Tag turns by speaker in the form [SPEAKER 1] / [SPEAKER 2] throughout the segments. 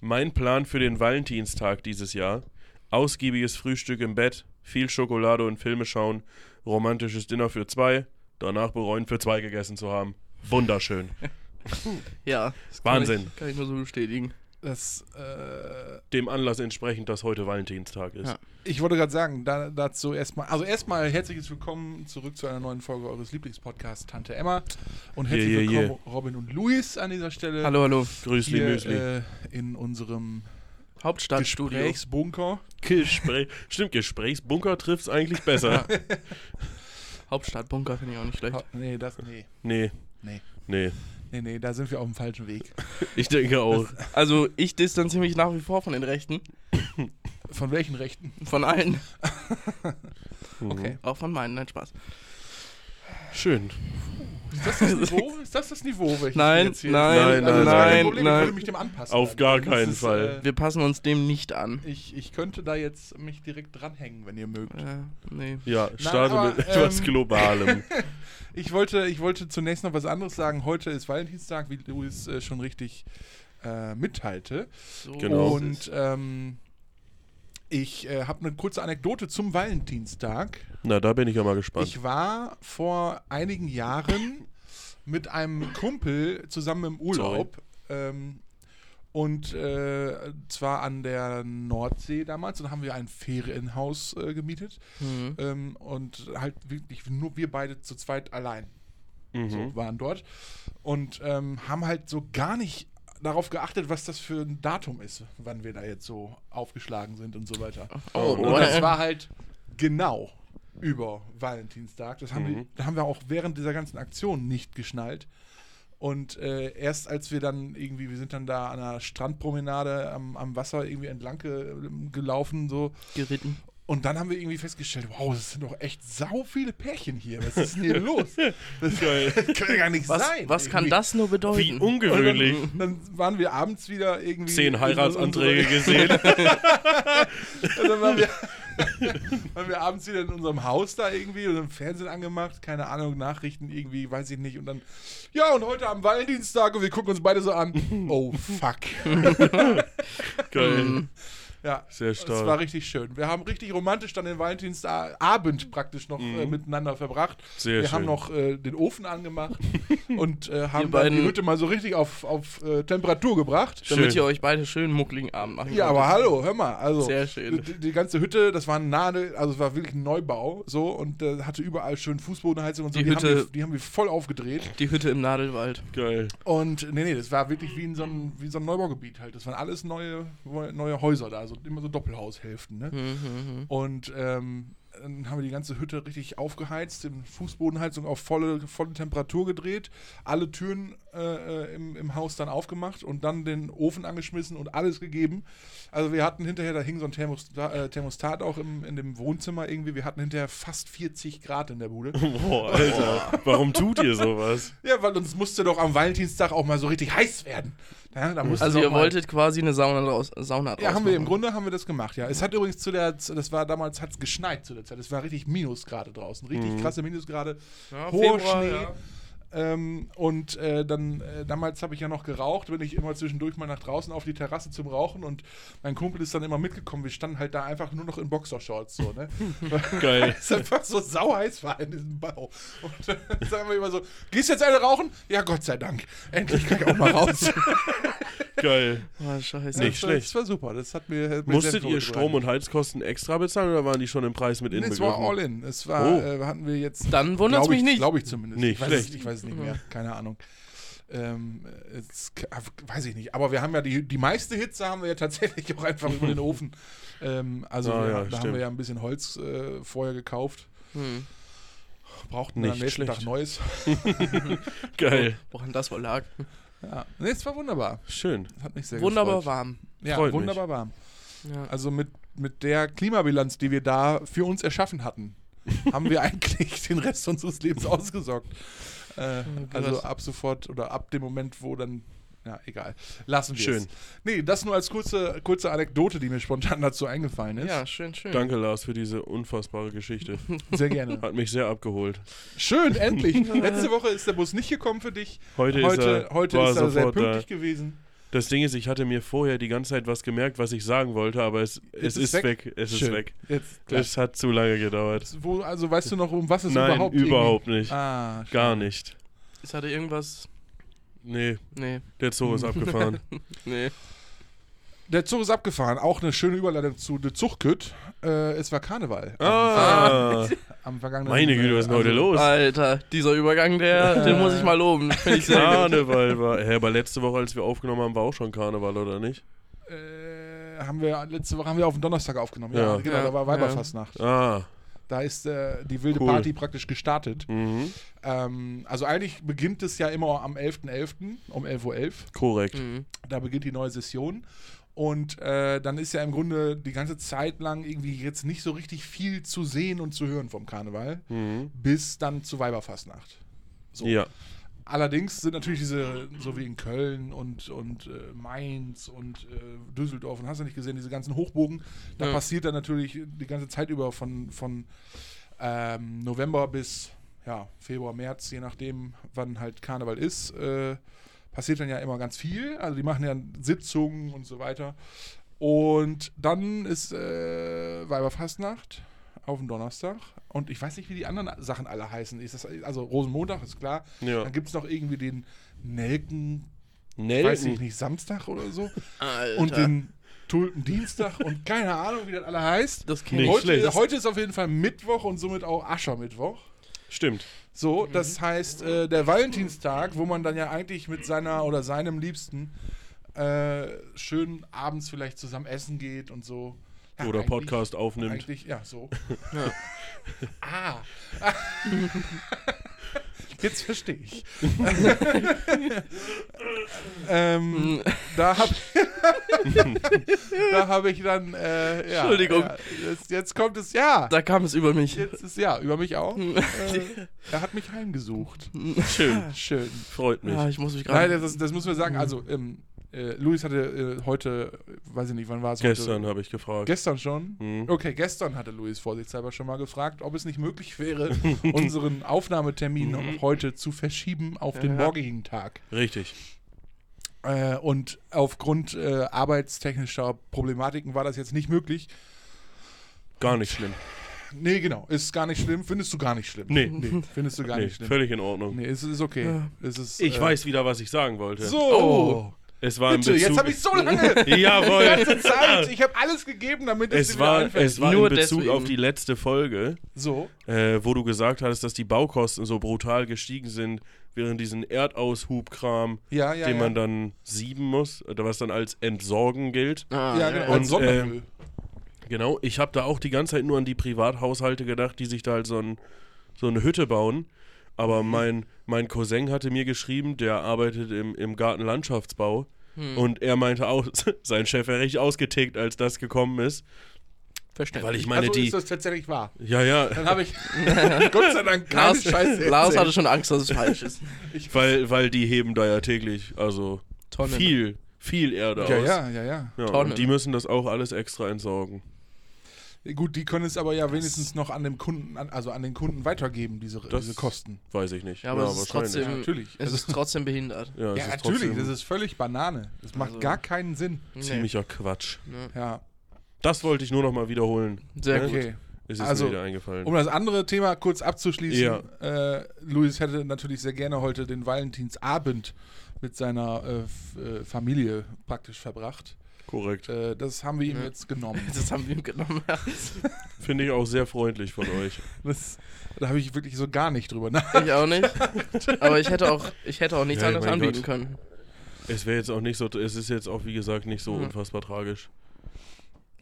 [SPEAKER 1] Mein Plan für den Valentinstag dieses Jahr: ausgiebiges Frühstück im Bett, viel Schokolade und Filme schauen, romantisches Dinner für zwei, danach bereuen, für zwei gegessen zu haben. Wunderschön.
[SPEAKER 2] Ja. das Kann
[SPEAKER 1] Wahnsinn.
[SPEAKER 2] ich, kann ich nur so bestätigen.
[SPEAKER 3] Das, äh,
[SPEAKER 1] Dem Anlass entsprechend, dass heute Valentinstag ist.
[SPEAKER 2] Ja.
[SPEAKER 3] ich wollte gerade sagen, da, dazu erstmal, also erstmal herzliches Willkommen zurück zu einer neuen Folge eures Lieblingspodcasts Tante Emma und herzlich
[SPEAKER 1] Yeah, yeah, yeah.
[SPEAKER 3] willkommen Robin und Luis an dieser Stelle.
[SPEAKER 2] Hallo, hallo.
[SPEAKER 1] Grüßli
[SPEAKER 3] hier,
[SPEAKER 1] Müsli.
[SPEAKER 3] äh, in unserem
[SPEAKER 2] Hauptstadtstudio.
[SPEAKER 3] Gesprächsbunker.
[SPEAKER 1] Gespräch, stimmt, Gesprächsbunker trifft's eigentlich besser.
[SPEAKER 2] Hauptstadtbunker finde ich auch nicht schlecht.
[SPEAKER 3] Ha- Nee, das, nee,
[SPEAKER 1] nee.
[SPEAKER 3] Nee.
[SPEAKER 1] Nee.
[SPEAKER 3] nee, nee, da sind wir auf dem falschen Weg.
[SPEAKER 1] Ich denke auch.
[SPEAKER 2] Also, ich distanziere mich nach wie vor von den Rechten.
[SPEAKER 3] Von welchen Rechten?
[SPEAKER 2] Von allen.
[SPEAKER 1] Okay.
[SPEAKER 2] Auch von meinen. Nein, Spaß.
[SPEAKER 1] Mhm. Schön.
[SPEAKER 3] Ist das das Niveau? Ist das das Niveau, welches
[SPEAKER 2] Nein,
[SPEAKER 3] wir jetzt hier Also,
[SPEAKER 1] Nein, nein,
[SPEAKER 2] nein,
[SPEAKER 3] das ist gar kein
[SPEAKER 1] nein,
[SPEAKER 3] Problem, Ich
[SPEAKER 2] nein.
[SPEAKER 3] würde mich dem anpassen.
[SPEAKER 1] Auf gar
[SPEAKER 3] Das
[SPEAKER 1] keinen Fall.
[SPEAKER 3] äh,
[SPEAKER 2] Wir passen uns dem nicht an.
[SPEAKER 3] Ich, ich könnte da jetzt mich direkt dranhängen, wenn ihr mögt.
[SPEAKER 2] Äh, nee.
[SPEAKER 1] Ja, starte
[SPEAKER 3] aber,
[SPEAKER 1] mit etwas
[SPEAKER 3] ähm,
[SPEAKER 1] Globalem.
[SPEAKER 3] Ich wollte, ich wollte zunächst noch was anderes sagen. Heute ist Valentinstag, wie Luis äh, schon richtig äh, mitteilte.
[SPEAKER 2] So
[SPEAKER 1] Genau.
[SPEAKER 3] Und ähm, ich äh, habe eine kurze Anekdote zum Valentinstag.
[SPEAKER 1] Na, da bin ich ja mal gespannt.
[SPEAKER 3] Ich war vor einigen Jahren mit einem Kumpel zusammen im Urlaub. Ähm, und äh, zwar an der Nordsee damals. Und haben wir ein Ferienhaus äh, gemietet.
[SPEAKER 2] Hm.
[SPEAKER 3] Ähm, und halt wirklich nur wir beide zu zweit allein
[SPEAKER 1] Mhm.
[SPEAKER 3] so, waren dort und ähm, haben halt so gar nicht darauf geachtet, was das für ein Datum ist, wann wir da jetzt so aufgeschlagen sind und so weiter.
[SPEAKER 2] Oh,
[SPEAKER 3] und
[SPEAKER 2] boy.
[SPEAKER 3] das war halt genau über Valentinstag. Das haben, wir,
[SPEAKER 1] Mhm.
[SPEAKER 3] da haben wir auch während dieser ganzen Aktion nicht geschnallt. Und äh, erst als wir dann irgendwie, wir sind dann da an einer Strandpromenade am, am Wasser irgendwie entlang ge gelaufen, so,
[SPEAKER 2] geritten.
[SPEAKER 3] und dann haben wir irgendwie festgestellt, wow, es sind doch echt sau viele Pärchen hier. Was ist denn hier los? Das
[SPEAKER 1] Geil.
[SPEAKER 3] kann ja gar nicht
[SPEAKER 2] Was,
[SPEAKER 3] sein.
[SPEAKER 2] was kann
[SPEAKER 3] irgendwie.
[SPEAKER 2] das nur
[SPEAKER 1] Wie
[SPEAKER 2] bedeuten?
[SPEAKER 1] ungewöhnlich.
[SPEAKER 3] Und Dann waren wir abends wieder irgendwie.
[SPEAKER 1] Zehn
[SPEAKER 3] in
[SPEAKER 1] Heiratsanträge gesehen.
[SPEAKER 3] unserem- Und dann waren wir, waren wir abends wieder in unserem Haus da irgendwie und im Fernsehen angemacht, keine Ahnung, Nachrichten irgendwie, weiß ich nicht. Und dann, ja, und heute am Valentinstag und wir gucken uns beide so an. Oh, fuck.
[SPEAKER 1] Geil.
[SPEAKER 3] Ja.
[SPEAKER 1] Sehr
[SPEAKER 3] Es war
[SPEAKER 1] stark.
[SPEAKER 3] richtig schön. Wir haben richtig romantisch dann den Valentinsabend praktisch noch
[SPEAKER 1] Mhm.
[SPEAKER 3] äh, miteinander verbracht.
[SPEAKER 1] Sehr
[SPEAKER 3] wir haben
[SPEAKER 1] schön.
[SPEAKER 3] noch äh, den Ofen angemacht und äh, haben dann
[SPEAKER 2] beiden-
[SPEAKER 3] die Hütte mal so richtig auf, auf äh, Temperatur gebracht.
[SPEAKER 2] Damit
[SPEAKER 1] Schön.
[SPEAKER 2] ihr euch beide schön muckligen Abend machen
[SPEAKER 3] Ja,
[SPEAKER 2] konntet.
[SPEAKER 3] aber hallo, hör mal. Also
[SPEAKER 2] Sehr schön.
[SPEAKER 3] Die, die ganze Hütte, das war nahe, also es war wirklich ein Neubau so und äh, hatte überall schön Fußbodenheizung und so.
[SPEAKER 2] Die
[SPEAKER 3] haben
[SPEAKER 2] Hütte-
[SPEAKER 3] wir, die haben wir voll aufgedreht.
[SPEAKER 2] Die Hütte im Nadelwald.
[SPEAKER 1] Geil.
[SPEAKER 3] Und nee, nee, das war wirklich wie in so einem, wie so einem Neubaugebiet halt. Das waren alles neue, neue Häuser da, also immer so Doppelhaushälften. Ne?
[SPEAKER 2] Mhm,
[SPEAKER 3] Und ähm, dann haben wir die ganze Hütte richtig aufgeheizt, den Fußbodenheizung auf volle, volle Temperatur gedreht, alle Türen äh, äh, im, im Haus dann aufgemacht und dann den Ofen angeschmissen und alles gegeben. Also wir hatten hinterher, da hing so ein Thermostat, äh, Thermostat auch im, in dem Wohnzimmer irgendwie, wir hatten hinterher fast 40 Grad in der Bude.
[SPEAKER 1] Boah, Alter. Warum tut ihr sowas?
[SPEAKER 3] ja, weil uns musste doch am Valentinstag auch mal so richtig heiß werden. Ja, da musste
[SPEAKER 2] Also
[SPEAKER 3] doch
[SPEAKER 2] ihr
[SPEAKER 3] mal-
[SPEAKER 2] wolltet quasi eine Sauna draus, Sauna draus
[SPEAKER 3] Ja, haben wir im
[SPEAKER 2] machen.
[SPEAKER 3] Grunde haben wir das gemacht, ja. Es hat übrigens zu der, Z- das war damals, hat es geschneit zu der Zeit. Es war richtig Minusgrade draußen, richtig
[SPEAKER 1] Mhm.
[SPEAKER 3] krasse Minusgrade,
[SPEAKER 2] Ja,
[SPEAKER 3] hoher
[SPEAKER 2] Februar,
[SPEAKER 3] Schnee.
[SPEAKER 2] ja.
[SPEAKER 3] Ähm, und äh, dann, äh, damals habe ich ja noch geraucht, bin ich immer zwischendurch mal nach draußen auf die Terrasse zum Rauchen und mein Kumpel ist dann immer mitgekommen. Wir standen halt da einfach nur noch in Boxershorts, so, ne?
[SPEAKER 1] Geil.
[SPEAKER 3] Es einfach so sauheiß war in diesem Bau. Und dann sagen wir immer so: Gehst jetzt alle rauchen? Ja, Gott sei Dank. Endlich kann ich auch mal raus.
[SPEAKER 1] Geil.
[SPEAKER 2] Oh, scheiße.
[SPEAKER 1] Nicht
[SPEAKER 3] das, war-
[SPEAKER 1] schlecht.
[SPEAKER 3] Das war super. Das hat mir. Hat mir sehr
[SPEAKER 1] Musstet
[SPEAKER 3] viel
[SPEAKER 1] ihr
[SPEAKER 3] Freude
[SPEAKER 1] Strom- und Heizkosten extra bezahlen oder waren die schon im Preis mit
[SPEAKER 3] Nee, es war all
[SPEAKER 1] inbegriffen?
[SPEAKER 3] in. Es war,
[SPEAKER 1] Oh.
[SPEAKER 3] äh, hatten wir jetzt.
[SPEAKER 2] Dann wundert's
[SPEAKER 3] glaub ich-
[SPEAKER 2] mich nicht.
[SPEAKER 3] Glaube ich zumindest.
[SPEAKER 1] Nicht
[SPEAKER 3] ich, weiß
[SPEAKER 1] schlecht.
[SPEAKER 3] es, ich weiß es nicht mehr. Keine Ahnung. Ähm, jetzt, k- weiß ich nicht. Aber wir haben ja die, die meiste Hitze haben wir ja tatsächlich auch einfach über den Ofen. Ähm, also
[SPEAKER 1] Ah,
[SPEAKER 3] wir,
[SPEAKER 1] ja,
[SPEAKER 3] da haben
[SPEAKER 1] stimmt.
[SPEAKER 3] wir ja ein bisschen Holz äh, vorher gekauft.
[SPEAKER 2] Hm.
[SPEAKER 3] Brauchten
[SPEAKER 1] Nicht
[SPEAKER 3] am nächsten
[SPEAKER 1] schlecht.
[SPEAKER 3] Tag Neues.
[SPEAKER 1] Geil.
[SPEAKER 2] Woran das wohl lag.
[SPEAKER 3] Ja. Nee, es war wunderbar.
[SPEAKER 1] Schön.
[SPEAKER 3] Hat mich sehr
[SPEAKER 2] Wunderbar
[SPEAKER 3] gefreut.
[SPEAKER 2] warm.
[SPEAKER 3] Ja,
[SPEAKER 1] Freut mich.
[SPEAKER 3] wunderbar warm.
[SPEAKER 2] Ja.
[SPEAKER 3] Also mit, mit der Klimabilanz, die wir da für uns erschaffen hatten, haben wir eigentlich den Rest unseres Lebens ausgesorgt.
[SPEAKER 1] Oh
[SPEAKER 3] Äh, also
[SPEAKER 2] krass.
[SPEAKER 3] ab sofort oder ab dem Moment, wo dann. Ja, egal. Lassen wir es.
[SPEAKER 1] Schön.
[SPEAKER 3] Nee, das nur als kurze, kurze Anekdote, die mir spontan dazu eingefallen ist.
[SPEAKER 2] ja, schön, schön.
[SPEAKER 1] Danke, Lars, für diese unfassbare Geschichte.
[SPEAKER 3] Sehr gerne.
[SPEAKER 1] Hat mich sehr abgeholt.
[SPEAKER 3] Schön, endlich. Letzte Woche ist der Bus nicht gekommen für dich.
[SPEAKER 1] Heute, ist er,
[SPEAKER 3] heute
[SPEAKER 1] war
[SPEAKER 3] ist er sehr
[SPEAKER 1] sofort da.
[SPEAKER 3] pünktlich gewesen.
[SPEAKER 1] Das Ding ist, ich hatte mir vorher die ganze Zeit was gemerkt, was ich sagen wollte, aber es, es
[SPEAKER 3] Jetzt
[SPEAKER 1] ist weg. Es ist
[SPEAKER 3] Schön.
[SPEAKER 1] weg.
[SPEAKER 3] Jetzt, klar.
[SPEAKER 1] Es hat zu lange gedauert.
[SPEAKER 3] Wo, also weißt du noch, um was es
[SPEAKER 1] Nein,
[SPEAKER 3] überhaupt
[SPEAKER 1] überhaupt,
[SPEAKER 3] ging?
[SPEAKER 1] nicht.
[SPEAKER 3] Ah,
[SPEAKER 1] Gar nicht.
[SPEAKER 2] Es hatte irgendwas.
[SPEAKER 1] Nee,
[SPEAKER 2] Nee.
[SPEAKER 1] der Zoo ist abgefahren.
[SPEAKER 2] Nee.
[SPEAKER 3] Der Zug ist abgefahren. Auch eine schöne Überleitung zu der Zuchtkütt. Äh, es war Karneval.
[SPEAKER 1] Ah,
[SPEAKER 3] Am, am vergangenen
[SPEAKER 1] meine Güte, was ist denn heute
[SPEAKER 3] also,
[SPEAKER 1] los?
[SPEAKER 2] Alter, dieser Übergang, der, den muss ich mal loben. Finde ah, ich sehr gut.
[SPEAKER 1] Karneval war. Hä, aber letzte Woche, als wir aufgenommen haben, war auch schon Karneval, oder nicht?
[SPEAKER 3] Äh, haben wir letzte Woche haben wir auf den Donnerstag aufgenommen.
[SPEAKER 1] Ja.
[SPEAKER 3] Ja, genau,
[SPEAKER 2] Ja,
[SPEAKER 3] da war Weiberfastnacht.
[SPEAKER 1] Ah,
[SPEAKER 3] Da ist äh, die wilde
[SPEAKER 1] Cool.
[SPEAKER 3] Party praktisch gestartet.
[SPEAKER 1] mhm.
[SPEAKER 3] Ähm, also eigentlich beginnt es ja immer am 11.11. um 11.11 Uhr.
[SPEAKER 1] korrekt.
[SPEAKER 2] Mhm.
[SPEAKER 3] Da beginnt die neue Session. Und äh, dann ist ja im Grunde die ganze Zeit lang irgendwie jetzt nicht so richtig viel zu sehen und zu hören vom Karneval,
[SPEAKER 1] Mhm.
[SPEAKER 3] bis dann zu Weiberfastnacht. So.
[SPEAKER 1] Ja,
[SPEAKER 3] Allerdings sind natürlich diese, so wie in Köln und, und äh, Mainz und äh, Düsseldorf und hast du nicht gesehen, diese ganzen Hochbogen, da
[SPEAKER 2] Ja.
[SPEAKER 3] passiert dann natürlich die ganze Zeit über von, von ähm, November bis ja, Februar, März, je nachdem, wann halt Karneval ist, äh, passiert dann ja immer ganz viel. Also die machen ja Sitzungen und so weiter. Und dann ist äh, Weiberfastnacht auf dem Donnerstag. Und ich weiß nicht, wie die anderen Sachen alle heißen. Ist das, also Rosenmontag ist klar.
[SPEAKER 1] ja.
[SPEAKER 3] Dann gibt es noch irgendwie den Nelken, weiß ich
[SPEAKER 1] Nelken.
[SPEAKER 3] nicht, Samstag oder so.
[SPEAKER 2] Alter.
[SPEAKER 3] Und den Tulpendienstag und keine Ahnung, wie das alle heißt.
[SPEAKER 2] das
[SPEAKER 1] Nicht
[SPEAKER 2] kenne ich.
[SPEAKER 1] schlecht.
[SPEAKER 3] Heute, heute ist auf jeden Fall Mittwoch und somit auch Aschermittwoch.
[SPEAKER 1] Stimmt. Mhm.
[SPEAKER 3] So, das heißt, äh, der Valentinstag, wo man dann ja eigentlich mit seiner oder seinem Liebsten äh, schön abends vielleicht zusammen essen geht und so. Ja,
[SPEAKER 1] Oder
[SPEAKER 3] eigentlich-
[SPEAKER 1] Podcast aufnimmt.
[SPEAKER 3] Eigentlich, ja, so.
[SPEAKER 2] Ja.
[SPEAKER 3] ah. Jetzt verstehe ich. ähm,
[SPEAKER 2] Mhm.
[SPEAKER 3] da habe da hab ich dann. Äh, ja,
[SPEAKER 2] Entschuldigung.
[SPEAKER 3] Ja, jetzt, jetzt kommt es, ja.
[SPEAKER 2] Da kam es über mich.
[SPEAKER 3] Jetzt ist ja, über mich auch.
[SPEAKER 2] Hm.
[SPEAKER 3] äh, er hat mich heimgesucht.
[SPEAKER 1] Schön.
[SPEAKER 3] Schön.
[SPEAKER 1] Freut mich.
[SPEAKER 2] Ja, Ah, ich muss mich
[SPEAKER 3] Nein,
[SPEAKER 2] gerade.
[SPEAKER 3] das, ist- das müssen wir sagen. Also, ähm, äh, Luis hatte äh, heute, weiß ich nicht, wann war es?
[SPEAKER 1] Gestern
[SPEAKER 3] Heute?
[SPEAKER 1] habe ich gefragt.
[SPEAKER 3] Gestern schon?
[SPEAKER 1] Mhm.
[SPEAKER 3] Okay, gestern hatte Luis vorsichtshalber schon mal gefragt, ob es nicht möglich wäre, unseren Aufnahmetermin
[SPEAKER 1] Mhm.
[SPEAKER 3] heute zu verschieben auf den
[SPEAKER 2] Ja.
[SPEAKER 3] morgigen Tag.
[SPEAKER 1] Richtig.
[SPEAKER 3] Äh, und aufgrund äh, arbeitstechnischer Problematiken war das jetzt nicht möglich.
[SPEAKER 1] Gar nicht schlimm.
[SPEAKER 3] Nee, genau. Ist gar nicht schlimm. Findest du gar nicht schlimm?
[SPEAKER 1] Nee.
[SPEAKER 3] nee findest du gar
[SPEAKER 1] Nee,
[SPEAKER 3] nicht schlimm.
[SPEAKER 1] völlig in Ordnung.
[SPEAKER 3] Nee, es ist okay.
[SPEAKER 2] Ja.
[SPEAKER 3] Es ist,
[SPEAKER 1] Ich
[SPEAKER 3] äh,
[SPEAKER 1] weiß wieder, was ich sagen wollte.
[SPEAKER 3] So.
[SPEAKER 2] Oh.
[SPEAKER 1] es war
[SPEAKER 3] Bitte,
[SPEAKER 1] in Bezug
[SPEAKER 3] jetzt habe ich so lange.
[SPEAKER 1] Jawohl.
[SPEAKER 3] Zeit. Ich habe alles gegeben, damit es,
[SPEAKER 1] Es
[SPEAKER 3] dir wieder
[SPEAKER 1] war,
[SPEAKER 3] einfällt.
[SPEAKER 1] es war
[SPEAKER 2] Nur
[SPEAKER 1] in Bezug
[SPEAKER 2] deswegen.
[SPEAKER 1] auf die letzte Folge,
[SPEAKER 3] so.
[SPEAKER 1] äh, wo du gesagt hattest, dass die Baukosten so brutal gestiegen sind, während diesen Erdaushubkram,
[SPEAKER 3] Ja, ja,
[SPEAKER 1] den
[SPEAKER 3] ja.
[SPEAKER 1] man dann sieben muss, äh, was dann als Entsorgen gilt.
[SPEAKER 2] Ah,
[SPEAKER 3] ja, genau.
[SPEAKER 1] Und, ähm,
[SPEAKER 3] als Sondermüll.
[SPEAKER 1] Genau, ich habe da auch die ganze Zeit nur an die Privathaushalte gedacht, die sich da halt so, ein, so eine Hütte bauen. Aber
[SPEAKER 3] Mhm.
[SPEAKER 1] mein, mein Cousin hatte mir geschrieben, der arbeitet im, im Gartenlandschaftsbau.
[SPEAKER 3] Hm.
[SPEAKER 1] Und er meinte auch, sein Chef wäre richtig ausgetickt, als das gekommen ist.
[SPEAKER 2] Verständlich.
[SPEAKER 1] Weil ich meine,
[SPEAKER 3] also
[SPEAKER 1] die.
[SPEAKER 3] ist das Also tatsächlich wahr.
[SPEAKER 1] Ja, ja.
[SPEAKER 3] Dann habe ich Gott sei Dank keine
[SPEAKER 2] Lars,
[SPEAKER 3] Scheiße
[SPEAKER 2] Lars hatte
[SPEAKER 3] erzählt.
[SPEAKER 2] schon Angst, dass es falsch ist.
[SPEAKER 1] Weil, weil die heben da ja täglich, also
[SPEAKER 2] Tonnen.
[SPEAKER 1] viel, viel Erde
[SPEAKER 3] Ja,
[SPEAKER 1] aus.
[SPEAKER 3] ja, ja, ja.
[SPEAKER 1] ja
[SPEAKER 2] Tonnen.
[SPEAKER 1] und die müssen das auch alles extra entsorgen.
[SPEAKER 3] Gut, die können es aber ja wenigstens noch an dem Kunden, an, also an den Kunden weitergeben, diese,
[SPEAKER 1] Das-
[SPEAKER 3] diese Kosten.
[SPEAKER 1] Weiß ich nicht.
[SPEAKER 2] Ja, aber es ist trotzdem.
[SPEAKER 3] Ja, natürlich. Also,
[SPEAKER 2] Es ist trotzdem behindert.
[SPEAKER 1] Ja, es
[SPEAKER 3] ja,
[SPEAKER 1] ist
[SPEAKER 3] natürlich,
[SPEAKER 1] trotzdem
[SPEAKER 3] das ist völlig Banane. Das macht
[SPEAKER 2] Also-
[SPEAKER 3] gar keinen Sinn.
[SPEAKER 2] Nee.
[SPEAKER 1] ziemlicher Quatsch.
[SPEAKER 3] Ja,
[SPEAKER 1] Das wollte ich nur noch mal wiederholen.
[SPEAKER 2] Sehr
[SPEAKER 1] Ja,
[SPEAKER 2] gut.
[SPEAKER 3] okay.
[SPEAKER 1] Ist es
[SPEAKER 3] Also,
[SPEAKER 1] mir wieder eingefallen.
[SPEAKER 3] Um das andere Thema kurz abzuschließen, äh, Luis hätte natürlich sehr gerne heute den Valentinsabend mit seiner äh, F- äh, Familie praktisch verbracht.
[SPEAKER 1] Korrekt.
[SPEAKER 3] Äh, das haben wir ihm
[SPEAKER 2] Ja.
[SPEAKER 3] jetzt genommen.
[SPEAKER 2] Das haben wir ihm genommen.
[SPEAKER 1] Finde ich auch sehr freundlich von euch.
[SPEAKER 3] Das, da habe ich wirklich so gar nicht drüber nach.
[SPEAKER 2] ich auch nicht. Aber ich hätte auch, ich hätte auch nichts
[SPEAKER 1] Ja,
[SPEAKER 2] anderes
[SPEAKER 1] mein
[SPEAKER 2] anbieten
[SPEAKER 1] Gott.
[SPEAKER 2] können.
[SPEAKER 1] Es wäre jetzt auch nicht so, es ist jetzt auch wie gesagt nicht so
[SPEAKER 2] Ja.
[SPEAKER 1] unfassbar tragisch.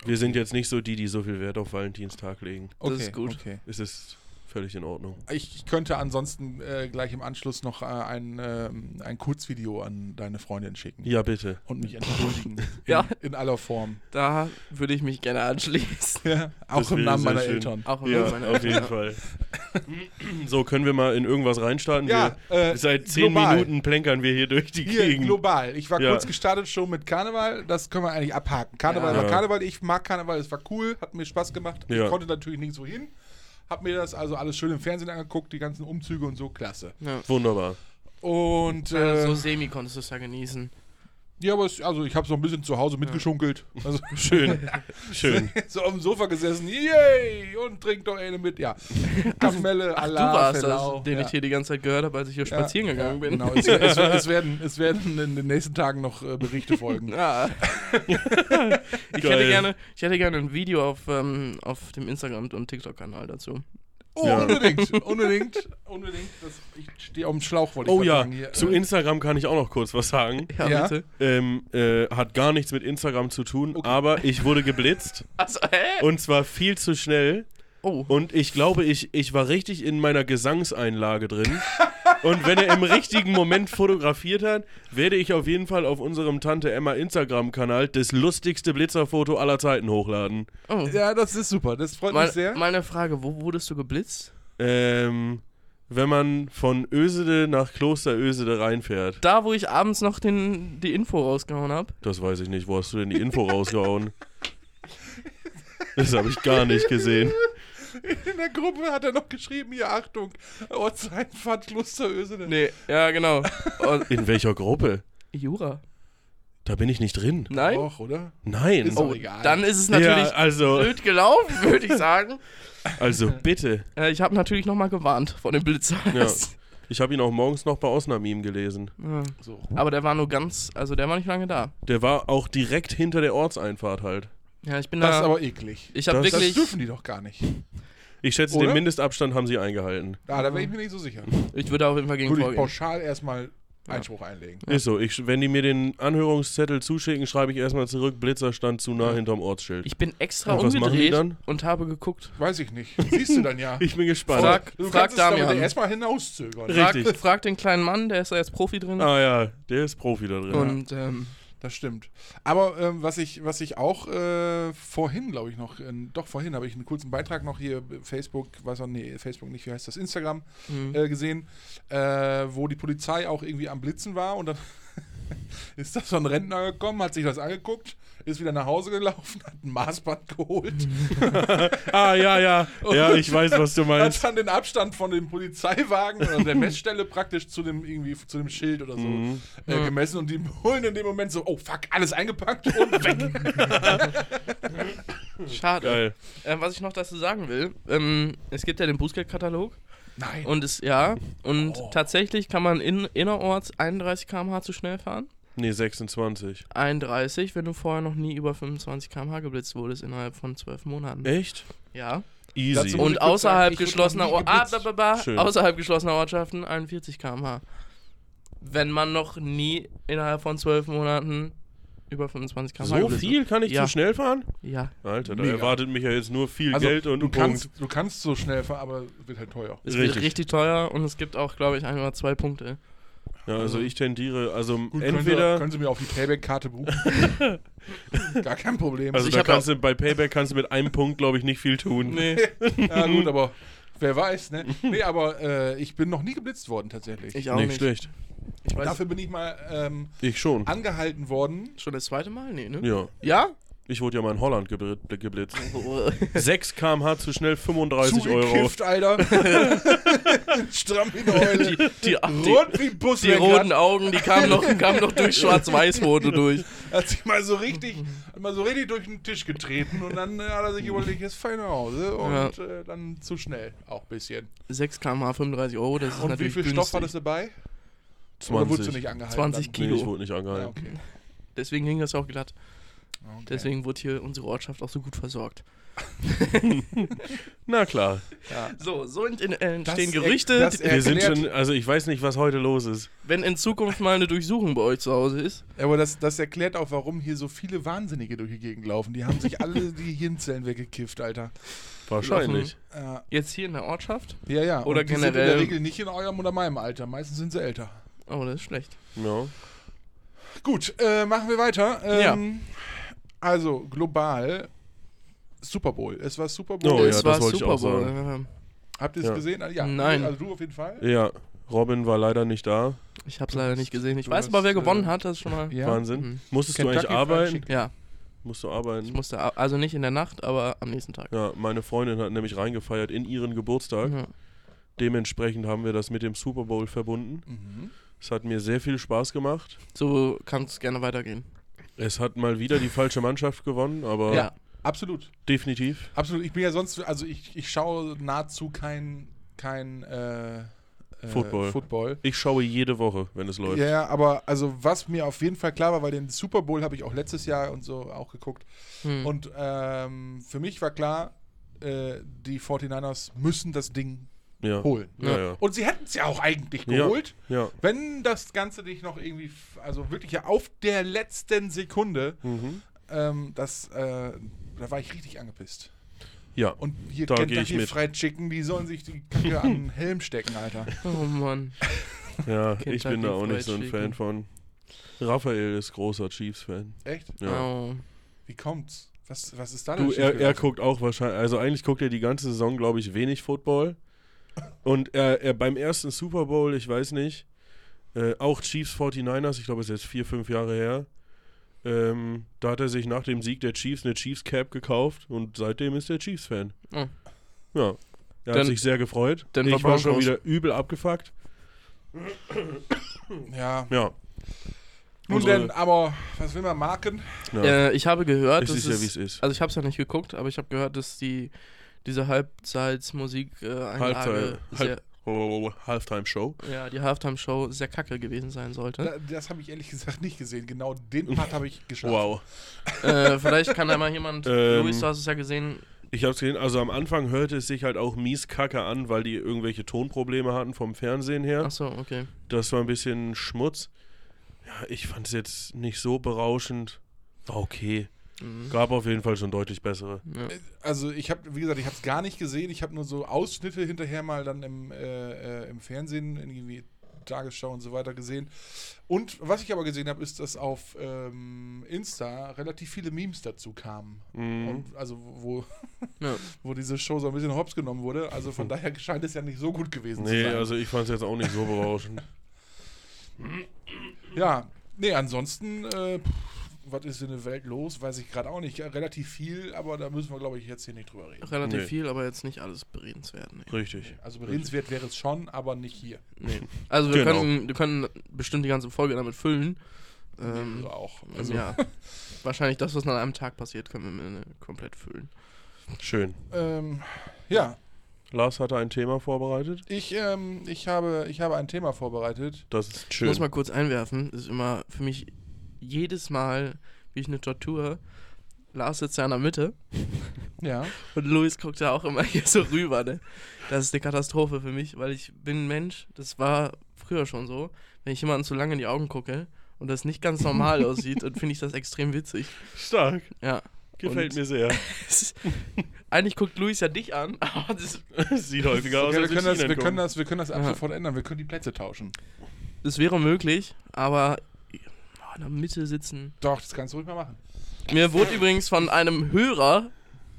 [SPEAKER 1] Wir sind jetzt nicht so die, die so viel Wert auf Valentinstag legen.
[SPEAKER 2] Das ist gut.
[SPEAKER 3] Okay.
[SPEAKER 1] Es ist völlig in Ordnung.
[SPEAKER 3] Ich könnte ansonsten äh, gleich im Anschluss noch äh, ein, ähm, ein Kurzvideo an deine Freundin schicken
[SPEAKER 1] Ja, bitte.
[SPEAKER 3] und mich entschuldigen.
[SPEAKER 2] Ja.
[SPEAKER 3] in, in aller Form.
[SPEAKER 2] Da würde ich mich gerne anschließen.
[SPEAKER 3] Ja, auch
[SPEAKER 1] Das
[SPEAKER 3] im
[SPEAKER 1] wäre
[SPEAKER 3] Namen
[SPEAKER 1] sehr
[SPEAKER 3] meiner
[SPEAKER 1] schön.
[SPEAKER 3] Eltern.
[SPEAKER 2] Auch im
[SPEAKER 1] Ja,
[SPEAKER 2] Namen meiner
[SPEAKER 1] auf jeden
[SPEAKER 2] Eltern.
[SPEAKER 1] Fall. So, können wir mal in irgendwas reinstarten?
[SPEAKER 3] Ja,
[SPEAKER 1] wir,
[SPEAKER 3] äh,
[SPEAKER 1] seit zehn
[SPEAKER 3] global.
[SPEAKER 1] Minuten plänkern wir hier durch die
[SPEAKER 3] Hier,
[SPEAKER 1] Gegend.
[SPEAKER 3] global. Ich war
[SPEAKER 1] Ja.
[SPEAKER 3] kurz gestartet schon mit Karneval. Das können wir eigentlich abhaken. Karneval
[SPEAKER 2] Ja.
[SPEAKER 3] war Karneval. Ich mag Karneval. Es war cool. Hat mir Spaß gemacht.
[SPEAKER 1] Ja.
[SPEAKER 3] Ich konnte natürlich nicht so hin. Hab mir das also alles schön im Fernsehen angeguckt. Die ganzen Umzüge und so. Klasse.
[SPEAKER 2] Ja.
[SPEAKER 1] Wunderbar.
[SPEAKER 3] Und
[SPEAKER 2] Ja,
[SPEAKER 3] äh,
[SPEAKER 2] so semi konntest du es ja genießen.
[SPEAKER 3] Ja, aber es, also ich habe so ein bisschen zu Hause mitgeschunkelt. Also
[SPEAKER 1] Schön. Schön.
[SPEAKER 3] so auf dem Sofa gesessen, yay, und trink doch eine mit. Ja, Kamelle,
[SPEAKER 2] Ach, du
[SPEAKER 3] Allah,
[SPEAKER 2] warst
[SPEAKER 3] Fellau.
[SPEAKER 2] das, den
[SPEAKER 3] ja.
[SPEAKER 2] ich hier die ganze Zeit gehört habe, als ich hier
[SPEAKER 3] Ja,
[SPEAKER 2] spazieren gegangen
[SPEAKER 3] ja,
[SPEAKER 2] bin.
[SPEAKER 3] Genau, es, es, es werden, es werden in den nächsten Tagen noch äh, Berichte folgen.
[SPEAKER 2] Ja. ich, hätte
[SPEAKER 1] Geil.
[SPEAKER 2] gerne, ich hätte gerne ein Video auf, ähm, auf dem Instagram- und TikTok-Kanal dazu.
[SPEAKER 3] Oh,
[SPEAKER 1] Ja.
[SPEAKER 3] unbedingt, unbedingt, unbedingt. Das, ich stehe auf dem Schlauch, wollte ich
[SPEAKER 1] Oh
[SPEAKER 3] grad
[SPEAKER 1] ja,
[SPEAKER 3] sagen. Hier,
[SPEAKER 1] zu
[SPEAKER 3] äh,
[SPEAKER 1] Instagram kann ich auch noch kurz was sagen.
[SPEAKER 3] Ja.
[SPEAKER 2] bitte.
[SPEAKER 1] Ähm, äh, hat gar nichts mit Instagram zu tun,
[SPEAKER 3] Okay.
[SPEAKER 1] aber ich wurde geblitzt
[SPEAKER 2] Also, hä?
[SPEAKER 1] und zwar viel zu schnell.
[SPEAKER 2] Oh.
[SPEAKER 1] Und ich glaube, ich, ich war richtig in meiner Gesangseinlage drin. Und wenn er im richtigen Moment fotografiert hat, werde ich auf jeden Fall auf unserem Tante Emma Instagram-Kanal das lustigste Blitzerfoto aller Zeiten hochladen.
[SPEAKER 2] oh.
[SPEAKER 3] ja, das ist super, das freut
[SPEAKER 2] Mal,
[SPEAKER 3] mich sehr.
[SPEAKER 2] Meine Frage, wo wurdest du geblitzt?
[SPEAKER 1] Ähm, wenn man von Ösede nach Kloster Ösede reinfährt.
[SPEAKER 2] Da, wo ich abends noch den, die Info rausgehauen habe.
[SPEAKER 1] Das weiß ich nicht. Wo hast du denn die Info rausgehauen? Das habe ich gar nicht gesehen.
[SPEAKER 3] In der Gruppe hat er noch geschrieben, hier, Achtung, ne? Ortseinfahrt, Klosterösele.
[SPEAKER 2] Nee, ja, genau. Und,
[SPEAKER 1] In welcher Gruppe?
[SPEAKER 2] Jura.
[SPEAKER 1] Da bin ich nicht drin.
[SPEAKER 2] Nein?
[SPEAKER 3] Doch, oder?
[SPEAKER 1] Nein.
[SPEAKER 3] Oh, Ist
[SPEAKER 2] oh,
[SPEAKER 3] doch egal.
[SPEAKER 2] dann ist es natürlich
[SPEAKER 1] ja, also,
[SPEAKER 2] blöd gelaufen, würde ich sagen.
[SPEAKER 1] also bitte.
[SPEAKER 2] Äh, ich habe natürlich nochmal gewarnt von dem Blitzer.
[SPEAKER 1] Ja. Ich habe ihn auch morgens noch bei Osnamim gelesen.
[SPEAKER 2] Ja.
[SPEAKER 3] So.
[SPEAKER 2] Aber der war nur ganz, also der war nicht lange da.
[SPEAKER 1] Der war auch direkt hinter der Ortseinfahrt halt.
[SPEAKER 2] Ja, ich bin
[SPEAKER 3] Das ist
[SPEAKER 2] da.
[SPEAKER 3] aber eklig.
[SPEAKER 2] ich habe
[SPEAKER 1] das-
[SPEAKER 3] Das
[SPEAKER 2] wirklich,
[SPEAKER 3] dürfen die doch gar nicht.
[SPEAKER 1] Ich schätze,
[SPEAKER 3] Oder?
[SPEAKER 1] den Mindestabstand haben sie eingehalten.
[SPEAKER 3] Ah, da wäre ich mir nicht so sicher.
[SPEAKER 2] ich würde auf jeden Fall gegen
[SPEAKER 3] Würde ich
[SPEAKER 2] vorgehen.
[SPEAKER 3] pauschal erstmal Einspruch einlegen.
[SPEAKER 2] Ja.
[SPEAKER 1] Ist so. Ich, wenn die mir den Anhörungszettel zuschicken, schreibe ich erstmal zurück, Blitzerstand zu nah hinterm Ortsschild.
[SPEAKER 2] Ich bin extra
[SPEAKER 1] Und was machen die
[SPEAKER 2] umgedreht
[SPEAKER 1] dann?
[SPEAKER 2] und habe geguckt.
[SPEAKER 3] Weiß ich nicht. Siehst du dann ja.
[SPEAKER 1] Ich bin gespannt.
[SPEAKER 2] Frag,
[SPEAKER 3] du
[SPEAKER 2] frag
[SPEAKER 3] kannst es damit
[SPEAKER 2] Damian.
[SPEAKER 3] erstmal hinauszögern.
[SPEAKER 1] Richtig.
[SPEAKER 2] Frag, frag den kleinen Mann, der ist da jetzt Profi drin.
[SPEAKER 1] Ah ja, der ist Profi da drin.
[SPEAKER 2] Und ähm,
[SPEAKER 3] Das stimmt. Aber ähm, was, ich, was ich auch äh, vorhin, glaube ich, noch, äh, doch vorhin habe ich einen kurzen Beitrag noch hier, äh, Facebook, weiß auch, nee, Facebook nicht, wie heißt das, Instagram,
[SPEAKER 2] mh.
[SPEAKER 3] äh, gesehen, äh, wo die Polizei auch irgendwie am Blitzen war und dann ist da so ein Rentner gekommen, hat sich das angeguckt, ist wieder nach Hause gelaufen, hat ein Maßband geholt,
[SPEAKER 1] Ah ja, ja. Ja, ich weiß, was du meinst.
[SPEAKER 3] hat dann den Abstand von dem Polizeiwagen oder der Messstelle praktisch zu dem, irgendwie, zu dem Schild oder so
[SPEAKER 1] Mhm.
[SPEAKER 3] äh, gemessen und die holen in dem Moment so, oh fuck, alles eingepackt und weg.
[SPEAKER 2] schade.
[SPEAKER 1] Geil.
[SPEAKER 2] Äh, was ich noch dazu sagen will, ähm, es gibt ja den Bußgeldkatalog
[SPEAKER 3] Nein.
[SPEAKER 2] und es ja und
[SPEAKER 3] Oh.
[SPEAKER 2] tatsächlich kann man in, innerorts 31 km/h zu schnell fahren.
[SPEAKER 1] Nee, 26.
[SPEAKER 2] 31, wenn du vorher noch nie über 25 km/h geblitzt wurdest innerhalb von 12 Monaten.
[SPEAKER 1] Echt?
[SPEAKER 2] Ja.
[SPEAKER 1] Easy.
[SPEAKER 3] Dazu-
[SPEAKER 2] Und
[SPEAKER 3] ich kurz sagen,
[SPEAKER 2] außerhalb
[SPEAKER 3] ich wurde
[SPEAKER 2] geschlossener,
[SPEAKER 3] noch nie
[SPEAKER 2] Or ah,
[SPEAKER 3] geblitzt.
[SPEAKER 2] ba, ba, ba,
[SPEAKER 1] Schön.
[SPEAKER 2] außerhalb geschlossener Ortschaften 41 km/h. Wenn man noch nie innerhalb von 12 Monaten über 25 km/h
[SPEAKER 1] so
[SPEAKER 2] geblitzt
[SPEAKER 1] viel kann ich
[SPEAKER 2] Ja.
[SPEAKER 1] zu schnell fahren?
[SPEAKER 2] wird. Ja,
[SPEAKER 1] Alter, da
[SPEAKER 3] Mega.
[SPEAKER 1] erwartet mich ja jetzt nur viel
[SPEAKER 3] Also,
[SPEAKER 1] Geld und
[SPEAKER 3] du
[SPEAKER 1] ein Punkt.
[SPEAKER 3] kannst, du kannst so schnell fahren, aber wird halt teuer.
[SPEAKER 2] es
[SPEAKER 1] Richtig.
[SPEAKER 2] wird richtig teuer und es gibt auch, glaube ich, ein oder zwei Punkte.
[SPEAKER 1] Ja, also ich tendiere, also
[SPEAKER 3] können Sie-
[SPEAKER 1] entweder,
[SPEAKER 3] können Sie mir auf die Payback-Karte buchen. Gar kein Problem.
[SPEAKER 1] also
[SPEAKER 2] ich
[SPEAKER 1] da
[SPEAKER 2] hab ja
[SPEAKER 1] kannst du bei Payback kannst du mit einem Punkt, glaube ich, nicht viel tun.
[SPEAKER 2] Nee,
[SPEAKER 3] ja, gut, aber wer weiß, ne? Nee, aber äh, ich bin noch nie geblitzt worden tatsächlich.
[SPEAKER 2] ich auch
[SPEAKER 1] nicht,
[SPEAKER 2] nicht.
[SPEAKER 1] schlecht.
[SPEAKER 2] Ich weiß
[SPEAKER 3] Dafür bin ich mal ähm,
[SPEAKER 1] Ich schon.
[SPEAKER 3] angehalten worden.
[SPEAKER 2] schon das zweite Mal? Nee, ne?
[SPEAKER 1] Ja,
[SPEAKER 2] Ja?
[SPEAKER 1] ich wurde ja mal in Holland gebl- geblitzt.
[SPEAKER 2] Oh,
[SPEAKER 1] 6 km/h zu schnell, 35 Euro.
[SPEAKER 3] Zugekifft, Alter. Stramm wie eine
[SPEAKER 2] die,
[SPEAKER 3] Eule.
[SPEAKER 2] die, die,
[SPEAKER 3] Rot wie ein Bus.
[SPEAKER 2] die roten Augen, die kamen noch, kamen noch durch Schwarz-Weiß-Foto durch.
[SPEAKER 3] Hat sich mal so richtig, hat mal so richtig durch den Tisch getreten und dann äh, hat er sich überlegt, jetzt fahr ich nach Hause und
[SPEAKER 2] Ja.
[SPEAKER 3] äh, dann zu schnell auch ein bisschen.
[SPEAKER 2] 6 km/h, 35 Euro, das ist
[SPEAKER 3] Und wie
[SPEAKER 2] natürlich
[SPEAKER 3] viel
[SPEAKER 2] günstig.
[SPEAKER 3] Stoff war das dabei? Oder wurdest du
[SPEAKER 1] 20.
[SPEAKER 3] nicht angehalten?
[SPEAKER 2] 20
[SPEAKER 3] dann?
[SPEAKER 1] Nee, ich
[SPEAKER 2] Kilo.
[SPEAKER 1] wurde nicht
[SPEAKER 3] Ja,
[SPEAKER 1] angehalten.
[SPEAKER 3] okay. Ah,
[SPEAKER 2] Deswegen ging das auch glatt.
[SPEAKER 3] okay.
[SPEAKER 2] Deswegen wurde hier unsere Ortschaft auch so gut versorgt.
[SPEAKER 1] Na klar.
[SPEAKER 2] So, so ent- äh,
[SPEAKER 3] Das
[SPEAKER 2] entstehen
[SPEAKER 3] er-
[SPEAKER 2] Gerüchte.
[SPEAKER 3] das
[SPEAKER 2] die-
[SPEAKER 1] Wir sind
[SPEAKER 3] Erklärt.
[SPEAKER 1] schon, also ich weiß nicht, was heute los ist.
[SPEAKER 2] wenn in Zukunft mal eine Durchsuchung bei euch zu Hause ist.
[SPEAKER 3] Ja, aber das, das erklärt auch, warum hier so viele Wahnsinnige durch die Gegend laufen. Die haben sich alle die Hirnzellen weggekifft, Alter.
[SPEAKER 1] Wahrscheinlich.
[SPEAKER 3] Äh,
[SPEAKER 2] Jetzt hier in der Ortschaft.
[SPEAKER 3] ja, ja.
[SPEAKER 2] Oder
[SPEAKER 3] und die sind in
[SPEAKER 2] generell-
[SPEAKER 3] der Regel nicht in eurem oder meinem Alter. Meistens sind sie älter.
[SPEAKER 2] Oh, das ist schlecht.
[SPEAKER 1] Ja.
[SPEAKER 3] Gut, äh, machen wir weiter. Ähm, Also, global. Super Bowl. Es war Super Bowl.
[SPEAKER 1] Oh ja,
[SPEAKER 2] es
[SPEAKER 1] das
[SPEAKER 2] war
[SPEAKER 1] wollte ich
[SPEAKER 2] Super
[SPEAKER 1] auch
[SPEAKER 2] Bowl.
[SPEAKER 3] Habt ihr es
[SPEAKER 1] Ja.
[SPEAKER 3] gesehen? Ja,
[SPEAKER 2] Nein.
[SPEAKER 3] Also du auf jeden Fall.
[SPEAKER 1] Ja, Robin war leider nicht da.
[SPEAKER 2] Ja. Ich habe es leider nicht gesehen. Ich
[SPEAKER 3] Du
[SPEAKER 2] weiß
[SPEAKER 3] hast,
[SPEAKER 2] aber, wer
[SPEAKER 3] äh,
[SPEAKER 2] gewonnen hat. Das ist schon mal. Ja.
[SPEAKER 1] Wahnsinn.
[SPEAKER 2] Mhm.
[SPEAKER 1] Musstest du
[SPEAKER 3] Kentucky
[SPEAKER 1] eigentlich
[SPEAKER 3] Fried
[SPEAKER 1] arbeiten?
[SPEAKER 3] Chicken.
[SPEAKER 1] Musst du
[SPEAKER 2] ich
[SPEAKER 1] arbeiten?
[SPEAKER 2] musste. au- Also nicht in der Nacht, aber am nächsten Tag.
[SPEAKER 1] Ja, meine Freundin hat nämlich reingefeiert
[SPEAKER 3] Mhm.
[SPEAKER 1] in ihren Geburtstag.
[SPEAKER 2] Ja.
[SPEAKER 1] Dementsprechend haben wir das mit dem Super Bowl verbunden.
[SPEAKER 3] Mhm.
[SPEAKER 1] Es hat mir sehr viel Spaß gemacht.
[SPEAKER 2] So kann es gerne weitergehen.
[SPEAKER 1] Es hat mal wieder die falsche Mannschaft gewonnen, aber
[SPEAKER 2] Ja.
[SPEAKER 3] Absolut.
[SPEAKER 1] definitiv.
[SPEAKER 3] Absolut. Ich bin ja sonst, also ich, ich schaue nahezu kein, kein äh, äh,
[SPEAKER 1] Football.
[SPEAKER 3] Football.
[SPEAKER 1] Ich schaue jede Woche, wenn es läuft.
[SPEAKER 3] Ja, ja, aber also was mir auf jeden Fall klar war, weil den Super Bowl habe ich auch letztes Jahr und so auch geguckt.
[SPEAKER 1] Mhm.
[SPEAKER 2] Hm.
[SPEAKER 3] Und ähm, für mich war klar, äh, die 49ers müssen das Ding
[SPEAKER 1] Ja.
[SPEAKER 3] holen.
[SPEAKER 1] Ja, ja.
[SPEAKER 3] Und sie hätten es ja auch eigentlich
[SPEAKER 1] Ja.
[SPEAKER 3] geholt,
[SPEAKER 1] ja.
[SPEAKER 3] wenn das Ganze dich noch irgendwie, f- also wirklich ja auf der letzten Sekunde,
[SPEAKER 1] Mhm.
[SPEAKER 3] ähm, das, äh, da war ich richtig angepisst.
[SPEAKER 1] Ja.
[SPEAKER 3] Und hier
[SPEAKER 1] Da geh ich
[SPEAKER 3] Kentucky
[SPEAKER 1] mit.
[SPEAKER 3] Fried Chicken, die sollen sich die Kacke an den Helm stecken, Alter.
[SPEAKER 2] Oh Mann.
[SPEAKER 1] Ja, ich
[SPEAKER 2] Kentucky
[SPEAKER 1] bin da auch
[SPEAKER 2] Fried
[SPEAKER 1] nicht so ein
[SPEAKER 2] Chicken.
[SPEAKER 1] Fan von. Raphael ist großer Chiefs-Fan.
[SPEAKER 3] Echt?
[SPEAKER 1] Ja.
[SPEAKER 2] Oh.
[SPEAKER 3] Wie kommt's? Was, was ist da
[SPEAKER 1] Du,
[SPEAKER 3] schief
[SPEAKER 1] er, er
[SPEAKER 3] gelaufen?
[SPEAKER 1] guckt auch wahrscheinlich, also eigentlich guckt er die ganze Saison, glaube ich, wenig Football. Und er, er beim ersten Super Bowl, ich weiß nicht, äh, auch Chiefs 49ers, ich glaube, es ist jetzt vier, fünf Jahre her, ähm, da hat er sich nach dem Sieg der Chiefs eine Chiefs Cap gekauft und seitdem ist er Chiefs-Fan.
[SPEAKER 2] Oh.
[SPEAKER 1] Ja. Er hat
[SPEAKER 2] Dann-
[SPEAKER 1] sich sehr gefreut.
[SPEAKER 2] dann war
[SPEAKER 1] ich war schon
[SPEAKER 2] Broncos.
[SPEAKER 1] wieder übel abgefuckt.
[SPEAKER 3] Ja.
[SPEAKER 1] Ja,
[SPEAKER 3] Nun
[SPEAKER 1] Unsere-
[SPEAKER 3] denn, aber was will man marken?
[SPEAKER 1] ja.
[SPEAKER 2] Äh, ich habe gehört,
[SPEAKER 1] es
[SPEAKER 2] dass
[SPEAKER 1] ist ja, wie es ist.
[SPEAKER 2] Also ich habe es ja nicht geguckt, aber ich habe gehört, dass die diese Halbzeitsmusik äh, Einlage
[SPEAKER 1] Halbzeit-
[SPEAKER 2] sehr,
[SPEAKER 1] Oh, Halftime-Show.
[SPEAKER 2] ja, die Halftime-Show sehr kacke gewesen sein sollte.
[SPEAKER 3] Da- Das habe ich ehrlich gesagt nicht gesehen. Genau den Part habe ich geschafft.
[SPEAKER 1] Wow.
[SPEAKER 2] äh, vielleicht kann da mal jemand,
[SPEAKER 1] Ähm.
[SPEAKER 2] Luis, du hast es ja gesehen,
[SPEAKER 1] Ich hab's gesehen, also am Anfang hörte es sich halt auch mies kacke an, weil die irgendwelche Tonprobleme hatten vom Fernsehen her.
[SPEAKER 2] achso, okay.
[SPEAKER 1] Das war ein bisschen Schmutz. Ja, ich fand's jetzt nicht so berauschend. War okay.
[SPEAKER 2] Mhm.
[SPEAKER 1] Gab auf jeden Fall schon deutlich bessere.
[SPEAKER 2] Ja.
[SPEAKER 3] Also ich habe, wie gesagt, ich habe es gar nicht gesehen. Ich habe nur so Ausschnitte hinterher mal dann im, äh, äh, im Fernsehen, irgendwie Tagesschau und so weiter gesehen. Und was ich aber gesehen habe, ist, dass auf ähm, Insta relativ viele Memes dazu kamen.
[SPEAKER 1] Mhm.
[SPEAKER 3] Und also wo,
[SPEAKER 2] Ja.
[SPEAKER 3] wo diese Show so ein bisschen hops genommen wurde. Also von daher scheint es ja nicht so gut gewesen zu
[SPEAKER 1] Nee,
[SPEAKER 3] sein.
[SPEAKER 1] also ich fand's jetzt auch nicht so berauschend.
[SPEAKER 3] Ja, nee, ansonsten, äh, pff, was ist in der Welt los, weiß ich gerade auch nicht. Ja, relativ viel, aber da müssen wir, glaube ich, jetzt hier nicht drüber reden.
[SPEAKER 2] Relativ
[SPEAKER 1] Nee.
[SPEAKER 2] viel, aber jetzt nicht alles beredenswert. Nee.
[SPEAKER 1] Richtig.
[SPEAKER 3] Also berührenswert wäre es schon, aber nicht hier.
[SPEAKER 2] Nee. Also wir,
[SPEAKER 1] Genau.
[SPEAKER 2] könnten, wir können bestimmt die ganze Folge damit füllen. Ähm,
[SPEAKER 3] Also auch.
[SPEAKER 2] also ja. Wahrscheinlich das, was an einem Tag passiert, können wir äh, komplett füllen.
[SPEAKER 1] Schön.
[SPEAKER 3] Ähm, ja,
[SPEAKER 1] Lars hatte ein Thema vorbereitet.
[SPEAKER 3] ich, ähm, ich, habe, ich habe ein Thema vorbereitet.
[SPEAKER 1] Das ist
[SPEAKER 2] Ich
[SPEAKER 1] schön.
[SPEAKER 2] muss mal kurz einwerfen, das ist immer für mich jedes Mal wie ich eine Tortur. Lars sitzt ja in der Mitte
[SPEAKER 3] Ja.
[SPEAKER 2] und Luis guckt ja auch immer hier so rüber, ne? Das ist eine Katastrophe für mich, weil ich bin ein Mensch, das war früher schon so, wenn ich jemandem zu lange in die Augen gucke und das nicht ganz normal aussieht, dann finde ich das extrem witzig.
[SPEAKER 1] Stark.
[SPEAKER 2] Ja.
[SPEAKER 1] Gefällt
[SPEAKER 2] Und-
[SPEAKER 1] mir sehr.
[SPEAKER 2] Es ist- Eigentlich guckt Luis ja dich an, aber das,
[SPEAKER 1] Sieht häufiger
[SPEAKER 3] Ja,
[SPEAKER 1] aus,
[SPEAKER 3] wir,
[SPEAKER 1] als ich
[SPEAKER 3] können das,
[SPEAKER 1] ihn
[SPEAKER 3] wir, können
[SPEAKER 1] angucke.
[SPEAKER 3] das, wir können das ab
[SPEAKER 2] Ja.
[SPEAKER 3] sofort ändern. Wir können die Plätze tauschen.
[SPEAKER 2] das wäre möglich, aber oh, in der Mitte sitzen.
[SPEAKER 3] Doch, das kannst du ruhig mal machen.
[SPEAKER 2] Mir wurde übrigens von einem Hörer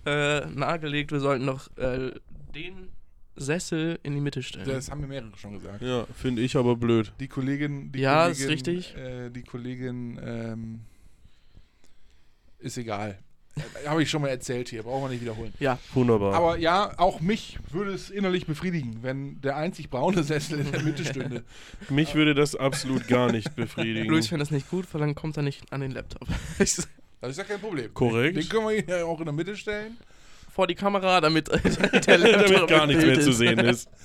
[SPEAKER 2] äh, nahegelegt, wir sollten noch äh, den Sessel in die Mitte stellen.
[SPEAKER 3] Das haben mir mehrere schon gesagt.
[SPEAKER 1] Ja, finde ich aber blöd.
[SPEAKER 3] Die Kollegin. Die
[SPEAKER 2] Ja, ist
[SPEAKER 3] Kollegin,
[SPEAKER 2] richtig.
[SPEAKER 3] Äh, die Kollegin. Ähm, ist egal. Äh, Habe ich schon mal erzählt hier, brauchen wir nicht wiederholen.
[SPEAKER 1] Wunderbar.
[SPEAKER 3] Aber ja, auch mich würde es innerlich befriedigen, wenn der einzig braune Sessel in der Mitte stünde.
[SPEAKER 1] Mich würde das absolut gar nicht befriedigen.
[SPEAKER 2] Luis findet das nicht gut, weil dann kommt er nicht an den Laptop.
[SPEAKER 3] Das ist ja kein Problem.
[SPEAKER 1] Korrekt.
[SPEAKER 3] Den können wir hier auch in der Mitte stellen.
[SPEAKER 2] Vor die Kamera, damit der Laptop
[SPEAKER 1] damit gar
[SPEAKER 2] im
[SPEAKER 1] nichts
[SPEAKER 2] Bild
[SPEAKER 1] mehr zu sehen ist.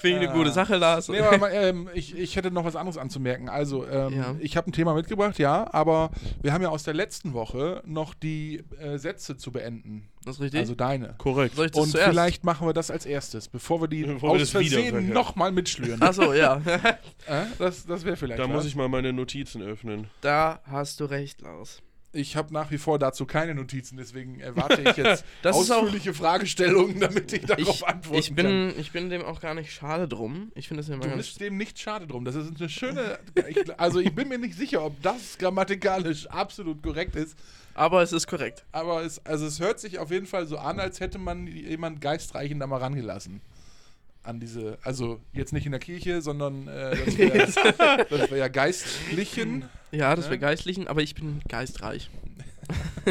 [SPEAKER 2] Finde ich eine gute Sache, Lars.
[SPEAKER 3] Ah. Nee, aber mal, ähm, ich, ich hätte noch was anderes anzumerken. Also, ähm,
[SPEAKER 2] Ja.
[SPEAKER 3] ich habe ein Thema mitgebracht, ja, aber wir haben ja aus der letzten Woche noch die äh, Sätze zu beenden.
[SPEAKER 2] das ist richtig.
[SPEAKER 3] Also deine.
[SPEAKER 1] Korrekt.
[SPEAKER 2] Soll ich das
[SPEAKER 3] Und
[SPEAKER 2] zuerst?
[SPEAKER 3] vielleicht machen wir das als erstes, bevor wir die
[SPEAKER 1] Bevor wir
[SPEAKER 3] aus
[SPEAKER 1] das wieder
[SPEAKER 3] Versehen
[SPEAKER 1] verhören.
[SPEAKER 3] nochmal mitschlüren.
[SPEAKER 2] Achso, ja.
[SPEAKER 3] Äh, das das wäre vielleicht.
[SPEAKER 1] Da
[SPEAKER 3] was.
[SPEAKER 1] muss ich mal meine Notizen öffnen.
[SPEAKER 2] da hast du recht, Lars.
[SPEAKER 3] ich habe nach wie vor dazu keine Notizen, deswegen erwarte ich jetzt
[SPEAKER 2] Das ist auch-
[SPEAKER 3] ausführliche Fragestellungen, damit ich darauf
[SPEAKER 2] Ich,
[SPEAKER 3] antworten
[SPEAKER 2] ich, bin, ich bin dem auch gar nicht schade drum. Ich finde das immer
[SPEAKER 3] kann. Du
[SPEAKER 2] ganz.
[SPEAKER 3] bist dem nicht schade drum. Das ist eine schöne. Ich, also, ich bin mir nicht sicher, ob das grammatikalisch absolut korrekt ist.
[SPEAKER 2] Aber es ist korrekt.
[SPEAKER 3] Aber es, also es hört sich auf jeden Fall so an, als hätte man jemand Geistreichen da mal rangelassen. An diese, also jetzt nicht in der Kirche, sondern äh, das wäre das wär ja Geistlichen.
[SPEAKER 2] Ja, das
[SPEAKER 3] Ne?
[SPEAKER 2] wäre geistlichen, aber ich bin geistreich.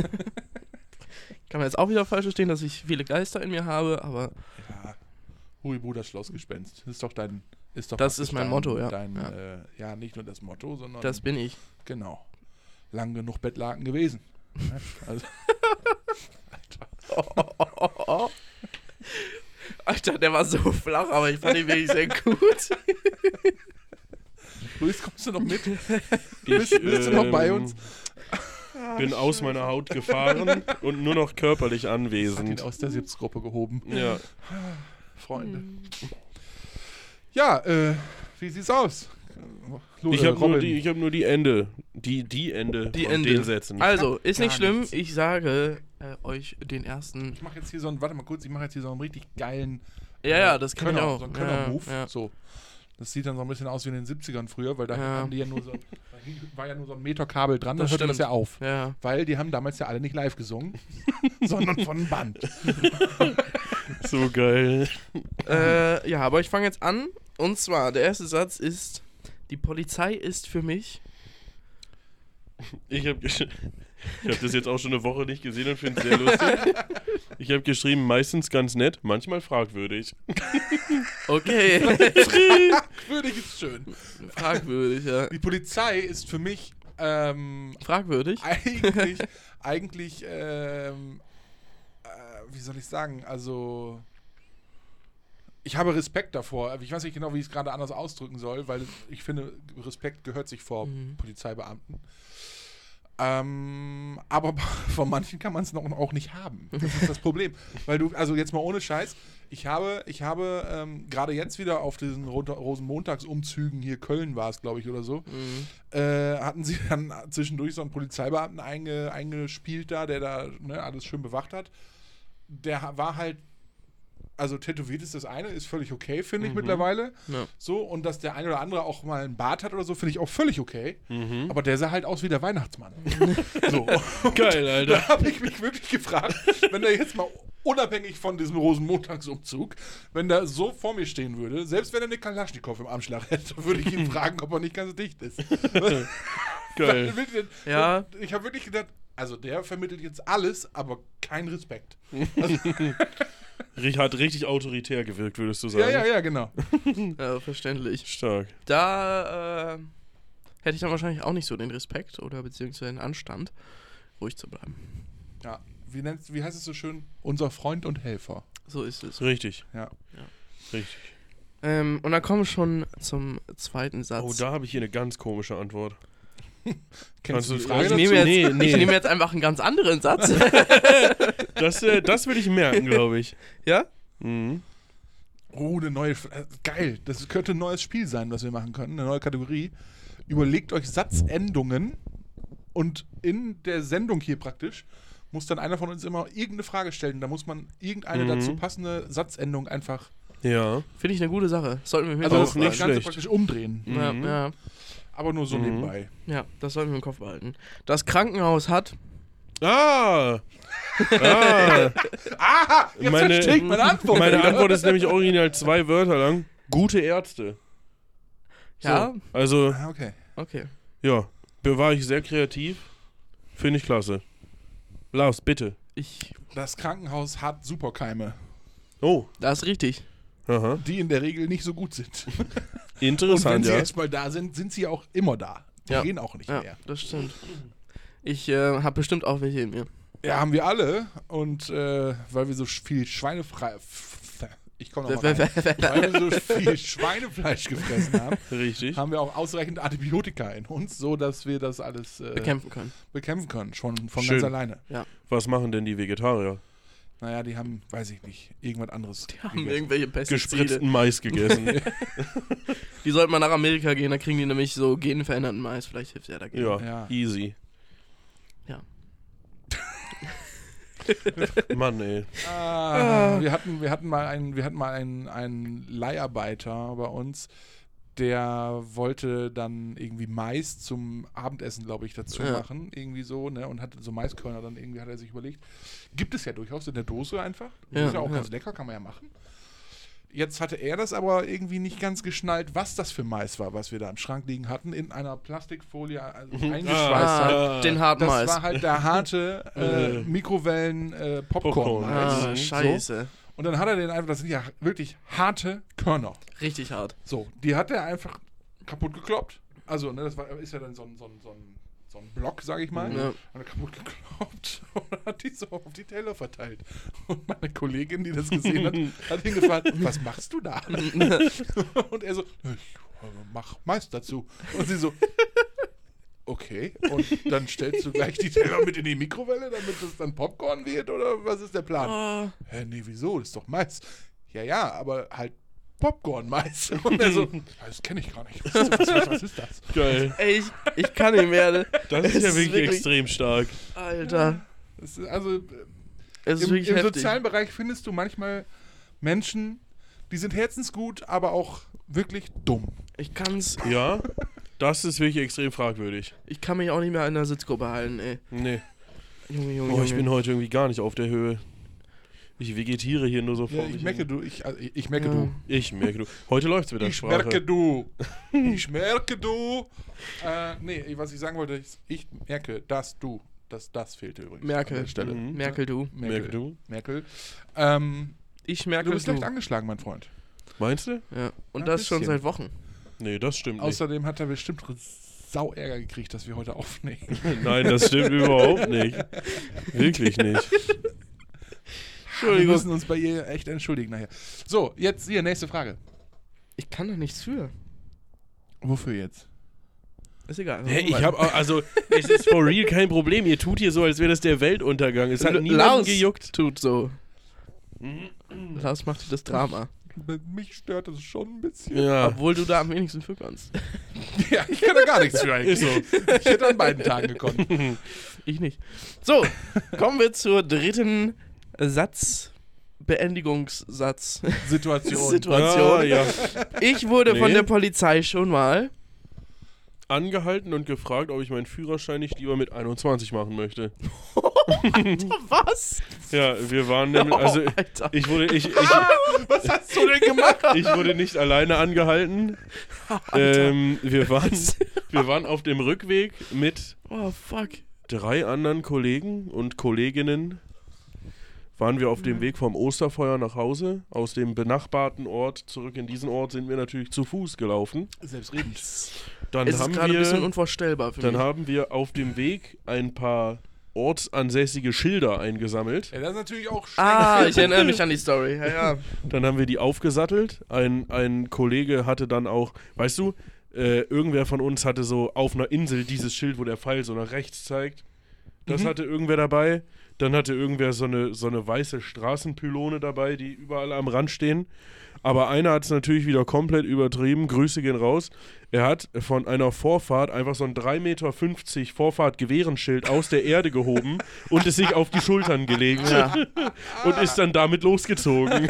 [SPEAKER 2] Kann man jetzt auch wieder falsch verstehen, dass ich viele Geister in mir habe, aber
[SPEAKER 3] Ja, Hui Bruder Schlossgespenst. Das ist doch dein, Ist doch
[SPEAKER 2] Das
[SPEAKER 3] praktisch
[SPEAKER 2] ist mein Motto, ja.
[SPEAKER 3] Dein,
[SPEAKER 2] Ja.
[SPEAKER 3] Äh, ja, nicht nur das Motto, sondern
[SPEAKER 2] Das bin ich.
[SPEAKER 3] genau. Lang genug Bettlaken gewesen. Ne? also,
[SPEAKER 2] Alter, der war so flach, aber ich fand ihn wirklich sehr gut.
[SPEAKER 3] Luis, kommst du noch mit?
[SPEAKER 1] Ich ähm,
[SPEAKER 3] Bist- bist du noch bei uns?
[SPEAKER 1] bin aus meiner Haut gefahren und nur noch körperlich
[SPEAKER 3] Hat ihn
[SPEAKER 1] anwesend.
[SPEAKER 3] aus der Sitzgruppe gehoben.
[SPEAKER 1] Ja,
[SPEAKER 3] Freunde.
[SPEAKER 2] Hm.
[SPEAKER 3] Ja, äh, wie sieht's aus? Lo-
[SPEAKER 1] ich
[SPEAKER 3] äh,
[SPEAKER 1] habe nur,
[SPEAKER 3] Robin.
[SPEAKER 1] die- ich hab nur die Ende. Die, die Ende
[SPEAKER 2] Die
[SPEAKER 1] von
[SPEAKER 2] Ende.
[SPEAKER 1] den Sätzen.
[SPEAKER 2] Also, ist
[SPEAKER 3] Gar
[SPEAKER 2] nicht schlimm.
[SPEAKER 3] nichts.
[SPEAKER 2] Ich sage äh, euch den ersten.
[SPEAKER 3] Ich mache jetzt hier so einen, warte mal kurz, ich mache jetzt hier so einen richtig geilen
[SPEAKER 2] Ja,
[SPEAKER 3] äh,
[SPEAKER 2] ja, das kann
[SPEAKER 3] Könner,
[SPEAKER 2] ich auch.
[SPEAKER 3] So einen
[SPEAKER 2] ja,
[SPEAKER 3] Könner-Move.
[SPEAKER 2] ja.
[SPEAKER 3] So. Das sieht dann so ein bisschen aus wie in den 70ern früher, weil da
[SPEAKER 2] Ja.
[SPEAKER 3] haben die ja nur so, da hing- war ja nur so ein Meter Kabel dran, dann
[SPEAKER 2] Das
[SPEAKER 3] hörte das
[SPEAKER 2] stimmt.
[SPEAKER 3] ja auf.
[SPEAKER 2] ja.
[SPEAKER 3] Weil die haben damals ja alle nicht live gesungen, sondern von Band.
[SPEAKER 1] So geil.
[SPEAKER 2] Äh, ja, aber ich fange jetzt an. Und zwar, der erste Satz ist: Die Polizei ist für mich.
[SPEAKER 1] Ich habe ich hab das jetzt auch schon eine Woche nicht gesehen und finde es sehr lustig. Ich habe geschrieben, meistens ganz nett, manchmal fragwürdig.
[SPEAKER 2] Okay.
[SPEAKER 3] Würdig ist schön.
[SPEAKER 2] Fragwürdig, ja.
[SPEAKER 3] Die Polizei ist für mich ähm,
[SPEAKER 2] Fragwürdig?
[SPEAKER 3] eigentlich, eigentlich, ähm, äh, wie soll ich sagen, also ich habe Respekt davor. Ich weiß nicht genau, wie ich es gerade anders ausdrücken soll, weil ich finde, Respekt gehört sich vor
[SPEAKER 2] Mhm.
[SPEAKER 3] Polizeibeamten. Ähm, aber von manchen kann man es noch auch nicht haben. Das ist das Problem. Weil du, also jetzt mal ohne Scheiß, ich habe, ich habe ähm, gerade jetzt wieder auf diesen Ro- Rosenmontagsumzügen hier Köln war es, glaube ich, oder so,
[SPEAKER 2] Mhm.
[SPEAKER 3] äh, hatten sie dann zwischendurch so einen Polizeibeamten einge, eingespielt da, der da ne, alles schön bewacht hat. Der ha- war halt, also tätowiert ist das eine, ist völlig okay, finde ich
[SPEAKER 1] Mhm.
[SPEAKER 3] mittlerweile.
[SPEAKER 2] Ja.
[SPEAKER 3] So, und dass der eine oder andere auch mal einen Bart hat oder so, finde ich auch völlig okay.
[SPEAKER 1] Mhm.
[SPEAKER 3] Aber der sah halt aus wie der Weihnachtsmann. so.
[SPEAKER 1] Geil, Alter.
[SPEAKER 3] Da habe ich mich wirklich gefragt, wenn der jetzt mal unabhängig von diesem Rosenmontagsumzug, wenn der so vor mir stehen würde, selbst wenn er eine Kalaschnikow im Armschlag hätte, würde ich ihn fragen, ob er nicht ganz dicht ist.
[SPEAKER 1] Geil.
[SPEAKER 2] Ja.
[SPEAKER 3] Ich habe wirklich gedacht, also der vermittelt jetzt alles, aber kein Respekt.
[SPEAKER 1] Rich- Hat richtig autoritär gewirkt, würdest du sagen.
[SPEAKER 3] Ja, ja, ja, genau.
[SPEAKER 2] ja, verständlich.
[SPEAKER 1] Stark.
[SPEAKER 2] Da äh, hätte ich dann wahrscheinlich auch nicht so den Respekt oder beziehungsweise den Anstand, ruhig zu bleiben.
[SPEAKER 3] Ja. Wie, nennst, wie heißt es so schön? Unser Freund und Helfer.
[SPEAKER 2] So ist es.
[SPEAKER 1] Richtig.
[SPEAKER 3] Ja.
[SPEAKER 1] Richtig.
[SPEAKER 2] Ähm, und dann kommen wir schon zum zweiten Satz.
[SPEAKER 1] Oh, da habe ich hier eine ganz komische Antwort.
[SPEAKER 3] Kennst
[SPEAKER 1] Also,
[SPEAKER 3] du die
[SPEAKER 1] also
[SPEAKER 3] Frage
[SPEAKER 2] ich, nehme jetzt,
[SPEAKER 1] dazu? Nee, nee.
[SPEAKER 2] ich nehme jetzt einfach einen ganz anderen Satz.
[SPEAKER 1] Das, äh, das würde ich merken, glaube ich.
[SPEAKER 2] ja?
[SPEAKER 1] Mhm.
[SPEAKER 3] Oh, eine neue. F- äh, Geil. Das könnte ein neues Spiel sein, was wir machen können. Eine neue Kategorie. Überlegt euch Satzendungen und in der Sendung hier praktisch muss dann einer von uns immer irgendeine Frage stellen. Da muss man irgendeine
[SPEAKER 1] Mhm.
[SPEAKER 3] dazu passende Satzendung einfach.
[SPEAKER 1] Ja.
[SPEAKER 2] Finde ich eine gute Sache. Sollten wir im
[SPEAKER 3] Also
[SPEAKER 1] Auch
[SPEAKER 3] das,
[SPEAKER 2] Hinterkopf
[SPEAKER 1] nicht
[SPEAKER 3] das Ganze
[SPEAKER 1] schlecht.
[SPEAKER 3] praktisch umdrehen.
[SPEAKER 2] behalten.
[SPEAKER 1] Mhm.
[SPEAKER 2] Ja, ja,
[SPEAKER 3] Aber nur so
[SPEAKER 1] Mhm.
[SPEAKER 3] nebenbei.
[SPEAKER 2] ja, das sollten wir im Kopf behalten. Das Krankenhaus hat.
[SPEAKER 1] Ah! ah.
[SPEAKER 3] Aha! Jetzt
[SPEAKER 1] Meine-
[SPEAKER 3] verstehe ich meine Antwort.
[SPEAKER 1] Meine
[SPEAKER 3] wieder.
[SPEAKER 1] Antwort ist nämlich original zwei Wörter lang. Gute Ärzte.
[SPEAKER 2] Ja,
[SPEAKER 1] Also,
[SPEAKER 3] Ah, okay.
[SPEAKER 2] okay.
[SPEAKER 1] ja. Da war ich sehr kreativ. Finde ich klasse. Lars, bitte.
[SPEAKER 2] Ich,
[SPEAKER 3] Das Krankenhaus hat Superkeime,
[SPEAKER 1] Oh.
[SPEAKER 2] das ist richtig.
[SPEAKER 1] Aha.
[SPEAKER 3] die in der Regel nicht so gut sind. Und wenn
[SPEAKER 1] Interessant,
[SPEAKER 3] sie
[SPEAKER 1] ja.
[SPEAKER 3] erstmal da sind, sind sie auch immer da. Die
[SPEAKER 2] Ja.
[SPEAKER 3] gehen auch nicht
[SPEAKER 2] Ja,
[SPEAKER 3] mehr.
[SPEAKER 2] das stimmt. Ich äh, habe bestimmt auch welche in mir.
[SPEAKER 3] Ja, haben wir alle. Und äh, weil wir so viel Schweinefrei. f- f- Ich komme nochmal rein. Weil wir so viel Schweinefleisch gefressen haben,
[SPEAKER 1] Richtig.
[SPEAKER 3] haben wir auch ausreichend Antibiotika in uns, so dass wir das alles äh,
[SPEAKER 2] Bekämpfen können.
[SPEAKER 3] bekämpfen können, schon von
[SPEAKER 1] Schön.
[SPEAKER 3] ganz alleine.
[SPEAKER 1] Was machen denn die Vegetarier?
[SPEAKER 3] Naja, die haben, weiß ich nicht, irgendwas anderes.
[SPEAKER 2] Die haben
[SPEAKER 3] gegessen.
[SPEAKER 2] irgendwelche Pestizide.
[SPEAKER 1] Gespritzten Mais gegessen.
[SPEAKER 2] Die sollten mal nach Amerika gehen, da kriegen die nämlich so genveränderten Mais. Vielleicht hilft der dagegen.
[SPEAKER 1] ja,
[SPEAKER 3] Ja.
[SPEAKER 1] easy.
[SPEAKER 2] Ja.
[SPEAKER 1] Mann, ey.
[SPEAKER 3] Ah, wir hatten, wir hatten mal einen, wir hatten mal einen, einen Leiharbeiter bei uns, der wollte dann irgendwie Mais zum Abendessen, glaube ich, dazu
[SPEAKER 2] Ja.
[SPEAKER 3] machen, irgendwie so, ne? Und hatte so Maiskörner dann irgendwie hat er sich überlegt. Gibt es ja durchaus in der Dose einfach. Das
[SPEAKER 2] Ja,
[SPEAKER 3] ist ja auch
[SPEAKER 2] ja.
[SPEAKER 3] ganz lecker, kann man ja machen. Jetzt hatte er das aber irgendwie nicht ganz geschnallt, was das für Mais war, was wir da im Schrank liegen hatten, in einer Plastikfolie also eingeschweißt haben.
[SPEAKER 2] Mhm. Ah, den harten
[SPEAKER 3] Das
[SPEAKER 2] Mais.
[SPEAKER 3] war halt der harte äh,
[SPEAKER 1] Äh.
[SPEAKER 3] Mikrowellen äh, Popcorn.
[SPEAKER 1] Popcorn.
[SPEAKER 3] Mais.
[SPEAKER 2] ah,
[SPEAKER 1] Mhm.
[SPEAKER 2] scheiße.
[SPEAKER 3] Und dann hat er den einfach, das sind ja wirklich harte Körner.
[SPEAKER 2] Richtig hart.
[SPEAKER 3] So, die hat er einfach kaputt gekloppt. Also, ne, das war, ist ja dann so ein, so ein, so ein, so ein Block, sag ich mal.
[SPEAKER 2] Ja.
[SPEAKER 3] Hat er kaputt gekloppt und hat die so auf die Teller verteilt. Und meine Kollegin, die das gesehen hat, hat ihn gefragt, was machst du da? und er so, ich äh, mach Mais dazu. Und sie so, okay. Und dann stellst du gleich die Teller mit in die Mikrowelle, damit es dann Popcorn wird? Oder was ist der Plan?
[SPEAKER 2] Oh,
[SPEAKER 3] Hä, nee, wieso? Das ist doch Mais. Ja, ja, aber halt Popcorn-Mais. Und er so, "Ja, das kenne ich gar nicht. Was, was, was, was ist das?
[SPEAKER 1] Geil.
[SPEAKER 2] ey, ich, ich kann ihn werden.
[SPEAKER 1] Das
[SPEAKER 2] Es
[SPEAKER 1] ist ja
[SPEAKER 2] ist
[SPEAKER 1] wirklich,
[SPEAKER 2] wirklich-
[SPEAKER 1] extrem stark.
[SPEAKER 2] Alter.
[SPEAKER 3] das ist also, äh,
[SPEAKER 2] Es ist
[SPEAKER 3] im,
[SPEAKER 2] wirklich
[SPEAKER 3] im
[SPEAKER 2] heftig.
[SPEAKER 3] sozialen Bereich findest du manchmal Menschen, die sind herzensgut, aber auch wirklich dumm.
[SPEAKER 2] Ich kann's.
[SPEAKER 1] Ja, das ist wirklich extrem fragwürdig.
[SPEAKER 2] Ich kann mich auch nicht mehr in der Sitzgruppe halten, ey.
[SPEAKER 1] Nee.
[SPEAKER 2] Junge, Junge.
[SPEAKER 1] Boah, ich
[SPEAKER 2] Junge.
[SPEAKER 1] bin heute irgendwie gar nicht auf der Höhe. Ich vegetiere hier nur so vor.
[SPEAKER 3] Ja, ich
[SPEAKER 1] mich
[SPEAKER 3] merke
[SPEAKER 1] hin.
[SPEAKER 3] du, ich, also ich ich merke
[SPEAKER 2] Ja.
[SPEAKER 3] du.
[SPEAKER 1] Ich merke du. Heute läuft's mit der
[SPEAKER 3] Ich
[SPEAKER 1] Sprache.
[SPEAKER 3] merke du. Ich merke du. Äh, nee, ich- was ich sagen wollte, ich, ich merke, dass du. Das, das fehlte übrigens.
[SPEAKER 2] Merkel.
[SPEAKER 3] An der Stelle.
[SPEAKER 1] Mhm.
[SPEAKER 2] Merkel, du.
[SPEAKER 3] Merkel.
[SPEAKER 1] Merke du.
[SPEAKER 3] Merkel. Ähm,
[SPEAKER 2] Ich merke
[SPEAKER 3] du bist
[SPEAKER 2] du.
[SPEAKER 3] leicht angeschlagen, mein Freund.
[SPEAKER 1] Meinst du?
[SPEAKER 2] Ja. Und
[SPEAKER 3] Ein
[SPEAKER 2] das schon
[SPEAKER 3] bisschen.
[SPEAKER 2] seit Wochen.
[SPEAKER 1] Nee, das stimmt
[SPEAKER 3] Außerdem hat er bestimmt sau Ärger gekriegt, dass wir heute aufnehmen.
[SPEAKER 1] nicht. Nein, das stimmt überhaupt nicht. Wirklich nicht.
[SPEAKER 3] Wir
[SPEAKER 2] Entschuldigung.
[SPEAKER 3] müssen uns bei ihr echt entschuldigen nachher. So, jetzt hier, nächste Frage.
[SPEAKER 2] Ich kann da nichts für.
[SPEAKER 3] Wofür jetzt?
[SPEAKER 2] Ist egal.
[SPEAKER 1] Hä, ich hab auch, also, es ist for real kein Problem. Ihr tut hier so, als wäre das der Weltuntergang. Es hat
[SPEAKER 2] L-
[SPEAKER 1] niemanden
[SPEAKER 2] Laus
[SPEAKER 1] gejuckt.
[SPEAKER 2] tut so. Mhm. Lars macht dir das Drama.
[SPEAKER 3] Mich stört das schon ein bisschen.
[SPEAKER 1] Ja,
[SPEAKER 2] Obwohl du da am wenigsten für kannst.
[SPEAKER 3] Ja, ich kann da gar nichts für
[SPEAKER 1] ist
[SPEAKER 3] eigentlich.
[SPEAKER 1] so.
[SPEAKER 3] Ich hätte an beiden Tagen gekonnt.
[SPEAKER 2] Ich nicht. So, kommen wir zur dritten Satz. Beendigungssatz.
[SPEAKER 3] Situation.
[SPEAKER 1] Ja,
[SPEAKER 2] Situation.
[SPEAKER 1] ja.
[SPEAKER 2] Ich wurde
[SPEAKER 1] Nee.
[SPEAKER 2] von der Polizei schon mal.
[SPEAKER 1] Angehalten und gefragt, ob ich meinen Führerschein nicht lieber mit 21 machen möchte.
[SPEAKER 2] Was?
[SPEAKER 1] Ja, wir waren nämlich, also,
[SPEAKER 2] oh, Alter.
[SPEAKER 1] ich wurde, ich, ich,
[SPEAKER 3] Was hast du denn gemacht?
[SPEAKER 1] ich wurde nicht alleine angehalten. Ähm, wir, waren, wir waren auf dem Rückweg mit
[SPEAKER 2] Oh, fuck.
[SPEAKER 1] drei anderen Kollegen und Kolleginnen waren wir auf dem Weg vom Osterfeuer nach Hause. Aus dem benachbarten Ort zurück in diesen Ort sind wir natürlich zu Fuß gelaufen.
[SPEAKER 3] Selbstredend.
[SPEAKER 1] Dann
[SPEAKER 2] Es ist
[SPEAKER 1] haben
[SPEAKER 2] gerade ein bisschen
[SPEAKER 1] wir,
[SPEAKER 2] unvorstellbar für
[SPEAKER 1] dann
[SPEAKER 2] mich.
[SPEAKER 1] haben wir auf dem Weg ein paar ortsansässige Schilder eingesammelt.
[SPEAKER 3] Ja, das ist natürlich auch schlecht. Ah,
[SPEAKER 2] Ah, ich erinnere mich an die Story. Ja, ja.
[SPEAKER 1] Dann haben wir die aufgesattelt. Ein, ein Kollege hatte dann auch, weißt du, äh, irgendwer von uns hatte so auf einer Insel dieses Schild, wo der Pfeil so nach rechts zeigt. Das hatte irgendwer dabei. Dann hatte irgendwer so eine, so eine weiße Straßenpylone dabei, die überall am Rand stehen. Aber einer hat es natürlich wieder komplett übertrieben. Grüße gehen raus. Er hat von einer Vorfahrt einfach so ein 3,50 Meter Vorfahrt-Gewehrenschild aus der Erde gehoben und es sich auf die Schultern gelegt
[SPEAKER 2] Ja.
[SPEAKER 1] und ist dann damit losgezogen.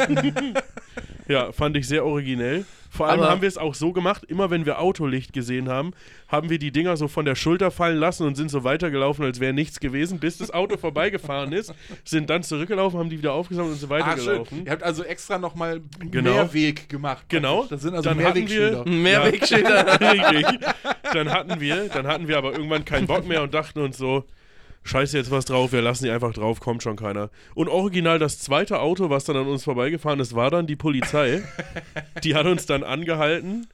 [SPEAKER 1] ja, fand ich sehr originell. Vor allem
[SPEAKER 2] Aber-
[SPEAKER 1] haben wir es auch so gemacht, immer wenn wir Autolicht gesehen haben, haben wir die Dinger so von der Schulter fallen lassen und sind so weitergelaufen, als wäre nichts gewesen, bis das Auto vorbeigefahren ist, sind dann zurückgelaufen, haben die wieder aufgesammelt und so
[SPEAKER 3] Ah, schön.
[SPEAKER 1] weitergelaufen.
[SPEAKER 3] Ihr habt also extra nochmal
[SPEAKER 1] Genau.
[SPEAKER 3] mehr Weg gemacht.
[SPEAKER 1] Genau.
[SPEAKER 3] Das sind also
[SPEAKER 1] Dann
[SPEAKER 3] mehr
[SPEAKER 1] hatten wir-
[SPEAKER 3] Wegschilder.
[SPEAKER 2] Mehr
[SPEAKER 1] Ja.
[SPEAKER 2] Wegschilder.
[SPEAKER 1] Richtig. Dann hatten wir, dann hatten wir aber irgendwann keinen Bock mehr und dachten uns so, scheiße jetzt was drauf, wir lassen die einfach drauf, kommt schon keiner. Und original das zweite Auto, was dann an uns vorbeigefahren ist, war dann die Polizei. Die hat uns dann angehalten.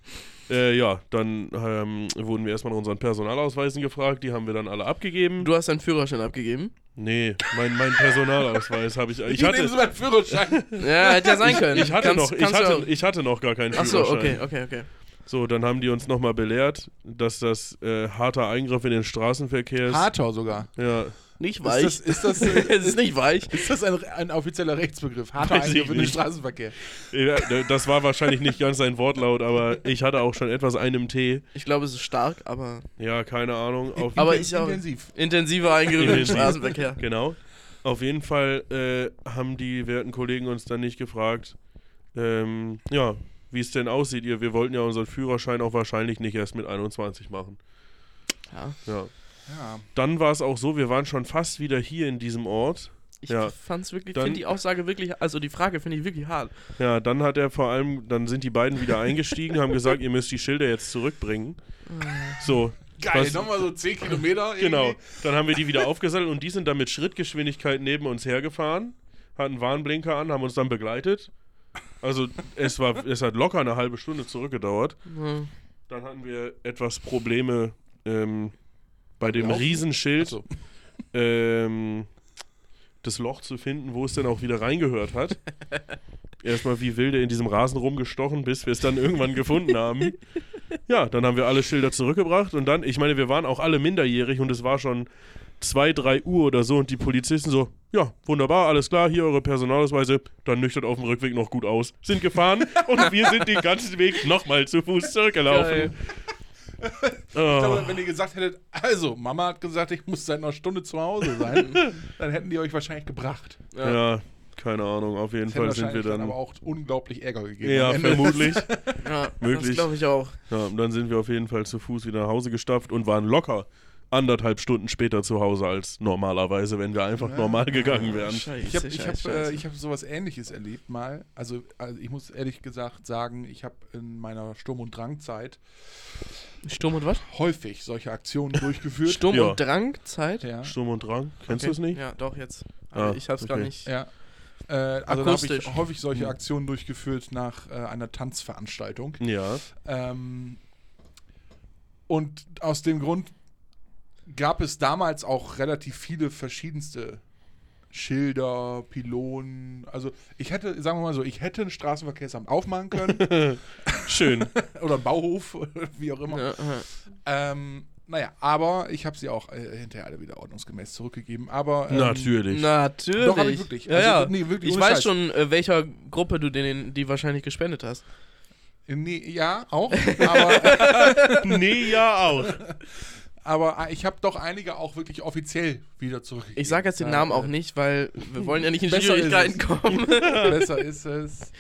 [SPEAKER 1] Äh, ja, dann ähm, wurden wir erstmal nach unseren Personalausweisen gefragt, die haben wir dann alle abgegeben.
[SPEAKER 2] Du hast deinen Führerschein abgegeben.
[SPEAKER 1] nee, mein, mein Personalausweis habe ich. Ich
[SPEAKER 3] nehmen Sie
[SPEAKER 1] hatte,
[SPEAKER 3] meinen Führerschein.
[SPEAKER 2] Ja, hätte ja sein können.
[SPEAKER 1] ich, hatte noch,
[SPEAKER 2] Kannst-
[SPEAKER 1] ich,
[SPEAKER 2] kannst du
[SPEAKER 1] hatte,
[SPEAKER 2] auch-
[SPEAKER 1] ich hatte noch gar keinen
[SPEAKER 2] Ach so,
[SPEAKER 1] Führerschein.
[SPEAKER 2] okay, okay, okay.
[SPEAKER 1] So, dann haben die uns nochmal belehrt, dass das äh, harter Eingriff in den Straßenverkehr ist.
[SPEAKER 3] Hartau sogar.
[SPEAKER 1] Ja,
[SPEAKER 2] Nicht
[SPEAKER 3] Ist
[SPEAKER 2] weich.
[SPEAKER 3] das, ist das,
[SPEAKER 2] es ist nicht weich.
[SPEAKER 3] ist das ein, ein offizieller Rechtsbegriff? Harter
[SPEAKER 1] Weiß ich
[SPEAKER 3] Eingriff in den
[SPEAKER 1] nicht.
[SPEAKER 3] Straßenverkehr.
[SPEAKER 1] äh, das war wahrscheinlich nicht ganz sein Wortlaut, aber ich hatte auch schon etwas einem Tee.
[SPEAKER 2] Ich glaube, es ist stark, aber
[SPEAKER 1] Ja, keine Ahnung. Auf
[SPEAKER 2] Aber
[SPEAKER 3] Inten-
[SPEAKER 2] ich auch.
[SPEAKER 3] Intensiv.
[SPEAKER 2] intensiver Eingriff im
[SPEAKER 1] Intensiv.
[SPEAKER 2] Straßenverkehr.
[SPEAKER 1] genau. Auf jeden Fall äh, haben die werten Kollegen uns dann nicht gefragt, ähm, ja, wie es denn aussieht. Ihr, wir wollten ja unseren Führerschein auch wahrscheinlich nicht erst mit 21 machen.
[SPEAKER 2] Ja.
[SPEAKER 1] Ja.
[SPEAKER 3] Ja.
[SPEAKER 1] Dann war es auch so, wir waren schon fast wieder hier in diesem Ort.
[SPEAKER 2] Ich
[SPEAKER 1] Ja.
[SPEAKER 2] fand's wirklich,
[SPEAKER 1] Dann-
[SPEAKER 2] finde die Aussage wirklich, also die Frage finde ich wirklich hart.
[SPEAKER 1] Ja, dann hat er vor allem, dann sind die beiden wieder eingestiegen, haben gesagt, ihr müsst die Schilder jetzt zurückbringen. So,
[SPEAKER 3] Geil,
[SPEAKER 1] Was-
[SPEAKER 3] nochmal so 10 Kilometer.
[SPEAKER 1] genau.
[SPEAKER 3] irgendwie.
[SPEAKER 1] Dann haben wir die wieder aufgesattelt und die sind dann mit Schrittgeschwindigkeit neben uns hergefahren, hatten Warnblinker an, haben uns dann begleitet. Also es, war, es hat locker eine halbe Stunde zurückgedauert.
[SPEAKER 2] Ja.
[SPEAKER 1] Dann hatten wir etwas Probleme ähm, bei dem
[SPEAKER 3] Laufen?
[SPEAKER 1] Riesenschild,
[SPEAKER 3] Achso.
[SPEAKER 1] ähm, das Loch zu finden, wo es denn auch wieder reingehört hat. Erstmal wie wilde in diesem Rasen rumgestochen, bis wir es dann irgendwann gefunden haben. Ja, dann haben wir alle Schilder zurückgebracht und dann, ich meine, wir waren auch alle minderjährig und es war schon 2, 3 Uhr oder so und die Polizisten so, ja, wunderbar, alles klar, hier eure Personalausweise, dann nüchtert auf dem Rückweg noch gut aus, sind gefahren und wir sind den ganzen Weg nochmal zu Fuß
[SPEAKER 2] Geil.
[SPEAKER 1] zurückgelaufen.
[SPEAKER 3] Ich
[SPEAKER 1] Oh.
[SPEAKER 3] glaube, wenn ihr gesagt hättet, also, Mama hat gesagt, ich muss seit einer Stunde zu Hause sein, dann hätten die euch wahrscheinlich gebracht.
[SPEAKER 2] Ja.
[SPEAKER 1] Ja, keine Ahnung, auf jeden
[SPEAKER 3] Das
[SPEAKER 1] Fall
[SPEAKER 3] hätte
[SPEAKER 1] sind wir
[SPEAKER 3] wahrscheinlich
[SPEAKER 1] dann.
[SPEAKER 3] aber auch unglaublich Ärger gegeben.
[SPEAKER 1] ja,
[SPEAKER 3] am Ende.
[SPEAKER 1] vermutlich.
[SPEAKER 2] Ja,
[SPEAKER 1] Möglich.
[SPEAKER 2] Das glaube ich auch.
[SPEAKER 1] Ja, und dann sind wir auf jeden Fall zu Fuß wieder nach Hause gestafft und waren locker anderthalb Stunden später zu Hause als normalerweise, wenn wir einfach
[SPEAKER 3] Ja.
[SPEAKER 1] normal gegangen wären.
[SPEAKER 2] Scheiße,
[SPEAKER 3] Ich habe ich hab,
[SPEAKER 2] scheiße,
[SPEAKER 3] äh,
[SPEAKER 2] scheiße.
[SPEAKER 3] ich hab sowas ähnliches erlebt mal. Also, also ich muss ehrlich gesagt sagen, ich habe in meiner Sturm- und Drangzeit
[SPEAKER 2] Sturm und was?
[SPEAKER 3] häufig solche Aktionen durchgeführt.
[SPEAKER 2] Sturm
[SPEAKER 1] Ja.
[SPEAKER 2] und Drang, Zeit?
[SPEAKER 3] ja.
[SPEAKER 1] Sturm und Drang, kennst du es nicht?
[SPEAKER 2] Ja, doch, jetzt.
[SPEAKER 1] Ah,
[SPEAKER 2] Aber ich hab's gar
[SPEAKER 1] okay.
[SPEAKER 2] nicht.
[SPEAKER 3] ja. Äh, also da habe ich
[SPEAKER 2] Akustisch. Hm.
[SPEAKER 3] häufig solche
[SPEAKER 1] Mhm.
[SPEAKER 3] Aktionen durchgeführt nach äh, einer Tanzveranstaltung.
[SPEAKER 1] Ja.
[SPEAKER 3] Ähm, und aus dem Grund gab es damals auch relativ viele verschiedenste Schilder, Pylonen. Also ich hätte, sagen wir mal so, ich hätte ein Straßenverkehrsamt aufmachen können
[SPEAKER 1] Schön.
[SPEAKER 3] oder einen Bauhof, wie auch immer.
[SPEAKER 2] Ja, ja.
[SPEAKER 3] Ähm, naja, aber ich habe sie auch äh, hinterher alle wieder ordnungsgemäß zurückgegeben. Aber ähm,
[SPEAKER 1] Natürlich.
[SPEAKER 2] Natürlich.
[SPEAKER 3] Doch, hab ich wirklich.
[SPEAKER 2] Ja,
[SPEAKER 3] Also,
[SPEAKER 2] ja.
[SPEAKER 3] nee, wirklich,
[SPEAKER 2] ich
[SPEAKER 3] ohne
[SPEAKER 2] weiß
[SPEAKER 3] Scheiß.
[SPEAKER 2] schon, äh, welcher Gruppe du den, die wahrscheinlich gespendet hast.
[SPEAKER 3] Nee, ja, auch. Aber,
[SPEAKER 1] nee, ja auch.
[SPEAKER 3] aber äh, ich habe doch einige auch wirklich offiziell wieder zurückgegeben.
[SPEAKER 2] Ich sag jetzt den
[SPEAKER 3] Ja,
[SPEAKER 2] Namen
[SPEAKER 3] äh,
[SPEAKER 2] auch nicht, weil wir wollen ja nicht in
[SPEAKER 3] Besser ist
[SPEAKER 2] Schwierigkeiten
[SPEAKER 3] es.
[SPEAKER 2] kommen.
[SPEAKER 3] Besser ist es.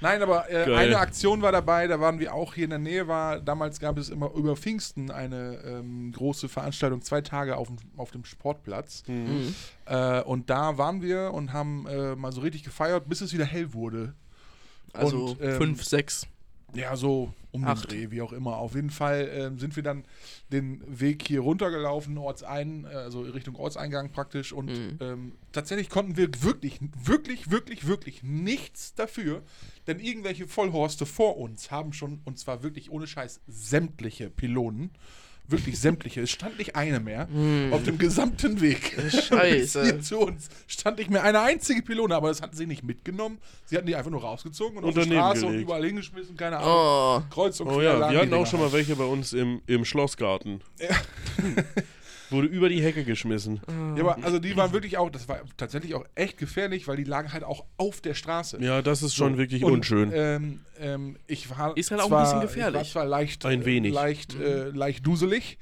[SPEAKER 3] Nein, aber äh,
[SPEAKER 1] Geil.
[SPEAKER 3] eine Aktion war dabei, da waren wir auch hier in der Nähe, war, damals gab es immer über Pfingsten eine ähm, große Veranstaltung, zwei Tage auf dem, auf dem Sportplatz.
[SPEAKER 2] Mhm.
[SPEAKER 3] Äh, und da waren wir und haben äh, mal so richtig gefeiert, bis es wieder hell wurde.
[SPEAKER 2] Also
[SPEAKER 3] Und, ähm,
[SPEAKER 2] 5, 6.
[SPEAKER 3] Ja, so um
[SPEAKER 2] Acht.
[SPEAKER 3] den Dreh, wie auch immer. Auf jeden Fall ähm, sind wir dann den Weg hier runtergelaufen, Ortsein, äh, also Richtung Ortseingang praktisch. Und
[SPEAKER 2] Mhm.
[SPEAKER 3] ähm, tatsächlich konnten wir wirklich, wirklich, wirklich, wirklich nichts dafür, denn irgendwelche Vollhorste vor uns haben schon, und zwar wirklich ohne Scheiß, sämtliche Pylonen. Wirklich sämtliche. Es stand nicht eine mehr auf dem gesamten Weg.
[SPEAKER 2] Mhm. Scheiße.
[SPEAKER 3] Bis hier zu uns stand nicht mehr eine einzige Pylone, aber das hatten sie nicht mitgenommen. Sie hatten die einfach nur rausgezogen und, auf die
[SPEAKER 1] Und daneben
[SPEAKER 3] Straße und
[SPEAKER 1] gelegt.
[SPEAKER 3] überall hingeschmissen, keine Ahnung.
[SPEAKER 2] Oh.
[SPEAKER 3] Kreuz und
[SPEAKER 1] Oh
[SPEAKER 3] quer
[SPEAKER 1] ja,
[SPEAKER 3] lagen
[SPEAKER 1] wir hatten
[SPEAKER 3] die
[SPEAKER 1] auch
[SPEAKER 3] Dinger
[SPEAKER 1] schon mal welche bei uns im, im Schlossgarten. Wurde über die Hecke geschmissen.
[SPEAKER 3] Ja, aber also die waren wirklich auch, das war tatsächlich auch echt gefährlich, weil die lagen halt auch auf der Straße.
[SPEAKER 1] Ja, das ist
[SPEAKER 3] So.
[SPEAKER 1] schon wirklich
[SPEAKER 3] Und,
[SPEAKER 1] unschön.
[SPEAKER 3] Ähm, ähm, ich war
[SPEAKER 2] Ist halt auch ein
[SPEAKER 3] zwar,
[SPEAKER 2] bisschen
[SPEAKER 3] Ich war
[SPEAKER 2] gefährlich. Mhm.
[SPEAKER 3] zwar leicht,
[SPEAKER 1] Ein
[SPEAKER 3] äh,
[SPEAKER 1] wenig.
[SPEAKER 3] leicht, äh, leicht duselig,